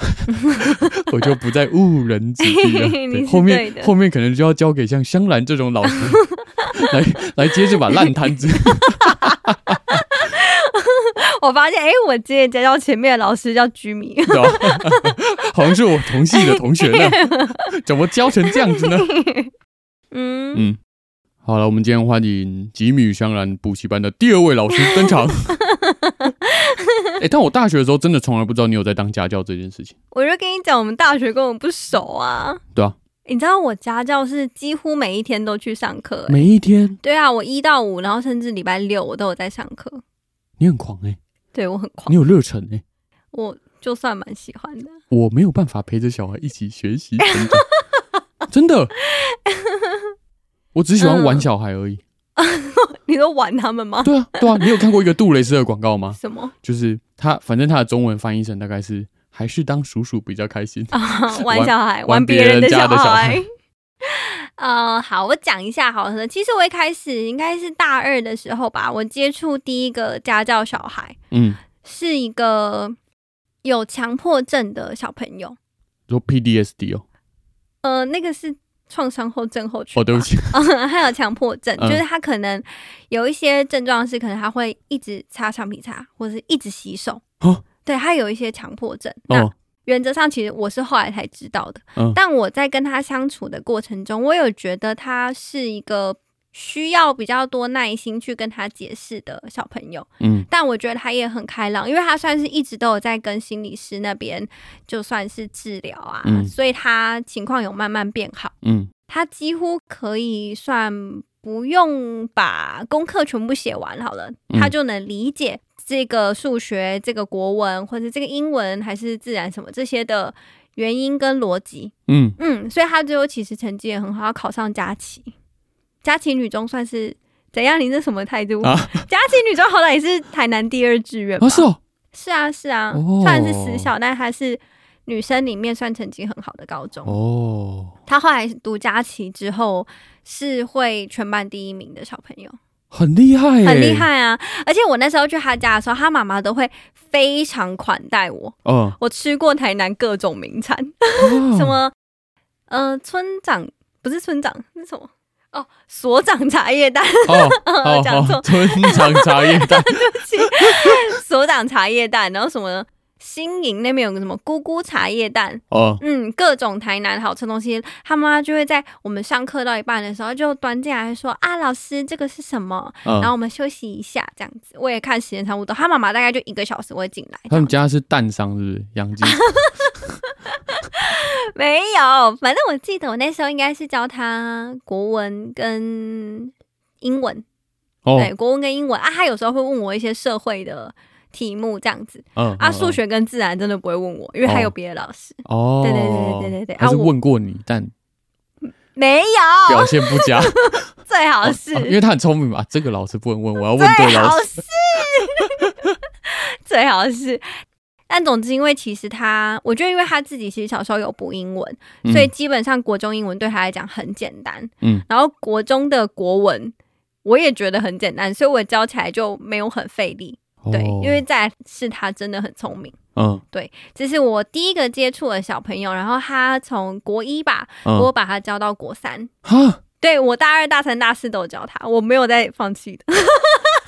Speaker 1: 我就不再误人子弟了。
Speaker 2: <laughs> 你
Speaker 1: 对，
Speaker 2: 是
Speaker 1: 后面
Speaker 2: 对的
Speaker 1: 后面可能就要交给像香兰这种老师
Speaker 2: <laughs>
Speaker 1: 来来接这把烂摊子。
Speaker 2: 我发现，哎、我今天教到前面的老师叫居民， <laughs>
Speaker 1: 对吧？ <laughs> 好像是我同系的同学
Speaker 2: <laughs>
Speaker 1: 呢，怎么教成这样子呢？
Speaker 2: 嗯，
Speaker 1: 嗯，好了，我们今天欢迎吉米与香兰补习班的第二位老师登
Speaker 2: <laughs>
Speaker 1: 场。哎、但我大学的时候真的从来不知道你有在当家教这件事情。
Speaker 2: 我就跟你讲，我们大学根本不熟啊。
Speaker 1: 对啊，
Speaker 2: 你知道我家教是几乎每一天都去上课、欸，
Speaker 1: 每一天
Speaker 2: 对啊，我一到五，然后甚至礼拜六我都有在上课。
Speaker 1: 你很狂哎、
Speaker 2: 对我很狂，
Speaker 1: 你有热忱哎、
Speaker 2: 我就算蛮喜欢的。
Speaker 1: 我没有办法陪着小孩一起学习成长， <laughs> 真的。我只喜
Speaker 2: 嗯
Speaker 1: 欢玩小孩而已。
Speaker 2: 你都玩他们吗？
Speaker 1: 对啊，对啊，你有看过一个杜蕾斯的广告吗？<laughs>
Speaker 2: 什么
Speaker 1: 就是他，反正他的中文翻译成大概是“还是当叔叔比较开心”。
Speaker 2: 啊？
Speaker 1: 玩
Speaker 2: 玩小孩，
Speaker 1: 玩别
Speaker 2: 别人
Speaker 1: 人
Speaker 2: 的
Speaker 1: 家的小孩
Speaker 2: 孩。 <laughs> 呃，好，我讲一下好了。其实我一开始应该是大二的时候吧，我接触第一个家教小孩，
Speaker 1: 嗯，
Speaker 2: 是一个有强迫症的小朋友。
Speaker 1: 说 PDSD 哦，
Speaker 2: 呃，那个是创伤后症候群。
Speaker 1: 哦，对
Speaker 2: <laughs>
Speaker 1: 不，起，
Speaker 2: 他有强迫症，
Speaker 1: 嗯
Speaker 2: 就是他可能有一些症状是，可能他会一直擦橡皮擦，或是一直洗手
Speaker 1: 哦。
Speaker 2: 对他有一些强迫症。那
Speaker 1: 哦，
Speaker 2: 原则上，其实我是后来才知道的。
Speaker 1: 嗯
Speaker 2: 但我在跟他相处的过程中，我有觉得他是一个需要比较多耐心去跟他解释的小朋友。
Speaker 1: 嗯
Speaker 2: 但我觉得他也很开朗，因为他算是一直都有在跟心理师那边，就算是治疗啊，
Speaker 1: 嗯
Speaker 2: 所以他情况有慢慢变好。
Speaker 1: 嗯，
Speaker 2: 他几乎可以算不用把功课全部写完好了，
Speaker 1: 嗯
Speaker 2: 他就能理解这个数学、这个国文或者这个英文还是自然什么这些的原因跟逻辑。
Speaker 1: 嗯，
Speaker 2: 嗯，所以他最后其实成绩也很好，他考上佳琪，佳琪女中算是。怎样？你这什么态度？
Speaker 1: 啊
Speaker 2: <laughs> 佳琪女中好歹也是台南第二志愿吧？
Speaker 1: 啊是
Speaker 2: <laughs>
Speaker 1: 哦，
Speaker 2: 是啊，是啊，
Speaker 1: 哦
Speaker 2: 虽然是私校，但她是女生里面算成绩很好的高中。
Speaker 1: 哦，
Speaker 2: 她后来读佳琪之后，是会全班第一名的小朋友，
Speaker 1: 很厉害、欸，
Speaker 2: 很厉，害啊！而且我那时候去她家的时候，她妈妈都会非常款待我。
Speaker 1: 嗯，
Speaker 2: 我吃过台南各种名产， <laughs> 什
Speaker 1: 什？
Speaker 2: 么呃村长不是村长，那什么哦所长茶叶蛋， <laughs>
Speaker 1: 哦
Speaker 2: 我讲错
Speaker 1: 哦，村长茶叶
Speaker 2: <laughs>
Speaker 1: 蛋，
Speaker 2: 所长茶叶蛋，然后什么新营那边有个什么姑姑茶叶蛋，
Speaker 1: 哦，
Speaker 2: 嗯，各种台南好吃的东西，他妈妈就会在我们上课到一半的时候就端进来说啊，老师这个是什么？然后
Speaker 1: 嗯，
Speaker 2: 我们休息一下，这样子。我也看时间差不多，他妈妈大概就一个小时会进来。这
Speaker 1: 他
Speaker 2: 样
Speaker 1: 们家是蛋商是不是？养
Speaker 2: <laughs>
Speaker 1: 鸡，
Speaker 2: 没有，反正我记得我那时候应该是教他国文跟英文，
Speaker 1: 哦，
Speaker 2: 对，国文跟英文啊。他有时候会问我一些社会的题目这样子
Speaker 1: 嗯，
Speaker 2: 啊，
Speaker 1: 嗯
Speaker 2: 数，学跟自然真的不会问我，因为他
Speaker 1: 哦
Speaker 2: 有别的老师。
Speaker 1: 嗯哦，
Speaker 2: 对对对对对对啊
Speaker 1: 还是
Speaker 2: 我
Speaker 1: 问过你，但
Speaker 2: 没有，
Speaker 1: 表现不佳，
Speaker 2: 最好
Speaker 1: 哦
Speaker 2: 是、
Speaker 1: 啊因为他很聪明嘛，这个
Speaker 2: <laughs>
Speaker 1: 老师不能问，我要问
Speaker 2: 最
Speaker 1: 对老
Speaker 2: 好
Speaker 1: 师，
Speaker 2: 是，最好是。但总之，因为其实他，我觉得因为他自己其实小时候有补英文，所以基本上国中英文对他来讲很简单。
Speaker 1: 嗯，
Speaker 2: 然后国中的国文我也觉得很简单，所以我教起来就没有很费力。
Speaker 1: 嗯
Speaker 2: 对，
Speaker 1: 哦
Speaker 2: 因为再来是他真的很聪明，
Speaker 1: 嗯
Speaker 2: 这是我第一个接触的小朋友。然后他从国一吧，我
Speaker 1: 嗯
Speaker 2: 把他教到国三。
Speaker 1: 哈，
Speaker 2: 对我大二、大三、大四都有教他，我没有再放弃的。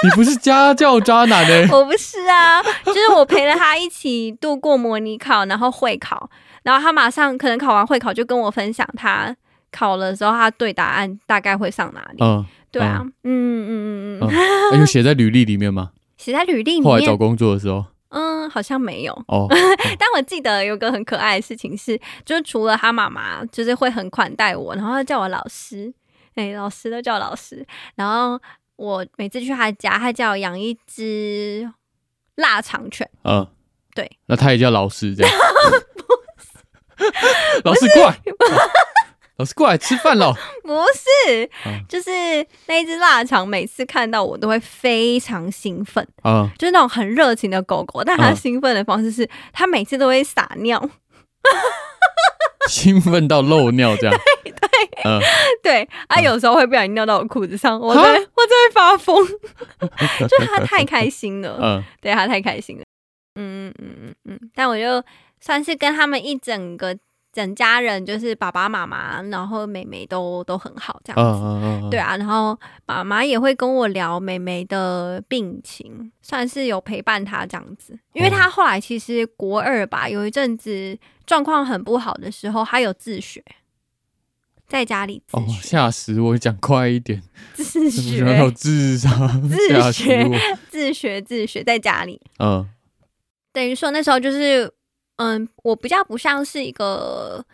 Speaker 1: 你不是家教渣男呢、 <laughs>
Speaker 2: 我不是啊，就是我陪了他一起度过模拟考，然后会考，然后他马上可能考完会考就跟我分享他考了之后他对答案大概会上哪里。
Speaker 1: 嗯，
Speaker 2: 对啊，嗯嗯嗯嗯，嗯，
Speaker 1: 哎有写在履历里面吗？
Speaker 2: 写在履历里
Speaker 1: 后来找
Speaker 2: 面，
Speaker 1: 工作的时候，
Speaker 2: 嗯，好像没有。
Speaker 1: 哦，
Speaker 2: 但我记得有个很可爱的事情是，就是除了他妈妈就是会很款待我，然后他叫我老师，哎、老师都叫我老师。然后我每次去他家，他叫我养一只腊肠犬，
Speaker 1: 嗯，
Speaker 2: 对，
Speaker 1: 那他也叫老师这样，老师过来，老师过来吃饭喽，
Speaker 2: 不是，
Speaker 1: 嗯
Speaker 2: 就是那一只腊肠，每次看到我都会非常兴奋，
Speaker 1: 嗯，
Speaker 2: 就是那种很热情的狗狗，但它
Speaker 1: 嗯
Speaker 2: 兴奋的方式是，它每次都会撒尿。 <laughs>
Speaker 1: 兴奋到漏尿这样，对，嗯，
Speaker 2: 对，啊，有时候会不小心尿到我裤子上，我 <laughs> 真的我真的会
Speaker 1: <laughs>
Speaker 2: 发疯，就是他太开心了，
Speaker 1: 嗯
Speaker 2: 对他太开心了，嗯嗯嗯嗯嗯，但我就算是跟他们一整个整家人，就是爸爸妈妈，然后妹妹都都很好这
Speaker 1: 嗯
Speaker 2: 样子。
Speaker 1: 嗯嗯，嗯
Speaker 2: 对，啊，然后妈妈也会跟我聊妹妹的病情，算是有陪伴她这样子。因为
Speaker 1: 哦
Speaker 2: 她后来其实国二吧，有一阵子状况很不好的时候，她有自学，在家里自
Speaker 1: 哦，
Speaker 2: 学。 <laughs>
Speaker 1: 吓死我，讲快一点，
Speaker 2: 自
Speaker 1: 怎么想到
Speaker 2: 学、
Speaker 1: 智商，
Speaker 2: 自
Speaker 1: 哦 <laughs> 吓死
Speaker 2: 学
Speaker 1: 我，
Speaker 2: 自学、自学，在家里，
Speaker 1: 嗯
Speaker 2: 等于说那时候就是，嗯，我比较不像是一个，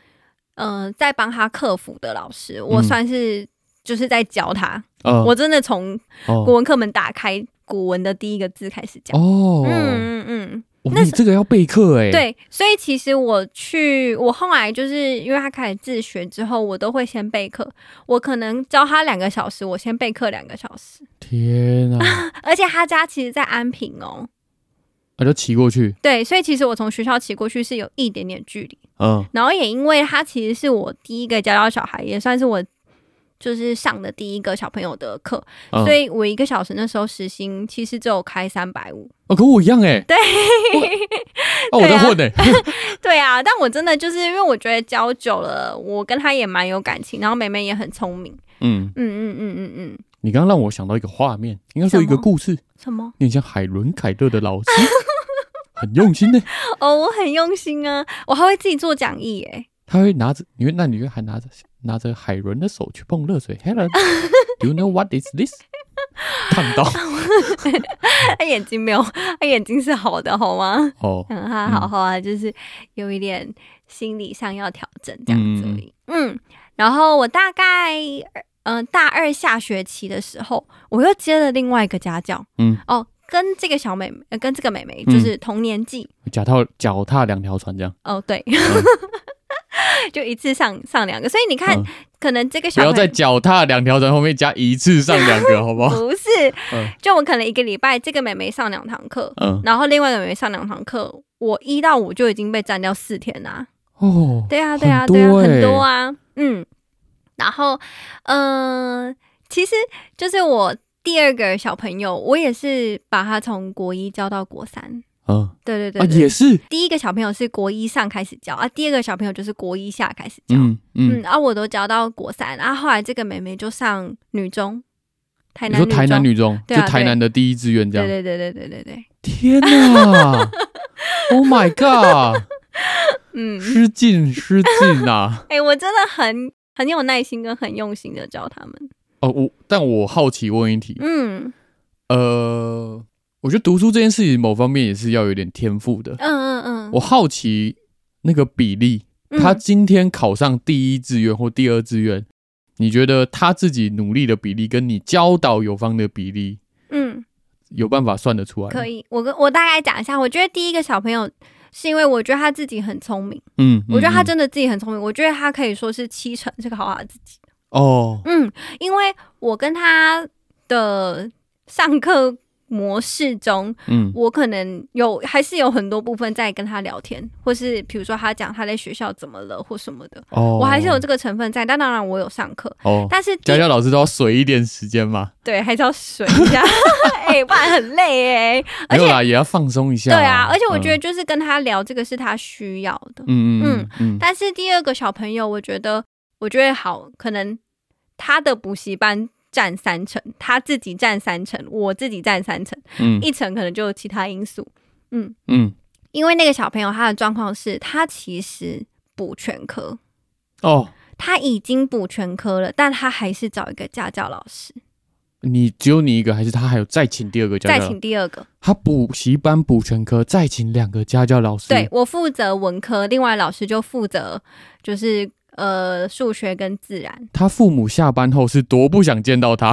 Speaker 2: 嗯，在帮他克服的老师，我
Speaker 1: 嗯
Speaker 2: 算是就是在教他。
Speaker 1: 嗯，
Speaker 2: 我真的从
Speaker 1: 哦
Speaker 2: 国文课本打开古文的第一个字开始讲。
Speaker 1: 哦，
Speaker 2: 嗯嗯嗯，
Speaker 1: 哇
Speaker 2: 那
Speaker 1: 你这个要备课哎，，
Speaker 2: 对，所以其实我去，我后来就是因为他开始自学之后，我都会先备课。我可能教他两个小时，我先备课两个小时。 <laughs>
Speaker 1: 天啊，
Speaker 2: 而且他家其实，在安平哦，
Speaker 1: 我就骑过去，
Speaker 2: 对，所以其实我从学校骑过去是有一点点距离，
Speaker 1: 嗯
Speaker 2: 然后也因为他其实是我第一个教到小孩，也算是我就是上的第一个小朋友的课，
Speaker 1: 嗯，
Speaker 2: 所以我一个小时那时候时薪其实只有开三百五。
Speaker 1: 哦，跟我一样哎，对，哦，我
Speaker 2: 对
Speaker 1: 在
Speaker 2: 啊
Speaker 1: 混哎，
Speaker 2: <laughs> 对啊，但我真的就是因为我觉得教久了，我跟他也蛮有感情，然后妹妹也很聪明。
Speaker 1: 嗯，
Speaker 2: 嗯嗯嗯嗯嗯，
Speaker 1: 你刚刚让我想到一个画面，应该说一
Speaker 2: 什
Speaker 1: 个
Speaker 2: 么
Speaker 1: 故
Speaker 2: <laughs>
Speaker 1: 事，
Speaker 2: 什么？
Speaker 1: 你很像海伦凯勒的
Speaker 2: <laughs>
Speaker 1: 老师，很用心欸呢。
Speaker 2: 哦，我很用心啊，我还会自己做讲义诶、
Speaker 1: 他会拿着，你会那你会还拿着拿着海伦的手去碰热水。Helen，Do
Speaker 2: <laughs>
Speaker 1: you know what is this？烫到
Speaker 2: <laughs> 他眼睛没有，他眼睛是好的，好吗？
Speaker 1: 哦，
Speaker 2: 嗯，他好好啊，就是有一点心理上要调整这样子而已。嗯然后我大概嗯、呃大二下学期的时候，我又接了另外一个家教
Speaker 1: 嗯，
Speaker 2: 哦，跟这个小妹妹、呃跟这个妹妹就是同年纪、
Speaker 1: 脚踏脚踏两条船这样，
Speaker 2: 哦，对，
Speaker 1: 嗯
Speaker 2: <laughs> 就一次上上两个，所以你看，
Speaker 1: 嗯
Speaker 2: 可能这个
Speaker 1: 不
Speaker 2: 小
Speaker 1: 要
Speaker 2: 朋
Speaker 1: 在
Speaker 2: 友。
Speaker 1: 脚踏两条船后面加一次上两
Speaker 2: <laughs>
Speaker 1: 个，好不好？
Speaker 2: 不是，
Speaker 1: 嗯
Speaker 2: 就我可能一个礼拜，这个妹妹上两堂课，
Speaker 1: 嗯，
Speaker 2: 然后另外一个妹妹上两堂课，我一到五就已经被占掉四天啦、
Speaker 1: 哦，
Speaker 2: 对啊，对啊，
Speaker 1: 很多
Speaker 2: 对啊，
Speaker 1: 欸
Speaker 2: 很多啊，嗯，然后，嗯、其实就是我第二个小朋友，我也是把他从国一教到国三，
Speaker 1: 嗯
Speaker 2: 对对对
Speaker 1: 啊，
Speaker 2: 对
Speaker 1: 也是，
Speaker 2: 第一个小朋友是国一上开始教啊，第二个小朋友就是国一下开始教，嗯，
Speaker 1: 嗯嗯，
Speaker 2: 啊，我都教到国三，啊，后来这个妹妹就上女中，嗯台
Speaker 1: 你
Speaker 2: 南
Speaker 1: 说
Speaker 2: 女中，
Speaker 1: 台南女中，就
Speaker 2: 对啊
Speaker 1: 台南的第一志愿这
Speaker 2: 对
Speaker 1: 样，
Speaker 2: 对对对对对对，
Speaker 1: 天
Speaker 2: <laughs>
Speaker 1: 哪！Oh my god！ <laughs>
Speaker 2: 嗯，
Speaker 1: 失敬失敬
Speaker 2: <laughs>
Speaker 1: 啊！
Speaker 2: 哎、我真的很很有耐心跟很用心的教他们，
Speaker 1: 哦，我但我好奇问一题，
Speaker 2: 嗯
Speaker 1: 呃，我觉得读书这件事情某方面也是要有点天赋的
Speaker 2: 嗯。嗯嗯，
Speaker 1: 我好奇那个比例，他
Speaker 2: 嗯
Speaker 1: 今天考上第一志愿或第二志愿，你觉得他自己努力的比例跟你教导有方的比例
Speaker 2: 嗯。
Speaker 1: 有办法算得出来？
Speaker 2: 可
Speaker 1: 以，
Speaker 2: 以，我跟我大概讲一下。我觉得第一个小朋友是因为我觉得他自己很聪明，
Speaker 1: 嗯，
Speaker 2: 我觉得他
Speaker 1: 嗯
Speaker 2: 真的自己很聪明，我觉得他可以说是七成是靠他自己。
Speaker 1: 哦，
Speaker 2: 嗯，因为我跟他的上课模式中，
Speaker 1: 嗯
Speaker 2: 我可能有还是有很多部分在跟他聊天，或是比如说他讲他在学校怎么了或什么的，
Speaker 1: 哦，
Speaker 2: 我还是有这个成分在。但当然我有上课，
Speaker 1: 哦，
Speaker 2: 但是第
Speaker 1: 家教老师都要水一点时间嘛，
Speaker 2: 对还是要水一
Speaker 1: <laughs>
Speaker 2: 下，哎、不然很累哎、而
Speaker 1: 没有
Speaker 2: 且
Speaker 1: 啦，也要放松一下。
Speaker 2: 对啊，而且我觉得就是跟他聊这个是他需要的。
Speaker 1: 嗯，嗯嗯嗯
Speaker 2: 但是第二个小朋友，我觉得我觉得好，可能他的补习班占三成，他自己占三成，我自己占三成，
Speaker 1: 嗯
Speaker 2: 一成可能就有其他因素。
Speaker 1: 嗯，
Speaker 2: 因为那个小朋友他的状况是他其实补全科，
Speaker 1: 哦，
Speaker 2: 他已经补全科了，但他还是找一个家教老师，
Speaker 1: 你只有你一个，还是他还有再请第二个家
Speaker 2: 再
Speaker 1: 教？
Speaker 2: 请第二个。
Speaker 1: 他补习班补全科，再请两个家教老师。
Speaker 2: 对，我负责文科，另外老师就负责就是呃数学跟自然。
Speaker 1: 他父母下班后是多不想见到他。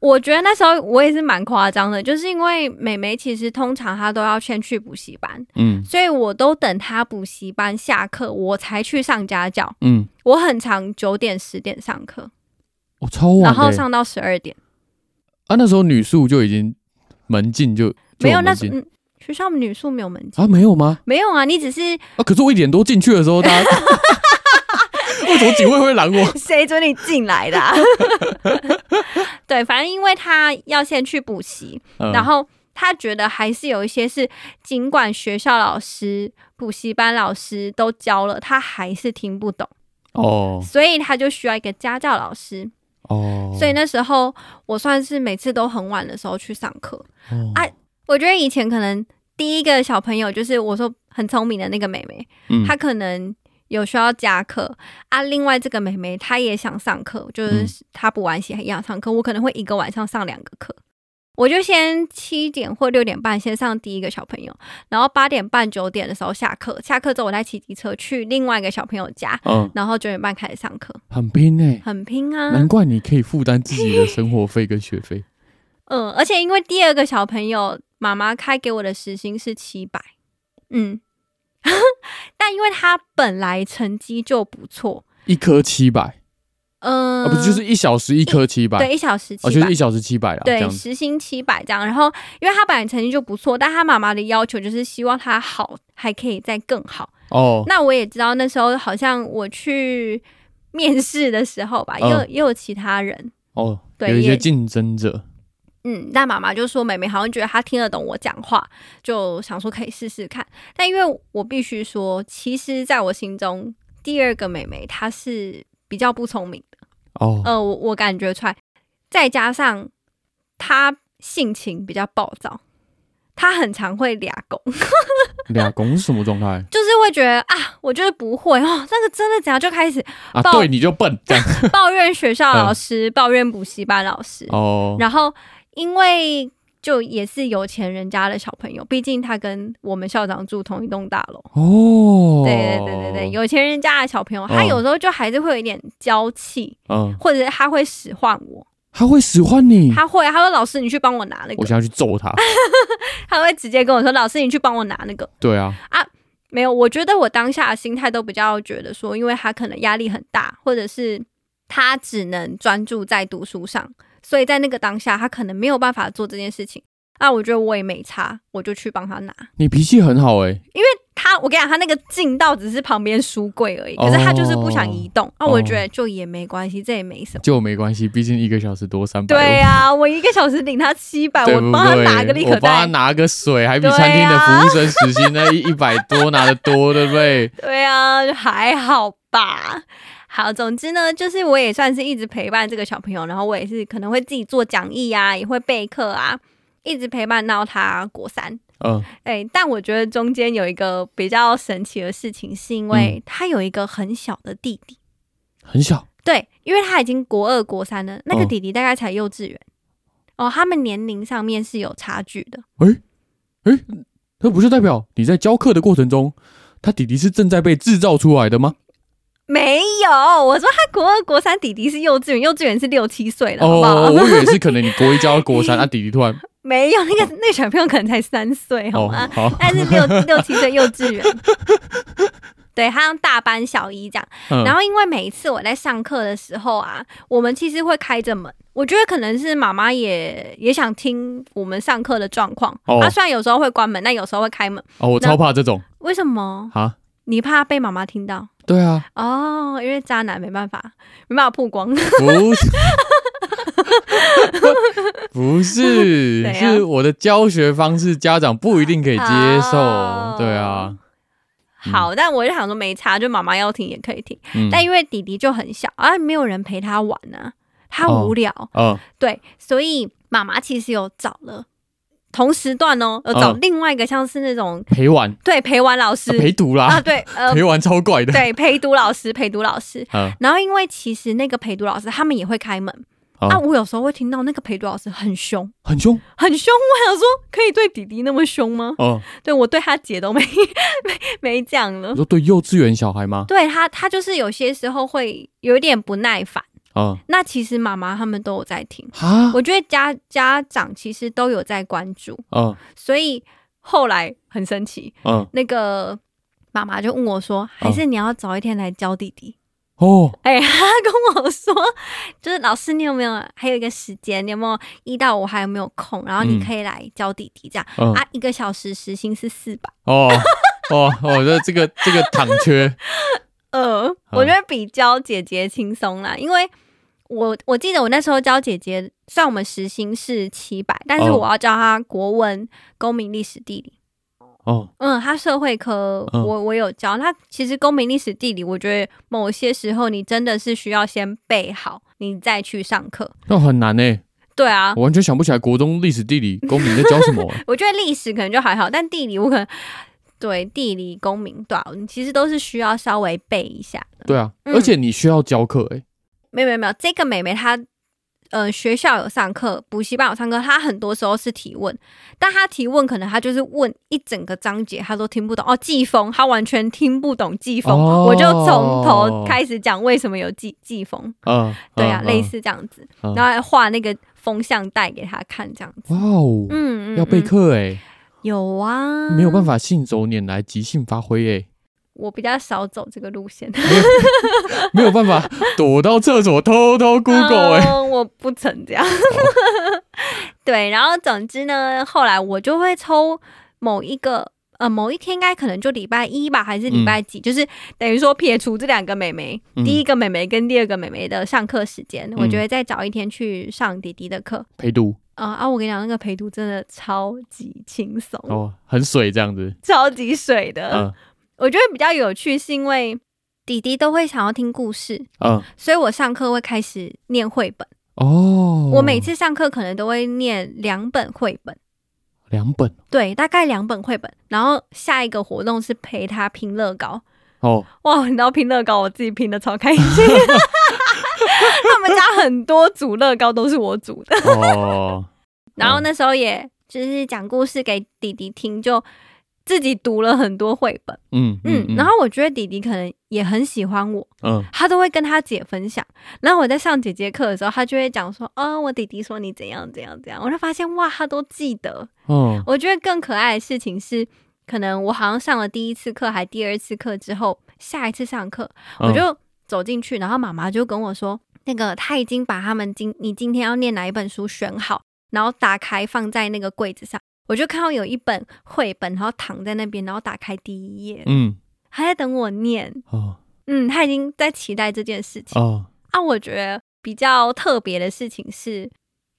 Speaker 2: 我觉得那时候我也是蛮夸张的，就是因为美眉其实通常她都要先去补习班，
Speaker 1: 嗯
Speaker 2: 所以我都等她补习班下课我才去上家教。
Speaker 1: 嗯，
Speaker 2: 我很常九点十点上课，
Speaker 1: 我、超晚的欸。
Speaker 2: 然后上到十二点，
Speaker 1: 啊，那时候女宿就已经门禁就就
Speaker 2: 没有那
Speaker 1: 门
Speaker 2: 时
Speaker 1: 禁
Speaker 2: 嗯，学校女宿没有门禁。
Speaker 1: 啊，没有吗？
Speaker 2: 没有啊，你只是
Speaker 1: 啊，可是我一点多进去的时候，大
Speaker 2: <laughs>
Speaker 1: 家 <laughs> 为什么警卫会拦我？
Speaker 2: 谁准你进来的、啊？ <laughs> 对，反正因为她要先去补习，
Speaker 1: 嗯
Speaker 2: 然后他觉得还是有一些是，尽管学校老师、补习班老师都教了，他还是听不懂，
Speaker 1: 哦
Speaker 2: 所以他就需要一个家教老师。
Speaker 1: 哦，
Speaker 2: 所以那时候我算是每次都很晚的时候去上课。
Speaker 1: 哦
Speaker 2: 啊我觉得以前可能第一个小朋友就是我说很聪明的那个妹妹，
Speaker 1: 嗯
Speaker 2: 她可能。有需要加课啊，另外这个妹妹她也想上课，就是
Speaker 1: 嗯
Speaker 2: 她补完习也想上课，我可能会一个晚上上两个课，我就先七点或六点半先上第一个小朋友，然后八点半九点的时候下课，下课之后我再骑机车去另外一个小朋友家，
Speaker 1: 嗯，
Speaker 2: 然后九点半开始上课，
Speaker 1: 很拼哎、
Speaker 2: 很拼啊，
Speaker 1: 难怪你可以负担自己的生活费跟学费。
Speaker 2: 嗯，而且因为第二个小朋友妈妈开给我的时薪是七百，嗯， <laughs> 但因为他本来成绩就不错，
Speaker 1: 一颗七百
Speaker 2: 嗯、
Speaker 1: 啊，不是就是一小时一颗七百，
Speaker 2: 对一小时七
Speaker 1: 哦，
Speaker 2: 百、
Speaker 1: 就是一小时七百啦，这
Speaker 2: 对
Speaker 1: 样子。
Speaker 2: 时薪七百这样。然后因为他本来成绩就不错，但他妈妈的要求就是希望他好，还可以再更好。
Speaker 1: 哦，
Speaker 2: 那我也知道那时候好像我去面试的时候吧，也有、
Speaker 1: 嗯
Speaker 2: 也有其他人，
Speaker 1: 哦，
Speaker 2: 对
Speaker 1: 有一
Speaker 2: 也
Speaker 1: 些竞争者，
Speaker 2: 嗯，但妈妈就说妹妹好像觉得她听得懂我讲话，就想说可以试试看。但因为我必须说，其实在我心中，第二个妹妹她是比较不聪明的，
Speaker 1: 哦，
Speaker 2: 呃，我我感觉出来，再加上她性情比较暴躁，她很常会俩拱，
Speaker 1: 俩公是什么状态
Speaker 2: <laughs> 就是会觉得啊，我就是不会哦，那个真的怎样就开始
Speaker 1: 啊？
Speaker 2: 爆
Speaker 1: 对，你就笨这样。
Speaker 2: 抱怨学校老师，抱怨补习班老师，
Speaker 1: 哦，
Speaker 2: 然后因为就也是有钱人家的小朋友，毕竟他跟我们校长住同一栋大楼。
Speaker 1: 哦，
Speaker 2: 对对对对对，有钱人家的小朋友，他
Speaker 1: 嗯
Speaker 2: 有时候就还是会有一点娇气，
Speaker 1: 嗯，
Speaker 2: 或者是他会使唤我，
Speaker 1: 他会使唤你，
Speaker 2: 他会他说老师你去帮我拿那
Speaker 1: 嗯我
Speaker 2: 个，
Speaker 1: 想要去揍
Speaker 2: <laughs>
Speaker 1: 他。
Speaker 2: 他会直接跟我说老师你去帮我拿那个。
Speaker 1: 对啊，
Speaker 2: 没有，我觉得我当下的心态都比较觉得说，因为他可能压力很大，或者是他只能专注在读书上，所以在那个当下他可能没有办法做这件事情。啊，我觉得我也没差，我就去帮他拿。
Speaker 1: 你脾气很好哎、
Speaker 2: 他，我跟你讲，他那个近到只是旁边书柜而已，可是他就是不想移动。那、
Speaker 1: 哦
Speaker 2: 我觉得就也没关系，这也没什么。
Speaker 1: 就没关系，毕竟一个小时多三百。
Speaker 2: 对呀、我一个小时领他七百，
Speaker 1: 对不
Speaker 2: 我帮他拿个
Speaker 1: 对？
Speaker 2: 立
Speaker 1: 我
Speaker 2: 可
Speaker 1: 帮他
Speaker 2: 带。
Speaker 1: 拿个水，还比餐厅的服务生时薪那
Speaker 2: <laughs>
Speaker 1: 一一百多拿的多，对不对？
Speaker 2: 对啊，还好吧。好，总之呢，就是我也算是一直陪伴这个小朋友，然后我也是可能会自己做讲义啊，也会备课啊，一直陪伴到他国三。
Speaker 1: 嗯，
Speaker 2: 哎、但我觉得中间有一个比较神奇的事情，是因
Speaker 1: 嗯
Speaker 2: 为他有一个很小的弟弟，
Speaker 1: 很小
Speaker 2: 对，因为他已经国二、国三了，那个
Speaker 1: 哦
Speaker 2: 弟弟大概才幼稚园。哦，他们年龄上面是有差距的，
Speaker 1: 诶，那不是代表你在教课的过程中，他弟弟是正在被制造出来的吗？
Speaker 2: 没有，我说他国二、国三弟弟是幼稚园，幼稚园是六七岁了，好不好？
Speaker 1: 哦，我以为是可能你国一教到国三，啊，弟弟突然
Speaker 2: <laughs> 没有，那个那个 <laughs> 小朋友可能才三岁，好
Speaker 1: 哦
Speaker 2: 吗？
Speaker 1: 好
Speaker 2: 但是六六七岁幼稚园，对他像大班小一这样。
Speaker 1: 嗯，
Speaker 2: 然后因为每一次我在上课的时候啊，我们其实会开着门。我觉得可能是妈妈也也想听我们上课的状况。
Speaker 1: 哦
Speaker 2: 啊，虽然有时候会关门，但有时候会开门。
Speaker 1: 哦，我超怕这种
Speaker 2: 为什么？
Speaker 1: 啊，
Speaker 2: 你怕被妈妈听到？
Speaker 1: 对啊，
Speaker 2: 哦，因为渣男没办法，没办法
Speaker 1: <laughs>
Speaker 2: 曝光。
Speaker 1: 不是，不是，
Speaker 2: 怎样
Speaker 1: 是我的教学方式，家长不一定可以接受
Speaker 2: 哦，
Speaker 1: 对啊，
Speaker 2: 好，但我就想说没差，就妈妈要听也可以听。
Speaker 1: 嗯，
Speaker 2: 但因为弟弟就很小啊，没有人陪他玩啊，他
Speaker 1: 哦
Speaker 2: 无聊，
Speaker 1: 哦，
Speaker 2: 对，所以妈妈其实有找了同时段哦，有找
Speaker 1: 嗯
Speaker 2: 另外一个像是那种、
Speaker 1: 陪玩
Speaker 2: 对陪玩老师
Speaker 1: 啊陪读
Speaker 2: 啊
Speaker 1: 啦，
Speaker 2: 对，呃，
Speaker 1: 陪玩超怪的，
Speaker 2: 对陪读老师，陪读老师。
Speaker 1: 嗯，
Speaker 2: 然后，因为其实那个陪读老师他们也会开门、
Speaker 1: 哦
Speaker 2: 啊，我有时候会听到那个陪读老师很凶，
Speaker 1: 很凶
Speaker 2: 很凶。我想说，可以对弟弟那么凶吗？
Speaker 1: 哦。
Speaker 2: 对我对他姐都没 <laughs> 没没讲了
Speaker 1: 你。说对幼稚园小孩吗？
Speaker 2: 对他，他就是有些时候会有一点不耐烦。
Speaker 1: 啊
Speaker 2: 那其实妈妈他们都有在听，
Speaker 1: 哈，
Speaker 2: 我觉得家家长其实都有在关注，
Speaker 1: 嗯
Speaker 2: 所以后来很神奇，
Speaker 1: 嗯
Speaker 2: 那个妈妈就问我说：“还是你要早一天来教弟弟？”
Speaker 1: 哦
Speaker 2: 哎、他跟我说，就是老师，你有没有还有一个时间？你有没有一到五还有没有空？然后你
Speaker 1: 嗯
Speaker 2: 可以来教弟弟这样、
Speaker 1: 嗯
Speaker 2: 啊，一个小时时薪是四百。
Speaker 1: 哦哦哦，这这个这个躺缺，嗯
Speaker 2: 呃，我觉得比教姐姐轻松啦，因为我我记得我那时候教姐姐，虽然我们时薪是七百，但是
Speaker 1: 哦
Speaker 2: 我要教她国文、公民、历史、地理。
Speaker 1: 哦
Speaker 2: 嗯，她社会科
Speaker 1: 嗯
Speaker 2: 我我有教，她其实公民、历史、地理，我觉得某些时候你真的是需要先背好，你再去上课。
Speaker 1: 那很难呢，
Speaker 2: 对啊，
Speaker 1: 我完全想不起来国中历史、地理、公民在教什么欸
Speaker 2: 我觉得历史可能就还好，但地理我可能对地理、公民对、啊，你其实都是需要稍微背一下的。
Speaker 1: 对啊，
Speaker 2: 嗯
Speaker 1: 而且你需要教课哎，
Speaker 2: 没有没有没有，这个妹妹她呃学校有上课，补习班有上课，她很多时候是提问，但她提问可能她就是问一整个章节，她都听不懂哦。季风，她完全听不懂季风，
Speaker 1: 哦
Speaker 2: 我就从头开始讲为什么有季季风，
Speaker 1: 嗯，
Speaker 2: 对啊，
Speaker 1: 嗯
Speaker 2: 类。似这样子，
Speaker 1: 嗯
Speaker 2: 然后还画那个风向带给她看这样子。
Speaker 1: 哇哦，
Speaker 2: 嗯，嗯
Speaker 1: 要备
Speaker 2: 嗯
Speaker 1: 课哎，
Speaker 2: 有啊，
Speaker 1: 没有办
Speaker 2: 法，
Speaker 1: 法信手拈来，即兴发挥哎，
Speaker 2: 我比较少走这个路线。
Speaker 1: <laughs> 没有办法躲到厕所偷偷 Google 哎，
Speaker 2: 嗯我不曾这样。 <laughs> 对，然后总之呢，后来我就会抽某一个。呃，某一天应该可能就礼拜一吧，还是礼拜几？就是等于说撇除这两个妹妹，
Speaker 1: 嗯
Speaker 2: 第一个妹妹跟第二个妹妹的上课时间，我
Speaker 1: 嗯
Speaker 2: 就会再找一天去上弟弟的课。
Speaker 1: 陪读
Speaker 2: 啊、啊！我跟你讲，那个陪读真的超级轻松，
Speaker 1: 哦，很水这样子，
Speaker 2: 超级水的。
Speaker 1: 嗯
Speaker 2: 我觉得比较有趣，是因为弟弟都会想要听故事，
Speaker 1: 嗯
Speaker 2: 所以我上课会开始念绘本。
Speaker 1: 哦，
Speaker 2: 我每次上课可能都会念两本绘本，
Speaker 1: 两本
Speaker 2: 对，大概两本绘本。然后下一个活动是陪他拼乐高。 <laughs>
Speaker 1: 哦，
Speaker 2: 哇，你知道拼乐高，我自己拼的超开心。 <laughs> 他们家很多组乐高都是我组的。
Speaker 1: 哦，
Speaker 2: 然后那时候也就是讲故事给弟弟听，就自己读了很多绘本。
Speaker 1: 嗯
Speaker 2: 嗯，然后我觉得弟弟可能也很喜欢我，
Speaker 1: 嗯
Speaker 2: 他都会跟他姐分享。然后我在上姐姐课的时候，他就会讲说：“哦，我弟弟说你怎样怎样怎样。”我就发现哇，他都记得。
Speaker 1: 嗯
Speaker 2: 我觉得更可爱的事情是，可能我好像上了第一次课还第二次课之后，下一次上课
Speaker 1: 嗯
Speaker 2: 我就走进去，然后妈妈就跟我说：“那个他已经把他们今你今天要念哪一本书选好，然后打开放在那个柜子上。”我就看到有一本绘本，然后躺在那边，然后打开第一页，
Speaker 1: 嗯
Speaker 2: 还在等我念。
Speaker 1: 哦
Speaker 2: 嗯，他已经在期待这件事情。
Speaker 1: 哦
Speaker 2: 啊，我觉得比较特别的事情是，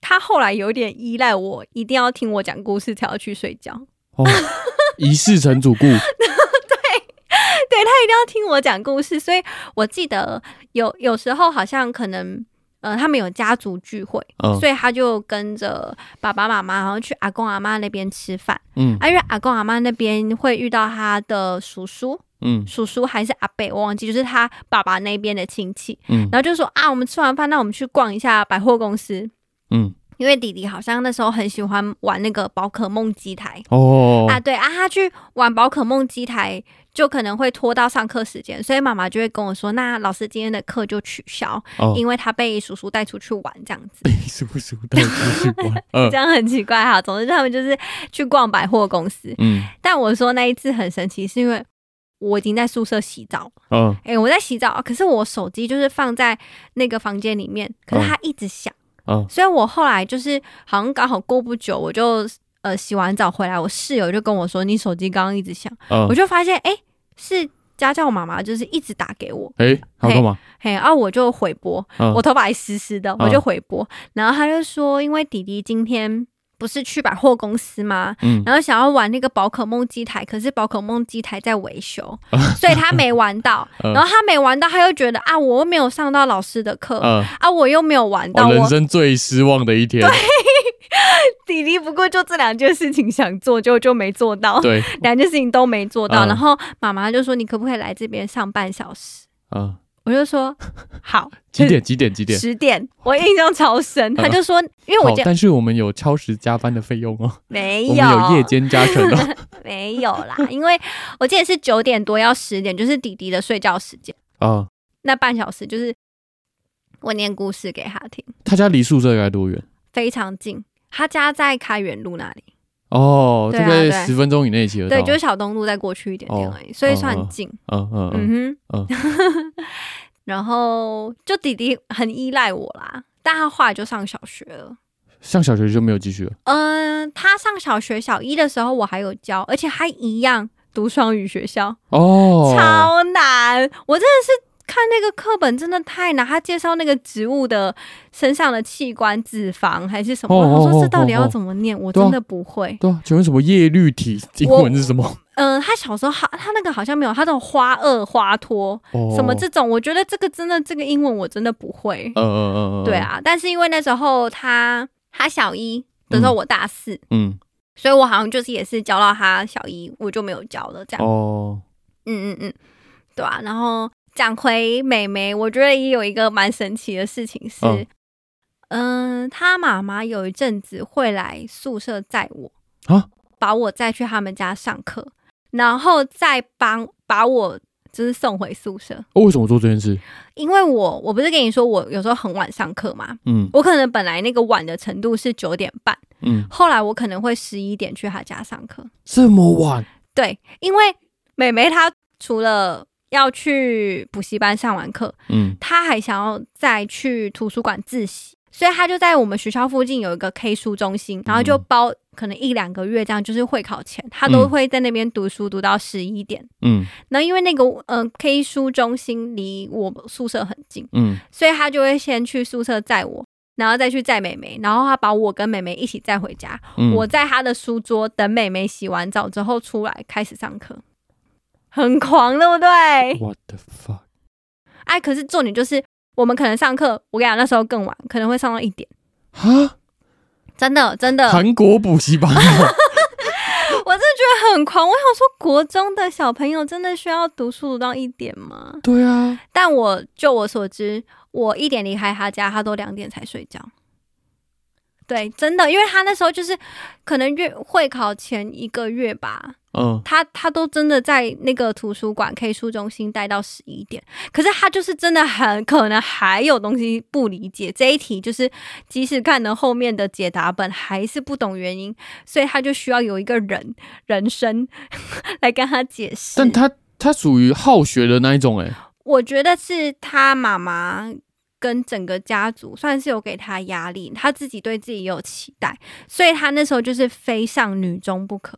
Speaker 2: 他后来有点依赖我，一定要听我讲故事才要去睡觉。 <laughs>
Speaker 1: 哦，一世成主顾，
Speaker 2: <laughs> 对他一定要听我讲故事，所以我记得有有时候好像可能。呃，他们有家族聚会，
Speaker 1: 嗯
Speaker 2: 所以他就跟着爸爸妈妈，然后去阿公阿妈那边吃饭。
Speaker 1: 嗯
Speaker 2: 啊，因为阿公阿妈那边会遇到他的叔叔，
Speaker 1: 嗯
Speaker 2: 叔叔还是阿伯，我忘记，就是他爸爸那边的亲戚。
Speaker 1: 嗯
Speaker 2: 然后就说啊，我们吃完饭，那我们去逛一下百货公司。
Speaker 1: 嗯
Speaker 2: 因为弟弟好像那时候很喜欢玩那个宝可梦机台、
Speaker 1: 哦
Speaker 2: 啊，对啊，他去玩宝可梦机台就可能会拖到上课时间，所以妈妈就会跟我说，那老师今天的课就取消，
Speaker 1: 哦，
Speaker 2: 因为他被叔叔带出去玩这样
Speaker 1: <laughs>
Speaker 2: 子，
Speaker 1: 被叔叔带出去玩，嗯
Speaker 2: <laughs> 这样很奇怪哈。总之他们就是去逛百货公司，
Speaker 1: 嗯
Speaker 2: 但我说那一次很神奇，是因为我已经在宿舍洗澡，
Speaker 1: 嗯，
Speaker 2: 哎、我在洗澡，可是我手机就是放在那个房间里面，可
Speaker 1: 哦
Speaker 2: 是它一直响，
Speaker 1: 嗯
Speaker 2: 所以我后来就是好像刚好过不久，我就呃洗完澡回来，我室友就跟我说你手机刚刚一直响，
Speaker 1: 嗯
Speaker 2: 我，就发现哎、诶是家教妈妈就是一直打给我，
Speaker 1: 哎，他干嘛？
Speaker 2: 嘿，然、啊、后我就回拨，
Speaker 1: 嗯
Speaker 2: 我头发还湿湿的，我就回拨，然后他就说因为弟弟今天不是去百货公司吗？
Speaker 1: 嗯，
Speaker 2: 然后想要玩那个宝可梦机台，可是宝可梦机台在维修，所以他没玩到。
Speaker 1: <laughs> 嗯
Speaker 2: 然后他没玩到，他又觉得啊，我又没有上到老师的课，
Speaker 1: 嗯，
Speaker 2: 啊，我又没有玩到。
Speaker 1: 我人
Speaker 2: 我
Speaker 1: 生最失望的一天，
Speaker 2: 弟弟不过就这两件事情想做，就就没做到，
Speaker 1: 对，
Speaker 2: 两件事情都没做到。
Speaker 1: 嗯
Speaker 2: 然后妈妈就说：“你可不可以来这边上半小时
Speaker 1: 嗯，？”
Speaker 2: 我
Speaker 1: <laughs>
Speaker 2: 就说：“好。”
Speaker 1: 几？
Speaker 2: <laughs>
Speaker 1: 点？几点？几点？嗯
Speaker 2: 十点，我印象超深。他就说，因为我
Speaker 1: 好
Speaker 2: 今，天
Speaker 1: 但是我们有超时加班的费用
Speaker 2: <laughs>
Speaker 1: 哦，
Speaker 2: 没
Speaker 1: 我们有夜间加成
Speaker 2: <laughs>
Speaker 1: 哦，
Speaker 2: 没有啦，因为我记得是九点多要十点，就是弟弟的睡觉时间。
Speaker 1: 啊，
Speaker 2: 那半小时就是我念故事给他听，
Speaker 1: 他家离宿舍该多远？
Speaker 2: 非常近。他家在开元路那里，
Speaker 1: 哦，
Speaker 2: 对
Speaker 1: 大
Speaker 2: 啊
Speaker 1: 概
Speaker 2: 对
Speaker 1: 十分钟以内骑得到。
Speaker 2: 对，就是小东路再过去一点点而已，所以算很近。
Speaker 1: 哦嗯嗯嗯，
Speaker 2: 嗯哼， <laughs> 然后就弟弟很依赖我啦，但他后来就上小学了。
Speaker 1: 上小学就没有继续了。
Speaker 2: 嗯，他上小学小一的时候我还有教，而且他一样读双语学校，
Speaker 1: 哦，
Speaker 2: 超难。我真的是看那个课本真的太难，他介绍那个植物的身上的器官、脂肪还是什么，
Speaker 1: 哦
Speaker 2: 我想
Speaker 1: 哦
Speaker 2: 说
Speaker 1: 哦
Speaker 2: 这到底
Speaker 1: 哦
Speaker 2: 要
Speaker 1: 哦
Speaker 2: 怎么念，我
Speaker 1: 对啊
Speaker 2: 真的不会。
Speaker 1: 对啊，请问什么叶绿体英文是什么？
Speaker 2: 嗯、他小时候他他那个好像没有，他这种花萼、花托
Speaker 1: 哦，
Speaker 2: 什么这种，我觉得这个真的这个英文我真的不会。
Speaker 1: 呃？呃呃呃，
Speaker 2: 对，啊，但是因为那时候他他小一的时候，
Speaker 1: 嗯
Speaker 2: 我大四。
Speaker 1: 嗯，
Speaker 2: 所以我好像就是也是教到他小一，我就没有教了，这样。
Speaker 1: 哦，
Speaker 2: 嗯嗯嗯，对啊。然后讲回美眉，我觉得也有一个蛮神奇的事情是，
Speaker 1: 嗯
Speaker 2: 嗯、她妈妈有一阵子会来宿舍载我，
Speaker 1: 啊，
Speaker 2: 把我载去他们家上课，然后再帮把我就是送回宿舍。
Speaker 1: 哦为什么做这件事？
Speaker 2: 因为我我不是跟你说我有时候很晚上课嘛，
Speaker 1: 嗯
Speaker 2: 我可能本来那个晚的程度是九点半，
Speaker 1: 嗯，
Speaker 2: 后来我可能会十一点去他家上课。
Speaker 1: 这么晚，
Speaker 2: 对，因为美眉她除了要去补习班上完课，
Speaker 1: 嗯
Speaker 2: 她还想要再去图书馆自习，所以她就在我们学校附近有一个 K 书中心，然后就包可能一两个月这样，就是会考前，她都
Speaker 1: 嗯
Speaker 2: 会在那边读书读到十一点。
Speaker 1: 嗯
Speaker 2: 那因为那个呃 K 书中心离我宿舍很近，
Speaker 1: 嗯，
Speaker 2: 所以她就会先去宿舍载我。然后再去载美美，然后她把我跟美美一起载回家。
Speaker 1: 嗯
Speaker 2: 我在她的书桌等美美洗完澡之后出来开始上课，很狂，对不对？
Speaker 1: ，what the fuck？
Speaker 2: 哎，可是重点就是我们可能上课，我跟你讲那时候更晚，可能会上到一点，
Speaker 1: 哈，
Speaker 2: 真的真的，我真
Speaker 1: 韩国补习班
Speaker 2: <laughs>
Speaker 1: 哦
Speaker 2: 的觉得很狂。我想说，国中的小朋友真的需要读书读到一点吗？
Speaker 1: 对啊，
Speaker 2: 但我就我所知，我一点离开他家，他都两点才睡觉。对，真的，因为他那时候就是可能月会考前一个月吧，
Speaker 1: 嗯，
Speaker 2: 他他都真的在那个图书馆 K 书中心待到十一点，可是他就是真的很可能还有东西不理解这一题，就是即使看了后面的解答本，还是不懂原因，所以他就需要有一个人人生 <laughs> 来跟他解释。
Speaker 1: 但他他属于好学的那一种，哎，
Speaker 2: 我觉得是他妈妈跟整个家族算是有给他压力，他自己对自己也有期待，所以他那时候就是非上女中不可。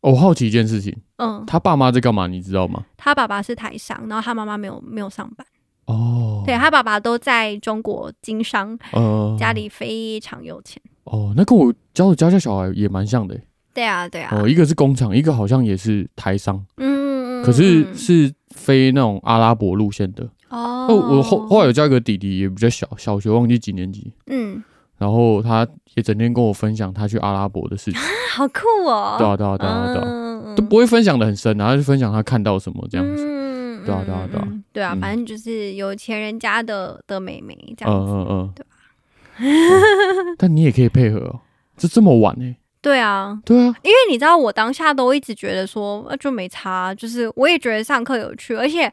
Speaker 1: 哦我好奇一件事情，
Speaker 2: 嗯，
Speaker 1: 他爸妈在干嘛，你知道吗？
Speaker 2: 他爸爸是台商，然后他妈妈没有没有上班。
Speaker 1: 哦，
Speaker 2: 对，他爸爸都在中国经商，
Speaker 1: 呃
Speaker 2: 家里非常有钱。
Speaker 1: 哦，那跟我教的家教小孩也蛮像的欸，
Speaker 2: 对啊，对啊，
Speaker 1: 哦，一个是工厂，一个好像也是台商，
Speaker 2: 嗯，嗯
Speaker 1: 可是
Speaker 2: 嗯
Speaker 1: 是飞那种阿拉伯路线的。
Speaker 2: 哦，
Speaker 1: 哦，我后后来有教一个弟弟，也比较小，小学忘记几年级，
Speaker 2: 嗯，
Speaker 1: 然后他也整天跟我分享他去阿拉伯的事情，
Speaker 2: 好酷哦，
Speaker 1: 对啊对啊对啊对啊，
Speaker 2: 嗯，
Speaker 1: 都不会分享的很深啊，他就分享他看到什么这样子，
Speaker 2: 嗯，
Speaker 1: 对啊对啊对啊
Speaker 2: 嗯，对啊，
Speaker 1: 嗯
Speaker 2: 反正就是有钱人家的的妹妹
Speaker 1: 嗯
Speaker 2: 这样子，
Speaker 1: 嗯嗯，
Speaker 2: <laughs>
Speaker 1: 嗯但你也可以配合哦，就这么晚呢？
Speaker 2: 对啊，
Speaker 1: 对啊，
Speaker 2: 因为你知道，我当下都一直觉得说，呃就没差，就是我也觉得上课有趣，而且。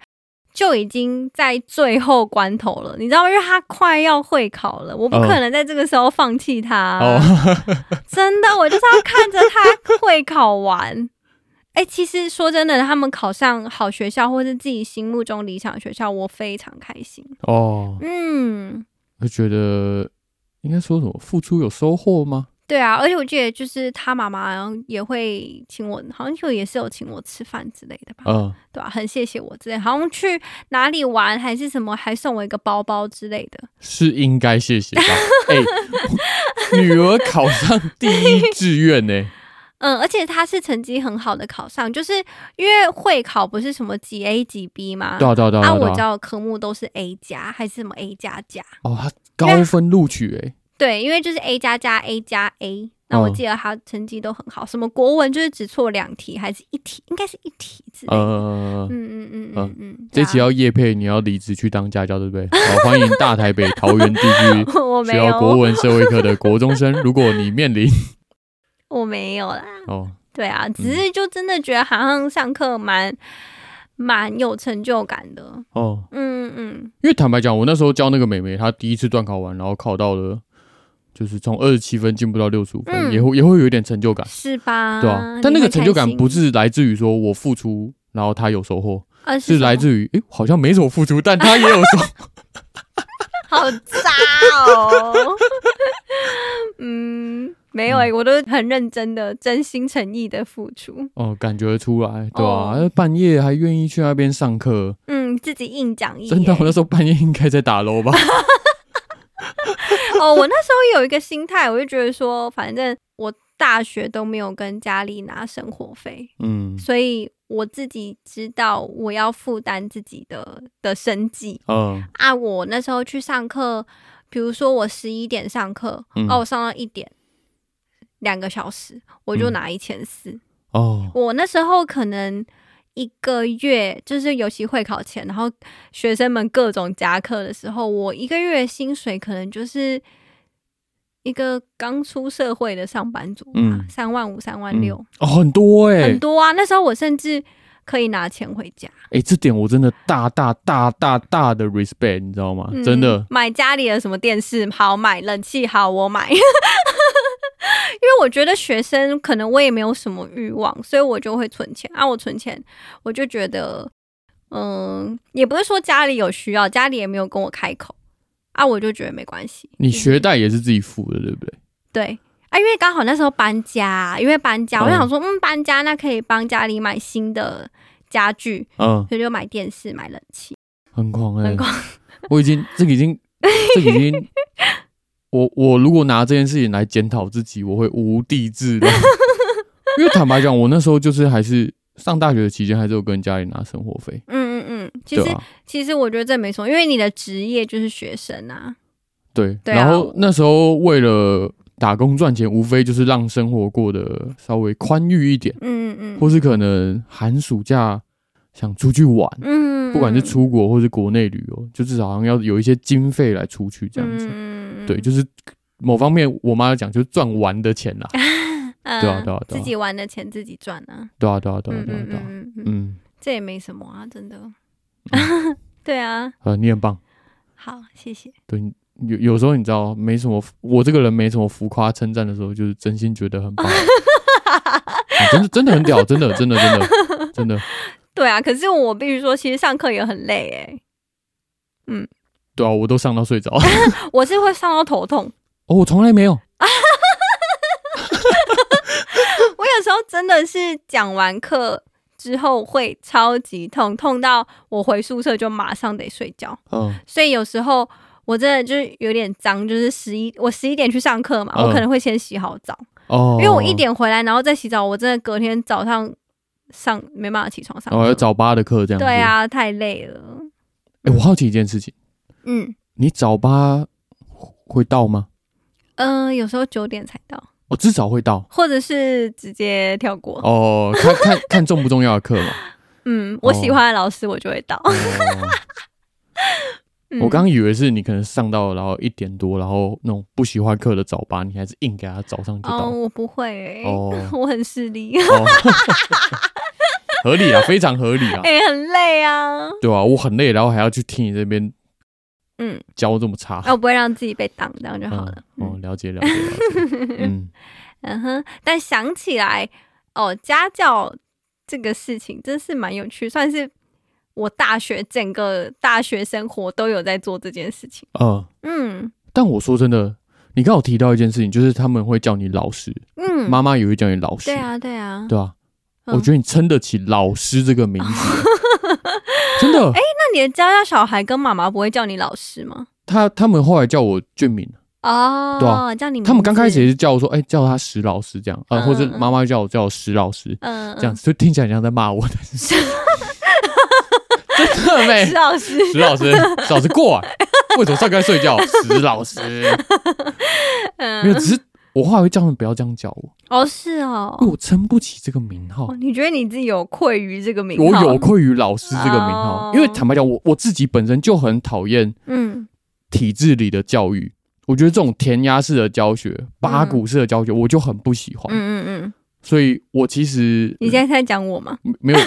Speaker 2: 就已经在最后关头了，你知道吗？因为他快要会考了，我不
Speaker 1: 嗯
Speaker 2: 可能在这个时候放弃他。
Speaker 1: 哦， <laughs>
Speaker 2: 真的，我就是要看着他会考完。 <laughs> 哎、其实说真的，他们考上好学校，或是自己心目中理想的学校，我非常开心。
Speaker 1: 哦，
Speaker 2: 嗯，
Speaker 1: 我觉得应该说什么付出有收获吗？
Speaker 2: 对啊，而且我记得就是他妈妈也会请我，好像就也是有请我吃饭之类的吧，
Speaker 1: 嗯，
Speaker 2: 对啊，很谢谢我之类，好像去哪里玩还是什么，还送我一个包包之类的。
Speaker 1: 是应该谢谢吧？ <laughs> 哎、女儿考上第一志愿欸呢、
Speaker 2: 嗯，而且他是成绩很好的考上，就是因为会考不是什么几 A 几 B 吗？
Speaker 1: 对啊对啊对
Speaker 2: <laughs> 啊，
Speaker 1: 啊
Speaker 2: 我
Speaker 1: 对啊！
Speaker 2: 教的科目都是 A 加还是什么 A 加加？
Speaker 1: 哦，她高分录取哎、
Speaker 2: 对，因为就是 A 加加 A 加 A。那我
Speaker 1: 嗯
Speaker 2: 记得他成绩都很好，什么国文就是只错两题还是一题，应该是一题之类的。
Speaker 1: 呃
Speaker 2: 嗯，嗯嗯嗯嗯，
Speaker 1: 这
Speaker 2: 对啊
Speaker 1: 期要叶配，你要离职去当家教，对
Speaker 2: <laughs>
Speaker 1: 不对？好，欢迎大台北、桃园地区
Speaker 2: 我
Speaker 1: 需
Speaker 2: 没
Speaker 1: 要国
Speaker 2: 有，
Speaker 1: 文、社会课的国中生，如果你面临
Speaker 2: 我没有啦。
Speaker 1: 哦，
Speaker 2: 对啊，只是就真的觉得好像上课蛮蛮有成就感的。
Speaker 1: 哦，
Speaker 2: 嗯嗯，
Speaker 1: 因为坦白讲，我那时候教那个妹妹，她第一次段考完，然后考到了，就是从二十七分进步到六十五分，
Speaker 2: 嗯
Speaker 1: 也会也会有一点成就感，
Speaker 2: 是吧？
Speaker 1: 对啊。但那个成就感不
Speaker 2: 你会开心，
Speaker 1: 是来自于说我付出，然后她有收获，
Speaker 2: 而
Speaker 1: 是来自于诶、好像没什么付出，但她也有
Speaker 2: <laughs>
Speaker 1: 收获。
Speaker 2: 好渣哦。 <laughs> 嗯，没有哎、我都很认真的、真心诚意的付出。
Speaker 1: 哦，感觉出来，对啊，
Speaker 2: 哦
Speaker 1: 半夜还愿意去那边上课，
Speaker 2: 嗯，自己硬讲义、欸。
Speaker 1: 真的，我那时候半夜应该在打楼
Speaker 2: <laughs>
Speaker 1: 吧？
Speaker 2: 哦，我那时候有一个心态，我就觉得说，反正我大学都没有跟家里拿生活费，
Speaker 1: 嗯，
Speaker 2: 所以我自己知道我要负担自己的的生计
Speaker 1: 嗯，
Speaker 2: 啊。我那时候去上课，比如说我十一点上课，
Speaker 1: 嗯
Speaker 2: 哦，我上到一点，两个小时，我就
Speaker 1: 嗯
Speaker 2: 拿一千四。
Speaker 1: 哦，
Speaker 2: 我那时候可能。一个月就是尤其会考前，然后学生们各种加课的时候，我一个月的薪水可能就是一个刚出社会的上班族吧
Speaker 1: 嗯，
Speaker 2: 三、万五、三万六、
Speaker 1: 哦，很多哎、
Speaker 2: 很多啊。那时候我甚至可以拿钱回家，
Speaker 1: 哎、这点我真的大大大大大的 respect，你知道吗？
Speaker 2: 嗯
Speaker 1: 真的，
Speaker 2: 买家里的什么电视好买，冷气好我买，因 <laughs> 为我觉得学生可能我也没有什么欲望，所以我就会存钱啊。我存钱，我就觉得，嗯，也不是说家里有需要，家里也没有跟我开口啊，我就觉得没关系。
Speaker 1: 你
Speaker 2: 就是
Speaker 1: 学贷也是自己付的，对不对？
Speaker 2: 对啊，因为刚好那时候搬家，因为搬家，
Speaker 1: 哦
Speaker 2: 我想说，嗯，搬家那可以帮家里买新的家具，
Speaker 1: 嗯，
Speaker 2: 所以就买电视、买冷气，
Speaker 1: 很狂哎、
Speaker 2: 很狂。
Speaker 1: 我已
Speaker 2: <laughs>
Speaker 1: 经这个已经这个已经，我我如果拿这件事情来检讨自己，我会无地自
Speaker 2: <laughs>
Speaker 1: 容。因为坦白讲，我那时候就是还是上大学的期间，还是有跟家里拿生活费，
Speaker 2: 嗯嗯嗯，其
Speaker 1: 对啊
Speaker 2: 实
Speaker 1: 吧、
Speaker 2: 其实我觉得这没什么，因为你的职业就是学生啊。
Speaker 1: 对，
Speaker 2: 对啊
Speaker 1: 然
Speaker 2: 我
Speaker 1: 后那时候为了打工赚钱，无非就是让生活过得稍微宽裕一点，
Speaker 2: 嗯嗯
Speaker 1: 或是可能寒暑假想出去玩，
Speaker 2: 嗯，
Speaker 1: 不管是出国或是国内旅游，就至少好像要有一些经费来出去这样子。
Speaker 2: 嗯
Speaker 1: 对，就是某方面我妈讲，就是赚玩的钱
Speaker 2: <laughs>
Speaker 1: 啦。
Speaker 2: 对
Speaker 1: 对啊对啊对啊
Speaker 2: 呃自己玩的钱自己赚啊。
Speaker 1: 对啊，对啊，对啊
Speaker 2: 嗯，
Speaker 1: 对啊
Speaker 2: 嗯，
Speaker 1: 对啊。
Speaker 2: 嗯嗯嗯，
Speaker 1: 嗯，
Speaker 2: 这也没什么啊，真的。 <laughs> 对啊，
Speaker 1: 呃，你很棒。
Speaker 2: 好，谢谢。
Speaker 1: 对，你有有时候你知道，没什么，我这个人没什么浮夸称赞的时候，就是真心觉得
Speaker 2: <laughs>
Speaker 1: 很棒。啊真的真的很屌，真的真的真的真的，
Speaker 2: 对啊，可是我必须说，其实上课也很累欸诶、
Speaker 1: 对啊，我都上到睡着。
Speaker 2: 我是会上到头痛，
Speaker 1: 哦，我从来没有。
Speaker 2: 我有时候真的是讲完课之后会超级痛，痛到我回宿舍就马上得睡觉。
Speaker 1: 嗯
Speaker 2: 所以有时候我真的就是有点脏，就是十一我十一点去上课嘛，
Speaker 1: 嗯
Speaker 2: 我可能会先洗好澡，
Speaker 1: 哦，
Speaker 2: 因为我一点回来然后再洗澡，我真的隔天早上上没办法起床上课。
Speaker 1: 哦，我要早八的课这样子。
Speaker 2: 对，啊，太累了。
Speaker 1: 哎，我好奇一件事情，
Speaker 2: 嗯
Speaker 1: 你早八会到吗？
Speaker 2: 嗯、呃有时候九点才到，
Speaker 1: 哦，至少会到。
Speaker 2: 或者是直接跳过。
Speaker 1: 哦，看
Speaker 2: <laughs>
Speaker 1: 看看重不重要的课嘛。
Speaker 2: 嗯，我喜欢的老师我就会到。
Speaker 1: 哦，
Speaker 2: 嗯
Speaker 1: 我刚以为是你可能上到然后一点多，然后那种不喜欢课的早八，你还是硬给他早上就
Speaker 2: 哦，
Speaker 1: 到。
Speaker 2: 我不会、欸，
Speaker 1: 哦
Speaker 2: <laughs> 我很势利，
Speaker 1: 哦， <laughs> 合理啊，非常合理啊，
Speaker 2: 哎、很累啊。
Speaker 1: 对啊，我很累，然后还要去听你这边
Speaker 2: 嗯，
Speaker 1: 教这么差
Speaker 2: 那、。我不会让自己被挡，这样就好了。
Speaker 1: 啊嗯
Speaker 2: 嗯
Speaker 1: 哦，了解了解
Speaker 2: <laughs>
Speaker 1: 了解。嗯，
Speaker 2: 嗯哼，但想起来，哦，家教这个事情真是蛮有趣，算是我大学整个大学生活都有在做这件事情。
Speaker 1: 呃，
Speaker 2: 嗯
Speaker 1: 但我说真的，你刚好提到一件事情，就是他们会叫你老师，
Speaker 2: 嗯，
Speaker 1: 妈妈也会叫你老师，
Speaker 2: 对啊对啊。
Speaker 1: 对啊，
Speaker 2: 嗯
Speaker 1: 我觉得你撑得起老师这个名字，真
Speaker 2: <laughs>
Speaker 1: 的。
Speaker 2: 那你的家教小孩跟妈妈不会叫你老师吗？
Speaker 1: 他他们后来叫我俊敏，
Speaker 2: 哦，
Speaker 1: 对啊
Speaker 2: 叫你名字
Speaker 1: 他们刚开始也是叫我说，哎、叫他石老师这样，呃，
Speaker 2: 嗯
Speaker 1: 或者
Speaker 2: 嗯嗯
Speaker 1: 妈妈叫我叫我石老师
Speaker 2: 嗯
Speaker 1: 这样，子，就听起来很像在骂我，但是 <laughs> 真的
Speaker 2: 嗯
Speaker 1: 没
Speaker 2: 石老师， <laughs>
Speaker 1: 石老师，石老师过来，为什么上课睡觉？石老师，啊没有，
Speaker 2: 嗯，
Speaker 1: 只是我后来会叫他们不要这样叫我，
Speaker 2: 哦是哦
Speaker 1: 因为，我撑不起这个名号
Speaker 2: 哦，你觉得你自己有愧于这个名
Speaker 1: 我
Speaker 2: 号？
Speaker 1: 有，愧于老师这个名号，
Speaker 2: 哦
Speaker 1: 因为坦白讲，我我自己本身就很讨厌
Speaker 2: 嗯
Speaker 1: 体制里的教育。我觉得这种填鸭式的教学、八股式的教学，我就很不喜
Speaker 2: 嗯
Speaker 1: 欢。
Speaker 2: 嗯嗯，
Speaker 1: 所以我其实
Speaker 2: 你现在在讲我吗？
Speaker 1: 没有，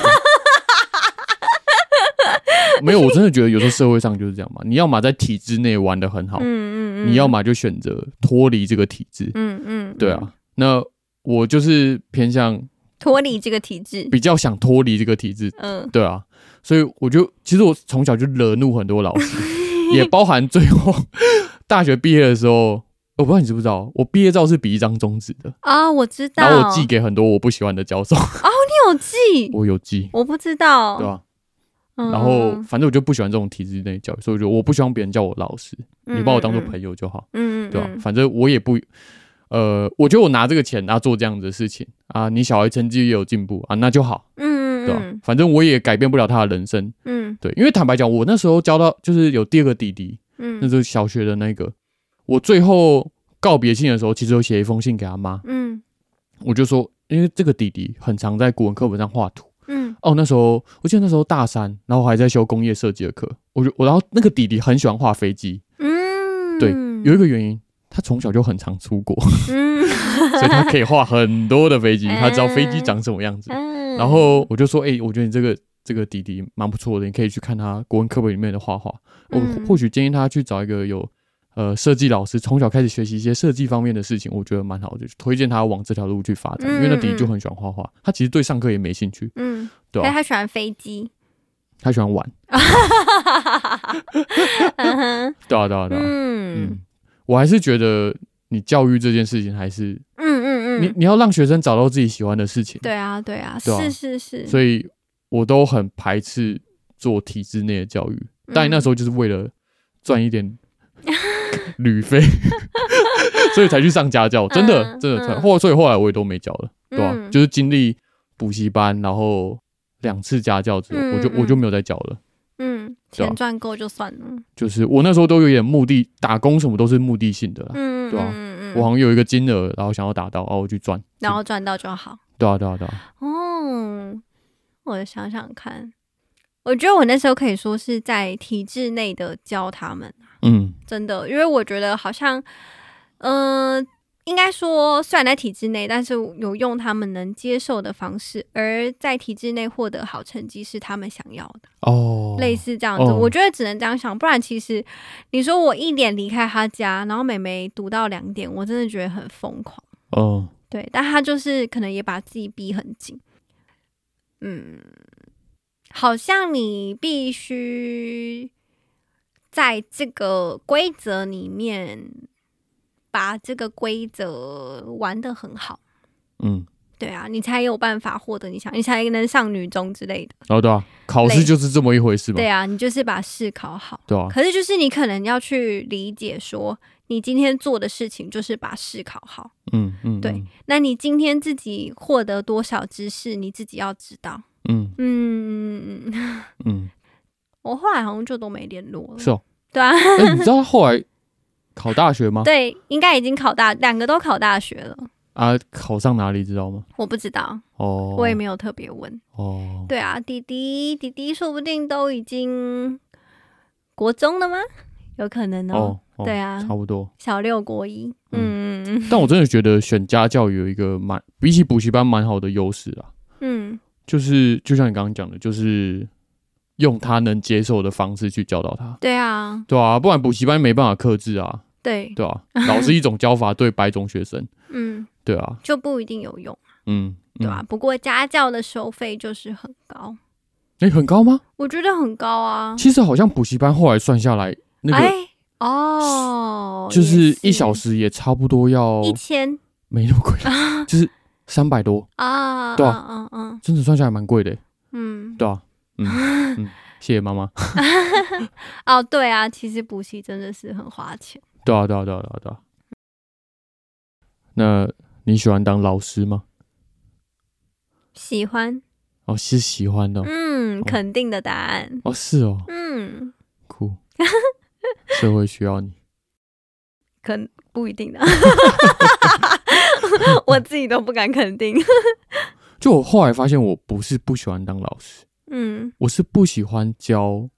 Speaker 1: 没有，我真的觉得有时候社会上就是这样嘛。你要么在体制内玩的很好，
Speaker 2: 嗯嗯嗯，
Speaker 1: 你要么就选择脱离这个体制。
Speaker 2: 嗯嗯，
Speaker 1: 对
Speaker 2: 嗯，
Speaker 1: 啊，那我就是偏向
Speaker 2: 脱离这个体制，
Speaker 1: 比较想脱离这个体制。
Speaker 2: 嗯，
Speaker 1: 对啊，所以我就其实我从小就惹怒很多老师，也包含最后大学毕业的时候。我不知道你知不知道，我毕业照是比一张中指的，
Speaker 2: 啊，我知道，
Speaker 1: 然后我寄给很多我不喜欢的教授， <laughs>
Speaker 2: 你有寄，
Speaker 1: 我有寄，
Speaker 2: 我不知道，
Speaker 1: 对吧、
Speaker 2: 哦
Speaker 1: 啊
Speaker 2: 嗯
Speaker 1: 然后反正我就不喜欢这种体制内教育，所以我就我不希望别人叫我老师，你把我当做朋友就好，
Speaker 2: 嗯嗯，嗯嗯，
Speaker 1: 对吧、啊
Speaker 2: 嗯
Speaker 1: 反正我也不，呃，我觉得我拿这个钱啊做这样子的事情啊，你小孩成绩也有进步啊，那就好，
Speaker 2: 嗯
Speaker 1: 对啊吧、
Speaker 2: 嗯
Speaker 1: 反正我也改变不了他的人生，
Speaker 2: 嗯
Speaker 1: 对，因为坦白讲，我那时候交到就是有第二个弟弟，
Speaker 2: 嗯
Speaker 1: 那
Speaker 2: 嗯
Speaker 1: 就是小学的那个，我最后告别信的时候，其实有写一封信给他妈，
Speaker 2: 嗯
Speaker 1: 我就说，因为这个弟弟很常在古文课本上画图。
Speaker 2: 嗯
Speaker 1: 哦，那时候我记得那时候大三，然后我还在修工业设计的课，我就我然后那个弟弟很喜欢画飞机，
Speaker 2: 嗯，
Speaker 1: 对，有一个原因，他从小就很常出国， <laughs>
Speaker 2: 嗯
Speaker 1: 所以他可以画很多的
Speaker 2: <laughs>
Speaker 1: 飞机，
Speaker 2: 嗯
Speaker 1: 他知道飞机长什么样子。
Speaker 2: 嗯，
Speaker 1: 然后我就说，哎、我觉得你这个这个弟弟蛮不错的，你可以去看他国文课本里面的画画。我
Speaker 2: 嗯
Speaker 1: 或许建议他去找一个有呃设计老师，从小开始学习一些设计方面的事情，我觉得蛮好的，就推荐他往这条路去发展。因为那弟弟就很喜欢画画，他其实对上课也没兴趣，
Speaker 2: 嗯，
Speaker 1: 对啊
Speaker 2: 所以
Speaker 1: 吧、
Speaker 2: 他喜欢飞
Speaker 1: <laughs>
Speaker 2: 机，
Speaker 1: 他喜欢玩。
Speaker 2: 嗯哼
Speaker 1: 对啊，对啊，对啊。
Speaker 2: 嗯
Speaker 1: 嗯，我还是觉得你教育这件事情，还是、
Speaker 2: 嗯嗯
Speaker 1: 你
Speaker 2: 嗯，
Speaker 1: 你要让学生找到自己喜欢的事情。
Speaker 2: 对啊对啊，
Speaker 1: 对啊
Speaker 2: 是是是，
Speaker 1: 所以我都很排斥做体制内的教育，
Speaker 2: 嗯
Speaker 1: 但那时候就是为了赚一
Speaker 2: <laughs>
Speaker 1: 点旅费， <laughs> 所以才去上家教。真的，
Speaker 2: 嗯
Speaker 1: 真的，
Speaker 2: 嗯
Speaker 1: 后所以后来我也都没教了，对吧、
Speaker 2: 嗯
Speaker 1: 就是经历补习班，然后两次家教之后，
Speaker 2: 嗯
Speaker 1: 我就
Speaker 2: 嗯
Speaker 1: 我就没有再教了。
Speaker 2: 嗯，
Speaker 1: 对啊
Speaker 2: 钱赚够就算了，嗯
Speaker 1: 就是我那时候都有点目的，打工什么都是目的性的啦。
Speaker 2: 嗯
Speaker 1: 对啊
Speaker 2: 嗯嗯
Speaker 1: 我好
Speaker 2: 嗯，
Speaker 1: 像有一个金额，然后想要达到，然哦后我去赚。
Speaker 2: 然后赚到就好。
Speaker 1: 对啊，对啊，对啊，
Speaker 2: 哦，我想想看，我觉得我那时候可以说是在体制内的教他们，
Speaker 1: 嗯
Speaker 2: 真的，因为我觉得好像，嗯、应该说虽然在体制内，但是有用他们能接受的方式，而在体制内获得好成绩是他们想要的，
Speaker 1: 哦，
Speaker 2: 类似这样子。
Speaker 1: 哦
Speaker 2: 我觉得只能这样想，不然其实你说我一点离开他家，然后妹妹读到两点，我真的觉得很疯狂。
Speaker 1: 嗯，
Speaker 2: 对，但他就是可能也把自己逼很紧。嗯，好像你必须在这个规则里面把这个规则玩得很好，
Speaker 1: 嗯，
Speaker 2: 对啊，你才有办法获得你想，你才能上女中之类的。
Speaker 1: 然后对啊，考
Speaker 2: 类
Speaker 1: 试就是这么一回事嘛，
Speaker 2: 对啊，你就是把试考好。
Speaker 1: 对啊，
Speaker 2: 可是就是你可能要去理解说，你今天做的事情就是把试考好。
Speaker 1: 嗯嗯，
Speaker 2: 对那你今天自己获得多少知识，你自己要知道。
Speaker 1: 嗯，
Speaker 2: 嗯，嗯嗯 <laughs> 嗯
Speaker 1: 嗯嗯，
Speaker 2: 我后来好像就都没联络了。
Speaker 1: 是哦。
Speaker 2: 对啊，
Speaker 1: 哎，你知道他后来考大学吗？
Speaker 2: <laughs> 对，应该已经考大，两个都考大学了。
Speaker 1: 啊，考上哪里知道吗？
Speaker 2: 我不知道，
Speaker 1: 哦，
Speaker 2: 我也没有特别问。
Speaker 1: 哦，
Speaker 2: 对啊，弟弟弟弟说不定都已经国中了吗？有可能哦。
Speaker 1: 哦，哦
Speaker 2: 对啊
Speaker 1: 差不多。
Speaker 2: 小六国一。嗯嗯
Speaker 1: 但我真的觉得选家教有一个蛮比起补习班蛮好的优势啊，
Speaker 2: 嗯
Speaker 1: 就是就像你刚刚讲的，就是用他能接受的方式去教导他。
Speaker 2: 对啊，
Speaker 1: 对啊，不然补习班没办法克制啊，
Speaker 2: 对， <laughs>
Speaker 1: 对啊，老师一种教法对百种学生，
Speaker 2: 嗯，
Speaker 1: 对啊，
Speaker 2: 就不一定有用。
Speaker 1: 嗯
Speaker 2: 对啊吧、不过家教的收费就是很高，
Speaker 1: 哎、很高吗？
Speaker 2: 我觉得很高啊。
Speaker 1: 其实好像补习班后来算下来，那个
Speaker 2: 哎哦，
Speaker 1: 就是一小时
Speaker 2: 时。
Speaker 1: 哦也差不多要
Speaker 2: 一
Speaker 1: <laughs>
Speaker 2: 千
Speaker 1: 没那么贵，就是三百多，
Speaker 2: 啊，
Speaker 1: 对啊
Speaker 2: 嗯嗯
Speaker 1: 真的算下来蛮贵的，欸
Speaker 2: 嗯，
Speaker 1: 对啊，嗯嗯，谢谢妈妈，
Speaker 2: <laughs> 哦，对啊，其实补习真的是很花钱。
Speaker 1: 对啊对啊对啊对啊对啊。那你喜欢当老师吗？
Speaker 2: 喜欢，
Speaker 1: 哦，是喜欢的哦，
Speaker 2: 嗯，肯定的答案，
Speaker 1: 哦是哦，
Speaker 2: 嗯，
Speaker 1: 酷， <laughs> 社会需要你，
Speaker 2: 可能不
Speaker 1: <laughs>
Speaker 2: 一定的，我自己都不敢肯定。
Speaker 1: 就我后来发现，我不是不喜欢当老师，
Speaker 2: 嗯，
Speaker 1: 我是不喜欢教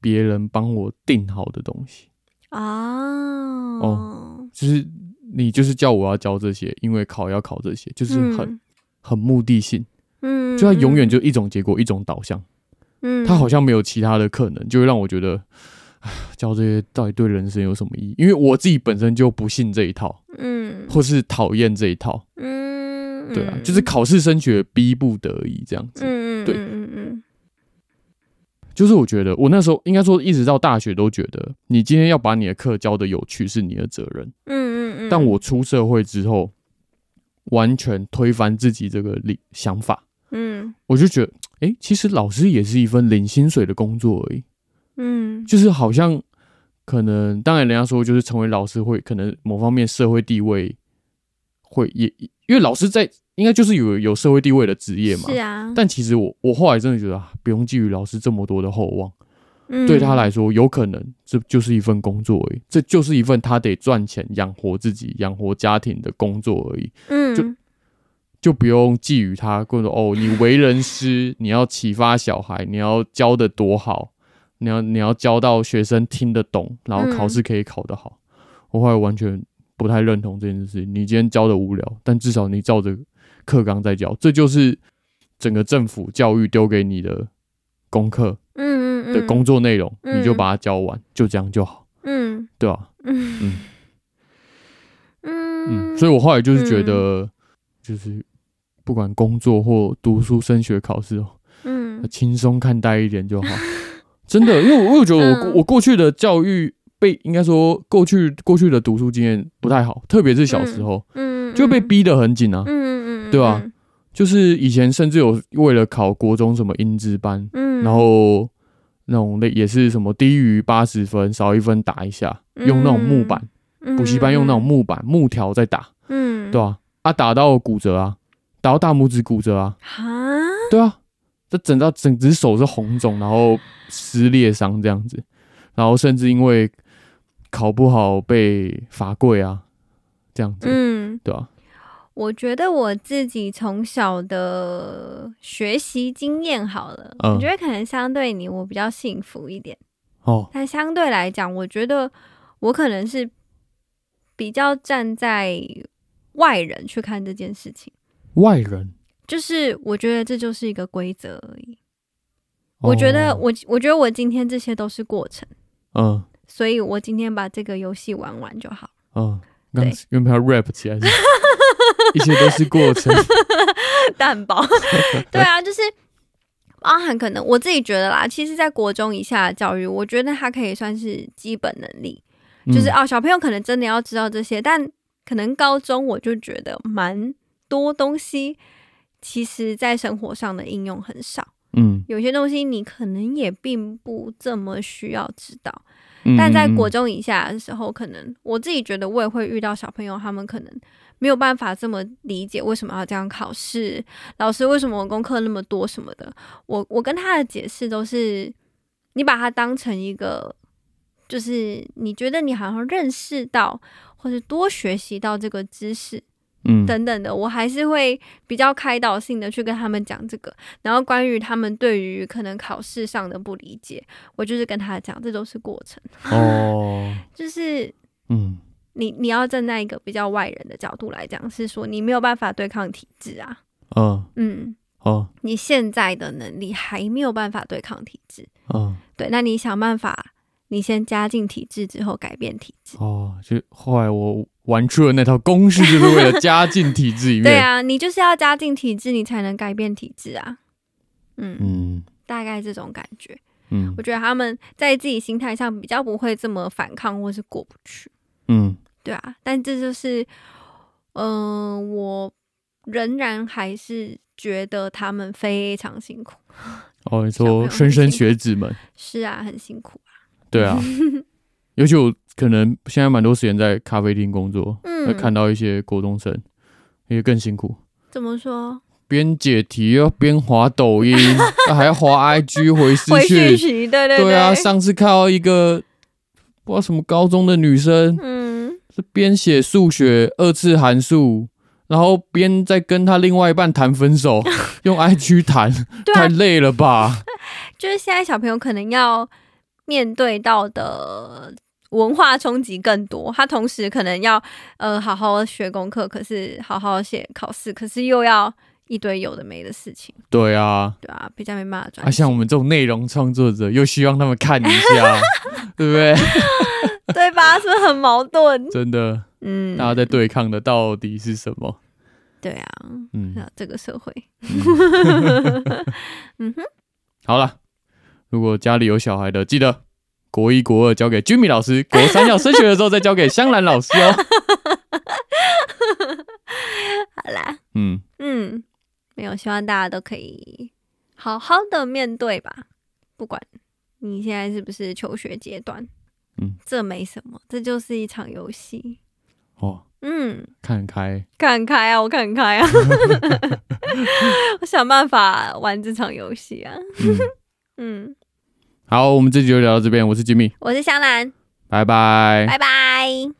Speaker 1: 别人帮我定好的东西。
Speaker 2: 哦，
Speaker 1: 就是你就是叫我要教这些，因为考要考这些，就是很、
Speaker 2: 嗯
Speaker 1: 很目的性，
Speaker 2: 嗯，
Speaker 1: 就它永远就一种结果一种导向，
Speaker 2: 嗯，嗯
Speaker 1: 它好像没有其他的可能，就会让我觉得，唉教这些到底对人生有什么意义？因为我自己本身就不信这一套，
Speaker 2: 嗯
Speaker 1: 或是讨厌这一套，
Speaker 2: 嗯，
Speaker 1: 对啊，就是考试升学逼不得已这样子。
Speaker 2: 嗯，嗯
Speaker 1: 对
Speaker 2: 嗯嗯
Speaker 1: 就是我觉得我那时候应该说一直到大学都觉得，你今天要把你的课教的有趣是你的责任。
Speaker 2: 嗯嗯嗯，
Speaker 1: 但我出社会之后，完全推翻自己这个理想法，
Speaker 2: 嗯
Speaker 1: 我就觉得，诶，其实老师也是一份领薪水的工作而已，
Speaker 2: 嗯
Speaker 1: 就是好像可能，当然人家说就是成为老师会可能某方面社会地位会也，因为老师在应该就是有有社会地位的职业嘛。
Speaker 2: 是啊，
Speaker 1: 但其实我我后来真的觉得啊，不用寄予老师这么多的厚望，
Speaker 2: 但
Speaker 1: 对他来说，有可能这就是一份工作而已，这就是一份他得赚钱养活自己、养活家庭的工作而已。
Speaker 2: 嗯，
Speaker 1: 就就不用寄予他，或者哦，你为人师，你要启发小孩，你要教的多好，你要你要教到学生听得懂，然后
Speaker 2: 嗯
Speaker 1: 考试可以考得好。我后来完全不太认同这件事情。你今天教的无聊，但至少你照着课纲在教，这就是整个政府教育丢给你的功课
Speaker 2: 嗯嗯
Speaker 1: 的
Speaker 2: 嗯
Speaker 1: 工作内容，
Speaker 2: 嗯
Speaker 1: 你就把它教完，就这样就好，
Speaker 2: 嗯。
Speaker 1: 对吧、
Speaker 2: 嗯嗯
Speaker 1: 嗯，所以我后来就是觉
Speaker 2: 嗯
Speaker 1: 得，就是不管工作或读书、升学、考试哦，
Speaker 2: 嗯
Speaker 1: 轻松看待一点就好。 <laughs> 真的，因为我我有觉得我、
Speaker 2: 嗯
Speaker 1: 我过去的教育被应该说过去过去的读书经验不太好，特别是小时候、
Speaker 2: 嗯
Speaker 1: 就被，逼得很紧啊。
Speaker 2: 嗯嗯嗯，
Speaker 1: 对吧？就是以前甚至有为了考国中什么英资班，
Speaker 2: 嗯，
Speaker 1: 然后那种类也是什么低于八十分少一分打一下，
Speaker 2: 嗯
Speaker 1: 用那种木板，补习班用那种，木板木条在打，
Speaker 2: 嗯，
Speaker 1: 对吧、啊？打到骨折啊，打到大拇指骨折啊，
Speaker 2: 哈，
Speaker 1: <laughs> 对啊，这整到整只手是红肿，然后撕裂伤这样子，然后甚至因为考不好被罚跪啊，这样子，
Speaker 2: 嗯，
Speaker 1: 对啊，
Speaker 2: 我觉得我自己从小的学习经验好了，
Speaker 1: 嗯
Speaker 2: 我觉得可能相对你我比较幸福一点，
Speaker 1: 哦，
Speaker 2: 但相对来讲，我觉得我可能是比较站在外人去看这件事情，
Speaker 1: 外人，
Speaker 2: 就是我觉得这就是一个规则而已。
Speaker 1: 哦
Speaker 2: 我觉得，我我觉得我今天这些都是过程，
Speaker 1: 嗯
Speaker 2: 所以我今天把这个游戏玩完就好。
Speaker 1: 嗯，刚
Speaker 2: 对
Speaker 1: 原本要 rap 起来是，一切都是过
Speaker 2: <laughs>
Speaker 1: 程，
Speaker 2: 蛋包， <laughs> 对啊，就是包含可能我自己觉得啦，其实，在国中以下的教育，我觉得它可以算是基本能力，就是、
Speaker 1: 嗯、
Speaker 2: 哦，小朋友可能真的要知道这些，但可能高中我就觉得蛮多东西，其实在生活上的应用很少，
Speaker 1: 嗯，
Speaker 2: 有些东西你可能也并不这么需要知道。
Speaker 1: 嗯
Speaker 2: 但在国
Speaker 1: 嗯
Speaker 2: 中以下的时候，可能我自己觉得我也会遇到小朋友，他们可能没有办法这么理解为什么要这样考试，老师为什么我功课那么多什么的。我我跟他的解释都是，你把它当成一个，就是你觉得你好像认识到或是多学习到这个知识，
Speaker 1: 嗯
Speaker 2: 等等的，我还是会比较开导性的去跟他们讲这个。然后关于他们对于可能考试上的不理解，我就是跟他讲，这都是过程，
Speaker 1: 哦，
Speaker 2: 就是
Speaker 1: 嗯
Speaker 2: 你你要站在一个比较外人的角度来讲，是说你没有办法对抗体制啊，
Speaker 1: 嗯
Speaker 2: 嗯，
Speaker 1: 哦
Speaker 2: 你现在的能力还没有办法对抗体制，
Speaker 1: 嗯
Speaker 2: 对，那你想办法，你先加进体制之后改变体制，
Speaker 1: 哦，就后来我玩出了那套公式，就是为了加进体制里面。
Speaker 2: 对啊，你就是要加进体制，你才能改变体制啊。嗯，
Speaker 1: 嗯
Speaker 2: 大概这种感觉。
Speaker 1: 嗯
Speaker 2: 我觉得他们在自己心态上比较不会这么反抗或是过不去，
Speaker 1: 嗯
Speaker 2: 对啊。但这就是，嗯、我仍然还是觉得他们非常辛苦，
Speaker 1: 哦，你
Speaker 2: 小朋友
Speaker 1: 说莘
Speaker 2: 很
Speaker 1: 莘
Speaker 2: 辛苦
Speaker 1: 学子们，
Speaker 2: 是啊，很辛苦啊。
Speaker 1: 对
Speaker 2: <laughs>
Speaker 1: 啊，尤其我可能现在蛮多时间在咖啡厅工作，会
Speaker 2: 嗯，
Speaker 1: 看到一些国中生也更辛苦，
Speaker 2: 怎么说？
Speaker 1: 边解题要边滑抖
Speaker 2: <laughs>
Speaker 1: 音，啊还要滑 IG 回
Speaker 2: 回
Speaker 1: 私
Speaker 2: 讯
Speaker 1: 讯。
Speaker 2: 息，对对
Speaker 1: 对啊，上次看到一个不知道什么高中的女生，
Speaker 2: 嗯，
Speaker 1: 是边写数学二次函数。然后边在跟她另外一半谈分
Speaker 2: <laughs>
Speaker 1: 手，用 IG 谈，
Speaker 2: 对
Speaker 1: 太，
Speaker 2: 啊
Speaker 1: 累了吧？
Speaker 2: 就是现在小朋友可能要面对到的文化冲击更多，他同时可能要呃好好学功课，可是好好写考试，可是又要一堆有的没的事情，
Speaker 1: 对啊，
Speaker 2: 对啊，比较没办法专
Speaker 1: 啊，
Speaker 2: 心，
Speaker 1: 像我们这种内容创作者，又希望他们看一
Speaker 2: <laughs>
Speaker 1: 下，对不对？
Speaker 2: 对吧？是 <laughs> 不是很矛盾？
Speaker 1: 真的，
Speaker 2: 嗯，
Speaker 1: 大家在对抗的到底是什么？
Speaker 2: 对啊，
Speaker 1: 嗯，
Speaker 2: 那这个社会，
Speaker 1: 好了，如果家里有小孩的，记得国一、国二交给 Jimmy 老师，国三要升学的时候再交给香兰老师哦。
Speaker 2: <laughs> 好啦，
Speaker 1: 嗯，
Speaker 2: 嗯，没有，希望大家都可以好好的面对吧，不管你现在是不是求学阶段，
Speaker 1: 嗯，
Speaker 2: 这没什么，这就是一场游戏，
Speaker 1: 哦，
Speaker 2: 嗯，
Speaker 1: 看开，
Speaker 2: 看开啊，我看开啊， <laughs> 我想办法玩这场游戏啊，
Speaker 1: 嗯，
Speaker 2: 嗯，
Speaker 1: 好，我们这集就聊到这边，我是 Jimmy，哎
Speaker 2: 我是香兰，
Speaker 1: 拜拜
Speaker 2: 拜拜。